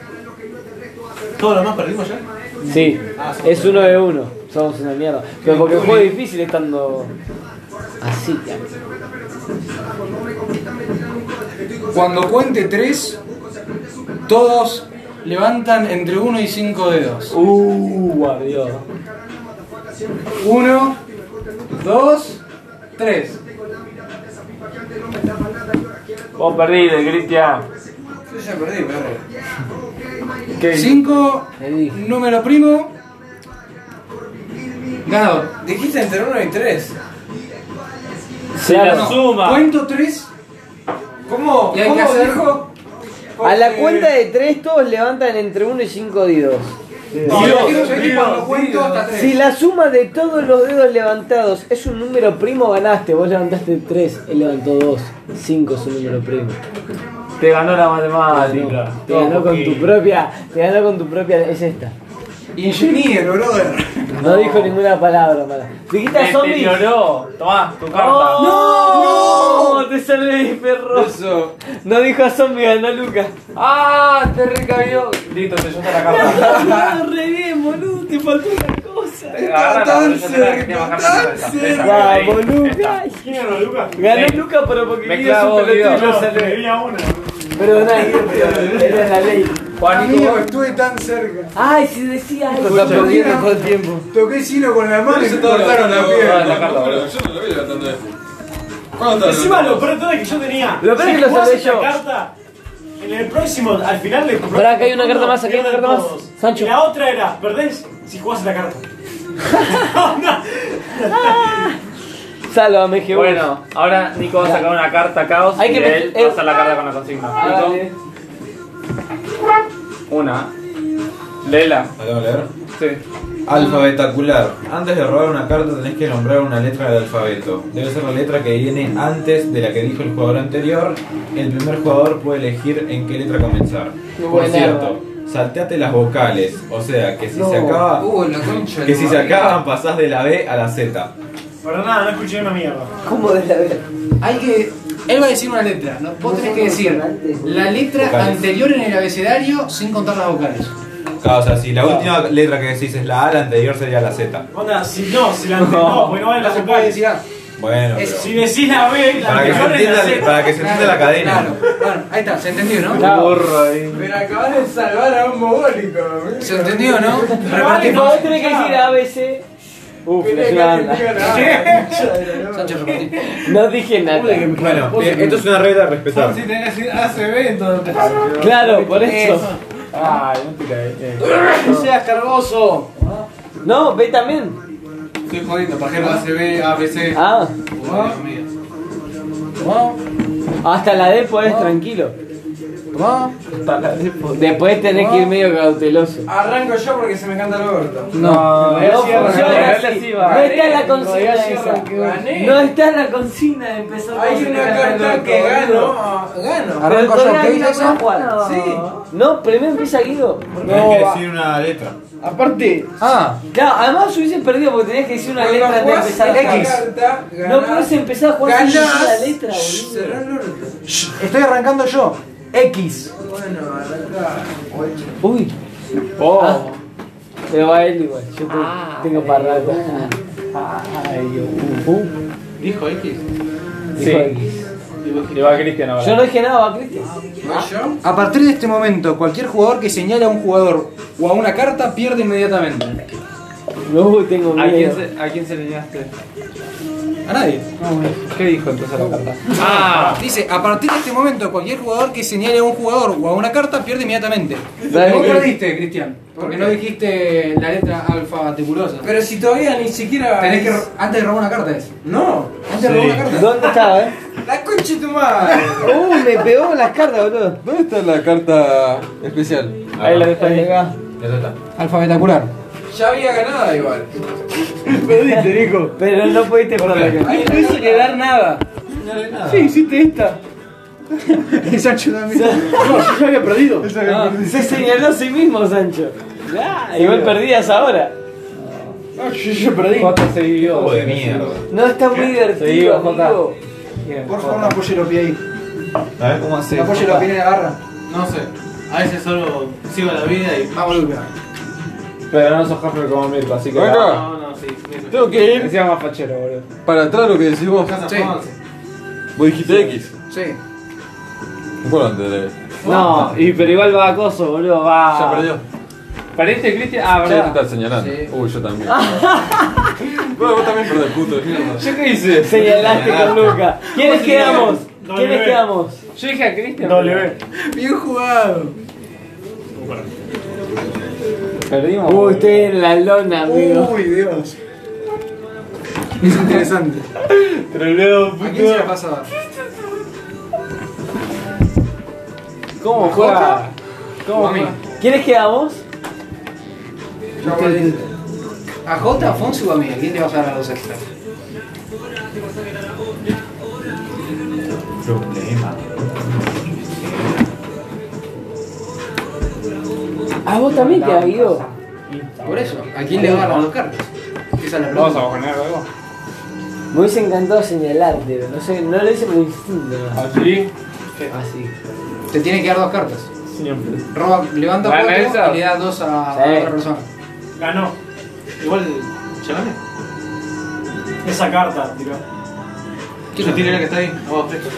[SPEAKER 20] ¿Todos los más perdimos ya?
[SPEAKER 1] Sí, es uno de uno. Somos una mierda. Pero porque el juego es difícil estando así. ya.
[SPEAKER 4] Cuando cuente 3, todos levantan entre 1 y 5 dedos.
[SPEAKER 1] Uh, guardió.
[SPEAKER 4] 1, 2, 3.
[SPEAKER 3] Vos perdiste, Cristian.
[SPEAKER 19] Yo ya perdí, perro.
[SPEAKER 4] 5, número primo. Ganador.
[SPEAKER 19] Dijiste entre 1 y 3.
[SPEAKER 1] Se la
[SPEAKER 4] suma. Cuento 3.
[SPEAKER 19] ¿Cómo?
[SPEAKER 4] Y hay que
[SPEAKER 19] ¿Cómo
[SPEAKER 4] hacer-
[SPEAKER 19] dijo?
[SPEAKER 1] A la cuenta de 3 todos levantan entre 1 y 5 dedos.
[SPEAKER 19] No, yo quiero saber que cuando cuento hasta tres.
[SPEAKER 1] Si la suma de todos los dedos levantados es un número primo, ganaste. Vos levantaste 3, él levantó 2. 5 es un número primo.
[SPEAKER 3] Te ganó la matemática.
[SPEAKER 1] Te ganó con tu propia. Te ganó con tu propia. Es esta.
[SPEAKER 4] Ingeniero, brother.
[SPEAKER 1] No, dijo ninguna palabra mala. Dijiste
[SPEAKER 3] Te
[SPEAKER 1] zombies. Oh.
[SPEAKER 3] deterioró. Tomá, tu carta.
[SPEAKER 1] ¡No! ¡No! Te salvé, perro.
[SPEAKER 4] Eso.
[SPEAKER 1] No dijo zombies, ganó Lucas.
[SPEAKER 3] ¡Ah! Te recabió. Listo, te suelta la carta.
[SPEAKER 1] re bien, boludo. Te faltó una cosa.
[SPEAKER 3] Agarrala, pero yo tenía que bajar la cabeza. Esa, ahí.
[SPEAKER 1] Vamos, Lucas.
[SPEAKER 2] ¿Quién era Lucas?
[SPEAKER 1] Ganó
[SPEAKER 3] Ven.
[SPEAKER 1] Lucas, pero porque
[SPEAKER 3] Me
[SPEAKER 1] quería
[SPEAKER 3] clavo,
[SPEAKER 1] su pelotudo y
[SPEAKER 3] Guido.
[SPEAKER 1] yo
[SPEAKER 2] No,
[SPEAKER 1] salvé.
[SPEAKER 2] debía una.
[SPEAKER 1] Pero nadie, pero era la ley.
[SPEAKER 3] Juanito,
[SPEAKER 4] Amigo, estuve tan cerca.
[SPEAKER 1] Ay, si decía algo.
[SPEAKER 4] Está perdiendo
[SPEAKER 1] todo el tiempo.
[SPEAKER 4] Toqué silo con la mano
[SPEAKER 7] Pero
[SPEAKER 4] y se
[SPEAKER 7] se estaba
[SPEAKER 4] cortaron la
[SPEAKER 7] levantando,
[SPEAKER 4] pierna.
[SPEAKER 3] Ah, la carta,
[SPEAKER 7] no, pero
[SPEAKER 3] boludo.
[SPEAKER 7] Yo no lo vi levantando eso. ¿Cuándo estaba
[SPEAKER 2] Encima lo
[SPEAKER 7] levantando?
[SPEAKER 2] peor de todo es que yo tenía.
[SPEAKER 1] Lo peor es que lo
[SPEAKER 2] jugás
[SPEAKER 1] sabré
[SPEAKER 2] esta
[SPEAKER 1] yo.
[SPEAKER 2] carta, En el próximo, al final le compré.
[SPEAKER 1] Pará, acá hay una carta más, acá hay una carta más. Sancho.
[SPEAKER 2] La otra era, perdés si jugás esta carta.
[SPEAKER 1] Sálvame, que
[SPEAKER 3] Bueno, ahora Nico va a sacar una carta caos
[SPEAKER 1] Hay
[SPEAKER 3] y
[SPEAKER 1] que ah,
[SPEAKER 3] de él
[SPEAKER 1] meter-
[SPEAKER 3] pasa la carta con la consigna. Nico, una. Lela.
[SPEAKER 5] ¿Algo leer?
[SPEAKER 3] Sí.
[SPEAKER 5] Alfabetacular. Antes de robar una carta tenés que nombrar una letra del alfabeto. Debe ser la letra que viene antes de la que dijo el jugador anterior. El primer jugador puede elegir en qué letra comenzar. Por
[SPEAKER 1] buena.
[SPEAKER 5] cierto, salteate las vocales. O sea, que si se acaba...
[SPEAKER 19] Uh, la concha. de
[SPEAKER 5] Que
[SPEAKER 19] tu
[SPEAKER 5] si se
[SPEAKER 19] madre.
[SPEAKER 5] acaban pasás de la B a la Z.
[SPEAKER 2] Pero nada, no escuché una mierda.
[SPEAKER 1] ¿Cómo de la verdad?
[SPEAKER 4] Hay que. Él va a decir una letra, ¿no? Vos tenés que decir la letra
[SPEAKER 5] Vocales.
[SPEAKER 4] anterior en el abecedario sin contar las vocales.
[SPEAKER 5] Claro, o sea, si la última letra que decís es la A, la anterior sería la Z.
[SPEAKER 2] Onda, si no, si la no, porque no vale la
[SPEAKER 4] No se puede
[SPEAKER 2] vocales.
[SPEAKER 4] decir A.
[SPEAKER 5] Bueno, pero-
[SPEAKER 2] Si decís la B, la
[SPEAKER 5] Para que se
[SPEAKER 2] mejor es la
[SPEAKER 5] entienda,
[SPEAKER 2] C.
[SPEAKER 5] para que se entienda la cadena.
[SPEAKER 4] Claro, bueno, ahí está, se entendió, ¿no?
[SPEAKER 19] Pero acabas de salvar a un mogólico, amigo.
[SPEAKER 4] Se entendió, ¿no?
[SPEAKER 1] Aparte,
[SPEAKER 4] Repartimos.
[SPEAKER 1] vos tenés que decir ABC. Uf,
[SPEAKER 19] Mirá
[SPEAKER 1] es
[SPEAKER 19] que
[SPEAKER 1] una
[SPEAKER 19] no
[SPEAKER 1] banda.
[SPEAKER 19] diga nada.
[SPEAKER 4] Sancho, repartimos.
[SPEAKER 1] No dije nada.
[SPEAKER 5] Bueno, eh, esto es una regla a respetar.
[SPEAKER 6] Si tenés que decir ACB, entonces.
[SPEAKER 1] Claro, por eso.
[SPEAKER 3] Ay, no te caes.
[SPEAKER 6] No seas cargoso.
[SPEAKER 1] No, B también.
[SPEAKER 4] Estoy jodiendo, por ejemplo, ACB, ABC.
[SPEAKER 1] Ah,
[SPEAKER 4] Tomá, tomá,
[SPEAKER 1] hasta la D podés tranquilo.
[SPEAKER 4] tomá.
[SPEAKER 1] Después tenés que ir medio cauteloso.
[SPEAKER 19] Arranco yo porque se me canta el orto.
[SPEAKER 1] No,
[SPEAKER 6] realidad
[SPEAKER 1] no
[SPEAKER 6] sí, en
[SPEAKER 1] funciona
[SPEAKER 3] realidad
[SPEAKER 1] así.
[SPEAKER 3] sí va.
[SPEAKER 1] No está la
[SPEAKER 6] En
[SPEAKER 1] consigna
[SPEAKER 6] realidad sí
[SPEAKER 1] esa.
[SPEAKER 6] arranqué.
[SPEAKER 19] Gané.
[SPEAKER 1] No está la consigna de empezar
[SPEAKER 19] Hay
[SPEAKER 1] con
[SPEAKER 19] una
[SPEAKER 1] el
[SPEAKER 19] carta
[SPEAKER 1] orto,
[SPEAKER 19] que
[SPEAKER 1] boludo.
[SPEAKER 19] gano. Gano.
[SPEAKER 1] Pero
[SPEAKER 4] Arranco yo,
[SPEAKER 1] todavía
[SPEAKER 4] ¿qué
[SPEAKER 1] hay
[SPEAKER 4] dice
[SPEAKER 1] una
[SPEAKER 4] eso?
[SPEAKER 1] más jugada.
[SPEAKER 19] Sí.
[SPEAKER 1] No, primero empieza Guido.
[SPEAKER 5] Tenés que decir una letra.
[SPEAKER 6] Aparte,
[SPEAKER 4] Ah,
[SPEAKER 1] Claro, además hubiesen perdido porque tenías que decir una letra antes de
[SPEAKER 19] Cuando jugás
[SPEAKER 1] empezar a
[SPEAKER 19] esta
[SPEAKER 1] jugar.
[SPEAKER 19] carta,
[SPEAKER 1] No
[SPEAKER 19] ganás.
[SPEAKER 1] podés empezar a jugar sin
[SPEAKER 19] Ganás.
[SPEAKER 1] decir la letra,
[SPEAKER 19] Será
[SPEAKER 1] boludo.
[SPEAKER 19] el orto.
[SPEAKER 4] estoy arrancando yo. X.
[SPEAKER 19] Bueno, arranca.
[SPEAKER 1] Uy.
[SPEAKER 3] Oh,
[SPEAKER 1] Ah, pero va él igual, yo te- tengo para rato. Ay, uh, uh.
[SPEAKER 4] Dijo X.
[SPEAKER 1] Dijo
[SPEAKER 3] Sí.
[SPEAKER 1] X.
[SPEAKER 3] Y va Cristian ahora.
[SPEAKER 1] Yo no dije nada, ¿va, Cristian.
[SPEAKER 19] ¿Voy yo?
[SPEAKER 4] A partir de este momento, cualquier jugador que señale a un jugador o a una carta pierde inmediatamente.
[SPEAKER 1] No, tengo
[SPEAKER 3] ¿A quién,
[SPEAKER 1] miedo.
[SPEAKER 3] se, ¿A quién se le llenaste?
[SPEAKER 4] A nadie.
[SPEAKER 3] ¿Qué dijo entonces la carta? ¡Ah!
[SPEAKER 4] Dice, a partir de este momento, cualquier jugador que señale a un jugador o a una carta pierde inmediatamente.
[SPEAKER 1] Dale,
[SPEAKER 4] Vos
[SPEAKER 1] Chris.
[SPEAKER 4] perdiste, Cristian. Porque no dijiste la letra alfabeticulosa.
[SPEAKER 19] Pero si todavía ni siquiera.
[SPEAKER 4] Tenés que ro- antes de robar una carta es.
[SPEAKER 19] No.
[SPEAKER 4] Antes de robar una carta.
[SPEAKER 1] ¿Dónde estaba, eh?
[SPEAKER 19] La concha de tu madre.
[SPEAKER 1] Uh, me pegó con las cartas, boludo.
[SPEAKER 7] ¿Dónde está la carta especial?
[SPEAKER 3] Ahí la dejo ahí.
[SPEAKER 1] Acá.
[SPEAKER 5] Ya está.
[SPEAKER 4] Alfabetacular.
[SPEAKER 19] Ya había ganado igual.
[SPEAKER 6] perdiste, Nico.
[SPEAKER 1] Pero no pudiste perder acá.
[SPEAKER 19] Ahí no que dar nada.
[SPEAKER 6] Sí, hiciste esta. No, yo ya había perdido.
[SPEAKER 1] Se señaló a sí mismo, Sancho. Igual perdías ahora.
[SPEAKER 6] yo, yo perdí.
[SPEAKER 3] Jota se vivió.
[SPEAKER 5] Juego de mierda.
[SPEAKER 1] No, está muy divertido,
[SPEAKER 3] Se vivió, Jota.
[SPEAKER 1] amigo.
[SPEAKER 4] Por favor, no apoye los pies ahí.
[SPEAKER 5] ¿Eh?
[SPEAKER 4] ¿Cómo
[SPEAKER 5] hace?
[SPEAKER 4] No apoye los pies en la garra.
[SPEAKER 20] No sé. A veces solo sigo la vida y. Vamos, Luca.
[SPEAKER 3] Pero no sos jefe como Mirko, así que.
[SPEAKER 21] Acá,
[SPEAKER 20] No, no, sí. mira.
[SPEAKER 21] tengo que ir
[SPEAKER 3] Decía más fachero, boludo.
[SPEAKER 21] para atrás lo que decís vos.
[SPEAKER 20] Casa
[SPEAKER 4] Sí.
[SPEAKER 20] Fonse.
[SPEAKER 21] Vos dijiste X.
[SPEAKER 4] Sí.
[SPEAKER 21] ¿Cuál antes?
[SPEAKER 22] No, y, pero igual va a acoso, boludo,
[SPEAKER 7] Ah,
[SPEAKER 22] va.
[SPEAKER 21] Ya perdió.
[SPEAKER 3] ¿Pariste Cristian? Ah,
[SPEAKER 21] Ya te
[SPEAKER 3] verdad.
[SPEAKER 21] estás señalando.
[SPEAKER 19] Sí.
[SPEAKER 21] Uy, yo también. Bueno, vos también perdés, puto. de mierda.
[SPEAKER 3] ¿Yo qué hice?
[SPEAKER 1] Señalaste con Luca. ¿Quiénes quedamos?
[SPEAKER 2] No,
[SPEAKER 1] ¿Quiénes
[SPEAKER 2] no,
[SPEAKER 1] quedamos?
[SPEAKER 3] Yo dije a Cristian.
[SPEAKER 2] W.
[SPEAKER 4] Bien jugado.
[SPEAKER 3] Perdimos.
[SPEAKER 1] Uy, este- estoy en la lona, amigo.
[SPEAKER 4] Uy, Dios. Es interesante.
[SPEAKER 3] Troleo,
[SPEAKER 4] ¿A quién se la pasaba?
[SPEAKER 3] ¿Cómo juega? ¿Cómo
[SPEAKER 4] Mami.
[SPEAKER 3] juega?
[SPEAKER 1] ¿Quiénes quedamos?
[SPEAKER 4] ¿A Jota, a Fonsi o a mí? ¿A quién le vas a dar a los extras?
[SPEAKER 5] Problema.
[SPEAKER 1] ¿A vos también te Guido?
[SPEAKER 4] Por eso, ¿a quién le vas a dar a los cartas? Esa es la
[SPEAKER 3] Vamos a
[SPEAKER 4] pregunta.
[SPEAKER 3] poner algo.
[SPEAKER 1] Me hubiese encantado señalarte, pero no sé, no lo hice por instinto. ¿no?
[SPEAKER 3] Así.
[SPEAKER 1] Así.
[SPEAKER 4] Te tiene que dar dos cartas.
[SPEAKER 3] Siempre.
[SPEAKER 4] Roba, levanta
[SPEAKER 3] ¿Van
[SPEAKER 4] cuatro
[SPEAKER 3] esas?
[SPEAKER 4] y le da dos a a
[SPEAKER 1] Sí.
[SPEAKER 4] otra persona.
[SPEAKER 2] Ganó.
[SPEAKER 20] Igual, ya gané.
[SPEAKER 2] Esa carta, tiró.
[SPEAKER 20] Yo tiré la que está ahí. Vamos, fresco.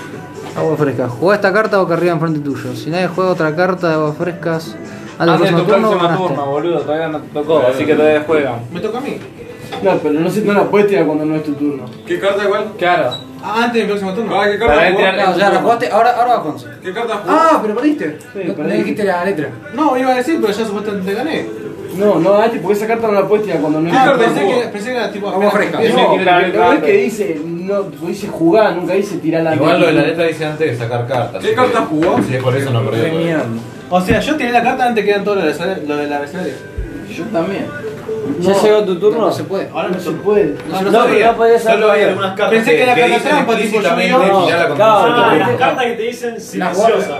[SPEAKER 4] Agua fresca. Juega esta carta boca arriba enfrente tuyo. Si nadie juega otra carta de aguas frescas,
[SPEAKER 1] Ah,
[SPEAKER 3] Antes de tu próxima turna, boludo, todavía no te tocó, así que todavía juegan.
[SPEAKER 20] Me toca a mí.
[SPEAKER 6] No, pero no, se- no la puedes tirar cuando no es tu turno.
[SPEAKER 7] ¿Qué carta igual?
[SPEAKER 3] Claro.
[SPEAKER 20] Ah, antes de mi próximo turno.
[SPEAKER 7] Ah, ¿qué carta
[SPEAKER 3] Para
[SPEAKER 7] jugó?
[SPEAKER 3] tirar
[SPEAKER 4] ya la jugaste, ahora, ahora va Fonsi.
[SPEAKER 7] ¿Qué carta jugó?
[SPEAKER 4] Ah, pero perdiste. no,
[SPEAKER 6] perdí.
[SPEAKER 4] no dijiste la letra.
[SPEAKER 20] No, iba a decir, pero ya supuestamente gané.
[SPEAKER 6] No, ah, no, Ati, porque esa carta no la puedes tirar cuando no es
[SPEAKER 20] Ah,
[SPEAKER 6] tu turno.
[SPEAKER 20] pensé que, pensé que era tipo.
[SPEAKER 4] Agua fresca.
[SPEAKER 20] Pensé
[SPEAKER 6] No,
[SPEAKER 20] que-
[SPEAKER 3] quiere la
[SPEAKER 6] porque
[SPEAKER 3] letra
[SPEAKER 6] no es que
[SPEAKER 3] antes.
[SPEAKER 6] dice, no, porque dice jugar, nunca dice tirar la
[SPEAKER 5] Igual lo de la letra dice antes de sacar cartas.
[SPEAKER 7] ¿Qué carta jugó?
[SPEAKER 5] Sí, por eso no perdió. pues. todavía.
[SPEAKER 20] O sea, yo tiré la carta antes que eran todos los del lo del abecedario.
[SPEAKER 6] Yo también.
[SPEAKER 1] ¿Ya llegó tu turno?
[SPEAKER 4] No se puede.
[SPEAKER 20] Ahora
[SPEAKER 6] No se puede.
[SPEAKER 20] No, no,
[SPEAKER 1] no,
[SPEAKER 20] sabía.
[SPEAKER 1] pero no podías
[SPEAKER 20] Solo hay
[SPEAKER 1] hacer.
[SPEAKER 20] algunas cartas. Pensé que era carta trampa, tipo yo
[SPEAKER 5] explícitamente
[SPEAKER 20] digo,
[SPEAKER 5] ya la
[SPEAKER 1] claro.
[SPEAKER 5] conocí.
[SPEAKER 2] Ah, las cartas que te dicen silenciosa.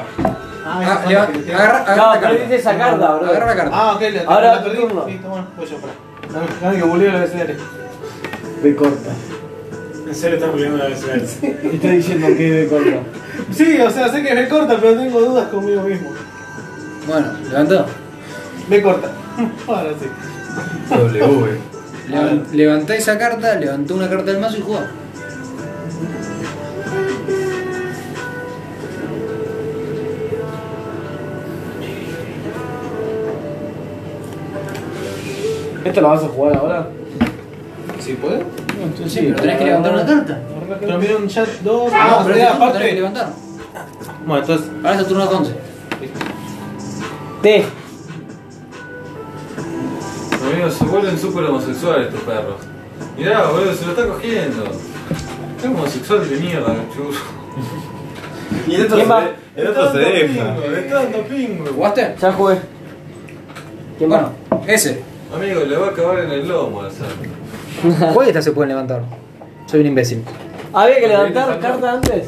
[SPEAKER 4] Ah, le va- agarra, agarra
[SPEAKER 1] No,
[SPEAKER 4] la
[SPEAKER 1] perdiste
[SPEAKER 4] carta.
[SPEAKER 1] esa carta, bro.
[SPEAKER 4] Agarra la carta.
[SPEAKER 20] Ah, ok, la,
[SPEAKER 1] Ahora
[SPEAKER 20] la
[SPEAKER 1] tu
[SPEAKER 20] perdí.
[SPEAKER 1] turno.
[SPEAKER 20] Listo, bueno, voy yo, pará. Dame, dame que volví al abecedario.
[SPEAKER 6] B corta.
[SPEAKER 2] En serio estás volviendo la vez.
[SPEAKER 6] Está diciendo que es B corta.
[SPEAKER 20] Sí, o sea, sé que me corta, pero tengo dudas conmigo mismo.
[SPEAKER 4] Bueno, levantó.
[SPEAKER 20] Me corta. Ahora sí. eh.
[SPEAKER 5] W.
[SPEAKER 4] Levan- Levantá esa carta, levantó una carta del mazo y jugó.
[SPEAKER 22] ¿Esto lo vas a jugar ahora?
[SPEAKER 20] ¿Sí puedo?
[SPEAKER 4] Sí, pero tenés que levantar una carta.
[SPEAKER 20] Pero mira un chat 2.
[SPEAKER 4] Ah,
[SPEAKER 20] no,
[SPEAKER 4] pero
[SPEAKER 20] sea,
[SPEAKER 4] esa carta tenés
[SPEAKER 20] aparte.
[SPEAKER 4] que levantar.
[SPEAKER 20] Bueno, entonces.
[SPEAKER 4] Ahora es el turno de Fonsi.
[SPEAKER 1] T.
[SPEAKER 7] Amigos, se vuelven súper homosexuales estos perros. Mirá, boludo, se lo está cogiendo. Es homosexual de mierda, chulo.
[SPEAKER 5] Y el otro
[SPEAKER 1] ¿Quién
[SPEAKER 5] se
[SPEAKER 1] va?
[SPEAKER 5] de- el otro se deja.
[SPEAKER 7] De tanto pingo.
[SPEAKER 4] ¿Jugaste?
[SPEAKER 1] Ya jugué. ¿Quién va?
[SPEAKER 4] Bueno, ese.
[SPEAKER 7] Amigo, le va a acabar en el lomo al santo.
[SPEAKER 4] Jueguitas se pueden levantar. Soy un imbécil.
[SPEAKER 1] ¿Había que levantar carta antes?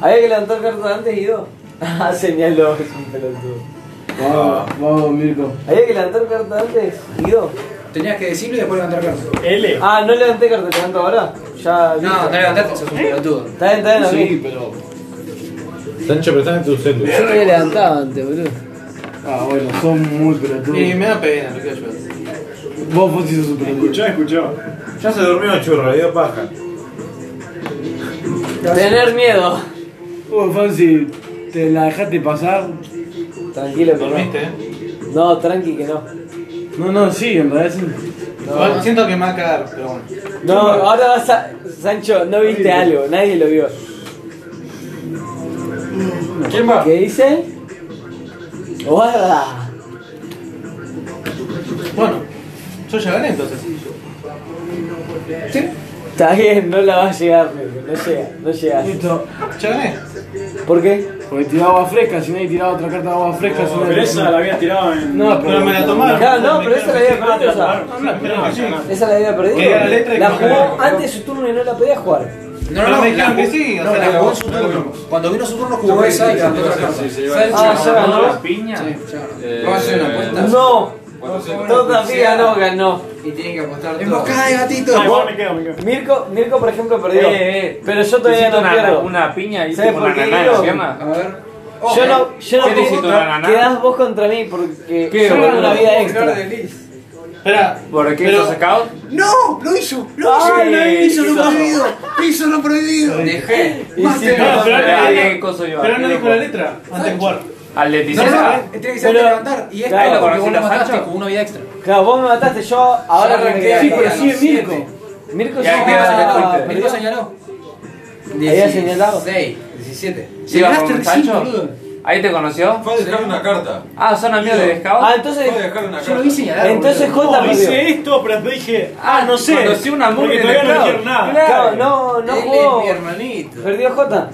[SPEAKER 1] ¿Había que levantar carta antes, Guido? Ah, señaló, es un pelotudo.
[SPEAKER 6] Vamos, vamos, Mirko.
[SPEAKER 1] ¿Había que levantar carta antes, Guido?
[SPEAKER 4] Tenías que decirlo y después levantar carta.
[SPEAKER 2] L.
[SPEAKER 1] Ah, no levanté carta, ¿te levanto ahora? Ya.
[SPEAKER 4] No, no levantaste, sos un pelotudo.
[SPEAKER 1] Está bien, está bien, a mí.
[SPEAKER 6] pero.
[SPEAKER 5] Sancho, prestame tu celu.
[SPEAKER 22] Yo no había levantado antes, boludo.
[SPEAKER 6] Ah, bueno, son muy
[SPEAKER 20] Y
[SPEAKER 6] pelotudos.
[SPEAKER 20] me da pena, lo quiero ayudar.
[SPEAKER 6] Vos, vos sos un pelotudo.
[SPEAKER 2] Escuchó, escuchó.
[SPEAKER 5] Ya se durmió churro, le dio paja.
[SPEAKER 1] Tener miedo.
[SPEAKER 6] Vos, Fancy, te la dejaste pasar.
[SPEAKER 1] Tranquilo que no.
[SPEAKER 20] Dormiste, eh.
[SPEAKER 1] No, tranqui que no.
[SPEAKER 6] No, no, sí, en realidad sí.
[SPEAKER 20] Igual Siento que me va a cagar, pero bueno.
[SPEAKER 1] No, ahora vas a. Sancho, no viste algo, nadie lo vio.
[SPEAKER 7] ¿Quién va?
[SPEAKER 1] ¿Qué dice? ¡Guarda!
[SPEAKER 20] Bueno, yo ya gané entonces. ¿Sí?
[SPEAKER 1] Está bien, no la va a llegar, Mirko, no llega, no llega.
[SPEAKER 6] Listo.
[SPEAKER 20] Ya gané.
[SPEAKER 1] ¿Por qué?
[SPEAKER 6] Porque tiraba agua fresca, si nadie tiraba otra carta de agua fresca, es una
[SPEAKER 2] Pero esa la había tirado en.
[SPEAKER 6] No, pero-
[SPEAKER 20] Pero me la tomaron.
[SPEAKER 1] Claro, no, pero esa la había
[SPEAKER 2] Ah, te
[SPEAKER 1] perdido.
[SPEAKER 2] la
[SPEAKER 1] o sea,
[SPEAKER 2] tomaron. No, no, no, no.
[SPEAKER 1] Esa la había perdido.
[SPEAKER 20] Que era la letra y
[SPEAKER 1] La
[SPEAKER 20] que
[SPEAKER 1] jugó
[SPEAKER 20] no-
[SPEAKER 1] antes de su turno y no la podía jugar.
[SPEAKER 4] No,
[SPEAKER 20] Pero
[SPEAKER 4] no, no.
[SPEAKER 20] me dijeron
[SPEAKER 4] la
[SPEAKER 20] que
[SPEAKER 4] jugó-
[SPEAKER 20] sí, o
[SPEAKER 4] no,
[SPEAKER 20] sea,
[SPEAKER 4] la
[SPEAKER 20] la
[SPEAKER 4] jugó
[SPEAKER 20] jugó
[SPEAKER 4] en su turno. Cuando vino su turno jugó esa y levantó otra carta. Sí,
[SPEAKER 7] Sí, se iba a decir.
[SPEAKER 1] Ah, ya ganó.
[SPEAKER 23] piña?
[SPEAKER 4] ya.
[SPEAKER 7] Eh,
[SPEAKER 4] Vamos a hacer una apuesta.
[SPEAKER 1] No,
[SPEAKER 7] Cuando se-
[SPEAKER 1] todavía no ganó.
[SPEAKER 19] y tiene que apostar todo.
[SPEAKER 1] Emboscada de
[SPEAKER 4] eh.
[SPEAKER 1] gatito.
[SPEAKER 19] Ay, bueno,
[SPEAKER 1] Mirko, Mirko, por ejemplo, perdió.
[SPEAKER 3] Eh, eh.
[SPEAKER 1] Pero yo todavía
[SPEAKER 3] Hiciste
[SPEAKER 1] no
[SPEAKER 3] una-
[SPEAKER 1] pierdo.
[SPEAKER 3] una piña y
[SPEAKER 1] ¿Sabes
[SPEAKER 3] tipo
[SPEAKER 1] por
[SPEAKER 3] una
[SPEAKER 1] qué,
[SPEAKER 3] naná en la
[SPEAKER 1] Guido?
[SPEAKER 3] pierna.
[SPEAKER 1] A ver. Yo no, yo no
[SPEAKER 3] ¿Qué te hiciste, una naná?
[SPEAKER 1] Quedás vos contra mí porque
[SPEAKER 3] ¿Qué,
[SPEAKER 1] yo gano
[SPEAKER 3] boludo?
[SPEAKER 1] una vida extra.
[SPEAKER 20] Espera,
[SPEAKER 3] ¿Por qué
[SPEAKER 20] Pero-
[SPEAKER 3] sos sacado?
[SPEAKER 20] ¡No! ¡Lo hizo!
[SPEAKER 1] ¡Lo hizo!
[SPEAKER 3] Ay,
[SPEAKER 20] ¡Hizo lo
[SPEAKER 3] hizo-
[SPEAKER 20] prohibido! ¡Hizo lo prohibido!
[SPEAKER 4] Eh,
[SPEAKER 19] Dejé.
[SPEAKER 20] Y si
[SPEAKER 3] no,
[SPEAKER 20] no,
[SPEAKER 3] pero-
[SPEAKER 20] pero-
[SPEAKER 3] Dale, coso yo,
[SPEAKER 20] Pero no
[SPEAKER 3] loco.
[SPEAKER 20] dijo la letra antes de jugar.
[SPEAKER 3] Atleticismo.
[SPEAKER 4] eh, tiene que
[SPEAKER 1] ser Pero-
[SPEAKER 4] levantar. Y esta
[SPEAKER 1] Claro,
[SPEAKER 4] es la
[SPEAKER 1] porque
[SPEAKER 4] porque vos
[SPEAKER 1] si
[SPEAKER 4] la
[SPEAKER 1] la
[SPEAKER 4] mataste
[SPEAKER 1] facha-
[SPEAKER 4] con una vida extra.
[SPEAKER 1] Claro, vos me mataste, yo ahora
[SPEAKER 4] Ya
[SPEAKER 1] arranqué.
[SPEAKER 4] arranqué
[SPEAKER 1] acá.
[SPEAKER 4] Sí, pero sigue
[SPEAKER 1] Mirko. Mirko
[SPEAKER 4] Ya
[SPEAKER 1] sigue
[SPEAKER 4] queda
[SPEAKER 1] acá,
[SPEAKER 4] señalado.
[SPEAKER 1] perdió.
[SPEAKER 4] Mirko señaló.
[SPEAKER 1] Había señalado.
[SPEAKER 19] 16, 17.
[SPEAKER 3] ¿Sí vas con
[SPEAKER 4] Llegaste
[SPEAKER 3] Sancho?
[SPEAKER 4] recién, boludo.
[SPEAKER 3] ¿Ahí te conoció?
[SPEAKER 7] Fue a dejar una carta.
[SPEAKER 3] Ah, son amigos de Scout.
[SPEAKER 1] Ah, entonces.
[SPEAKER 7] Fue a dejar una carta.
[SPEAKER 4] Yo lo vi señalar.
[SPEAKER 1] Entonces
[SPEAKER 4] boludo.
[SPEAKER 1] Jota
[SPEAKER 2] No,
[SPEAKER 1] perdió.
[SPEAKER 2] hice esto, pero después dije,
[SPEAKER 3] Ah,
[SPEAKER 2] ah, no sé.
[SPEAKER 3] conocí una mugre
[SPEAKER 2] porque
[SPEAKER 3] en
[SPEAKER 2] todavía
[SPEAKER 3] el
[SPEAKER 2] no
[SPEAKER 3] mercado.
[SPEAKER 2] dijeron nada.
[SPEAKER 1] Claro, no, no
[SPEAKER 19] Él es
[SPEAKER 1] jugó.
[SPEAKER 19] mi hermanito.
[SPEAKER 1] Perdió Jota.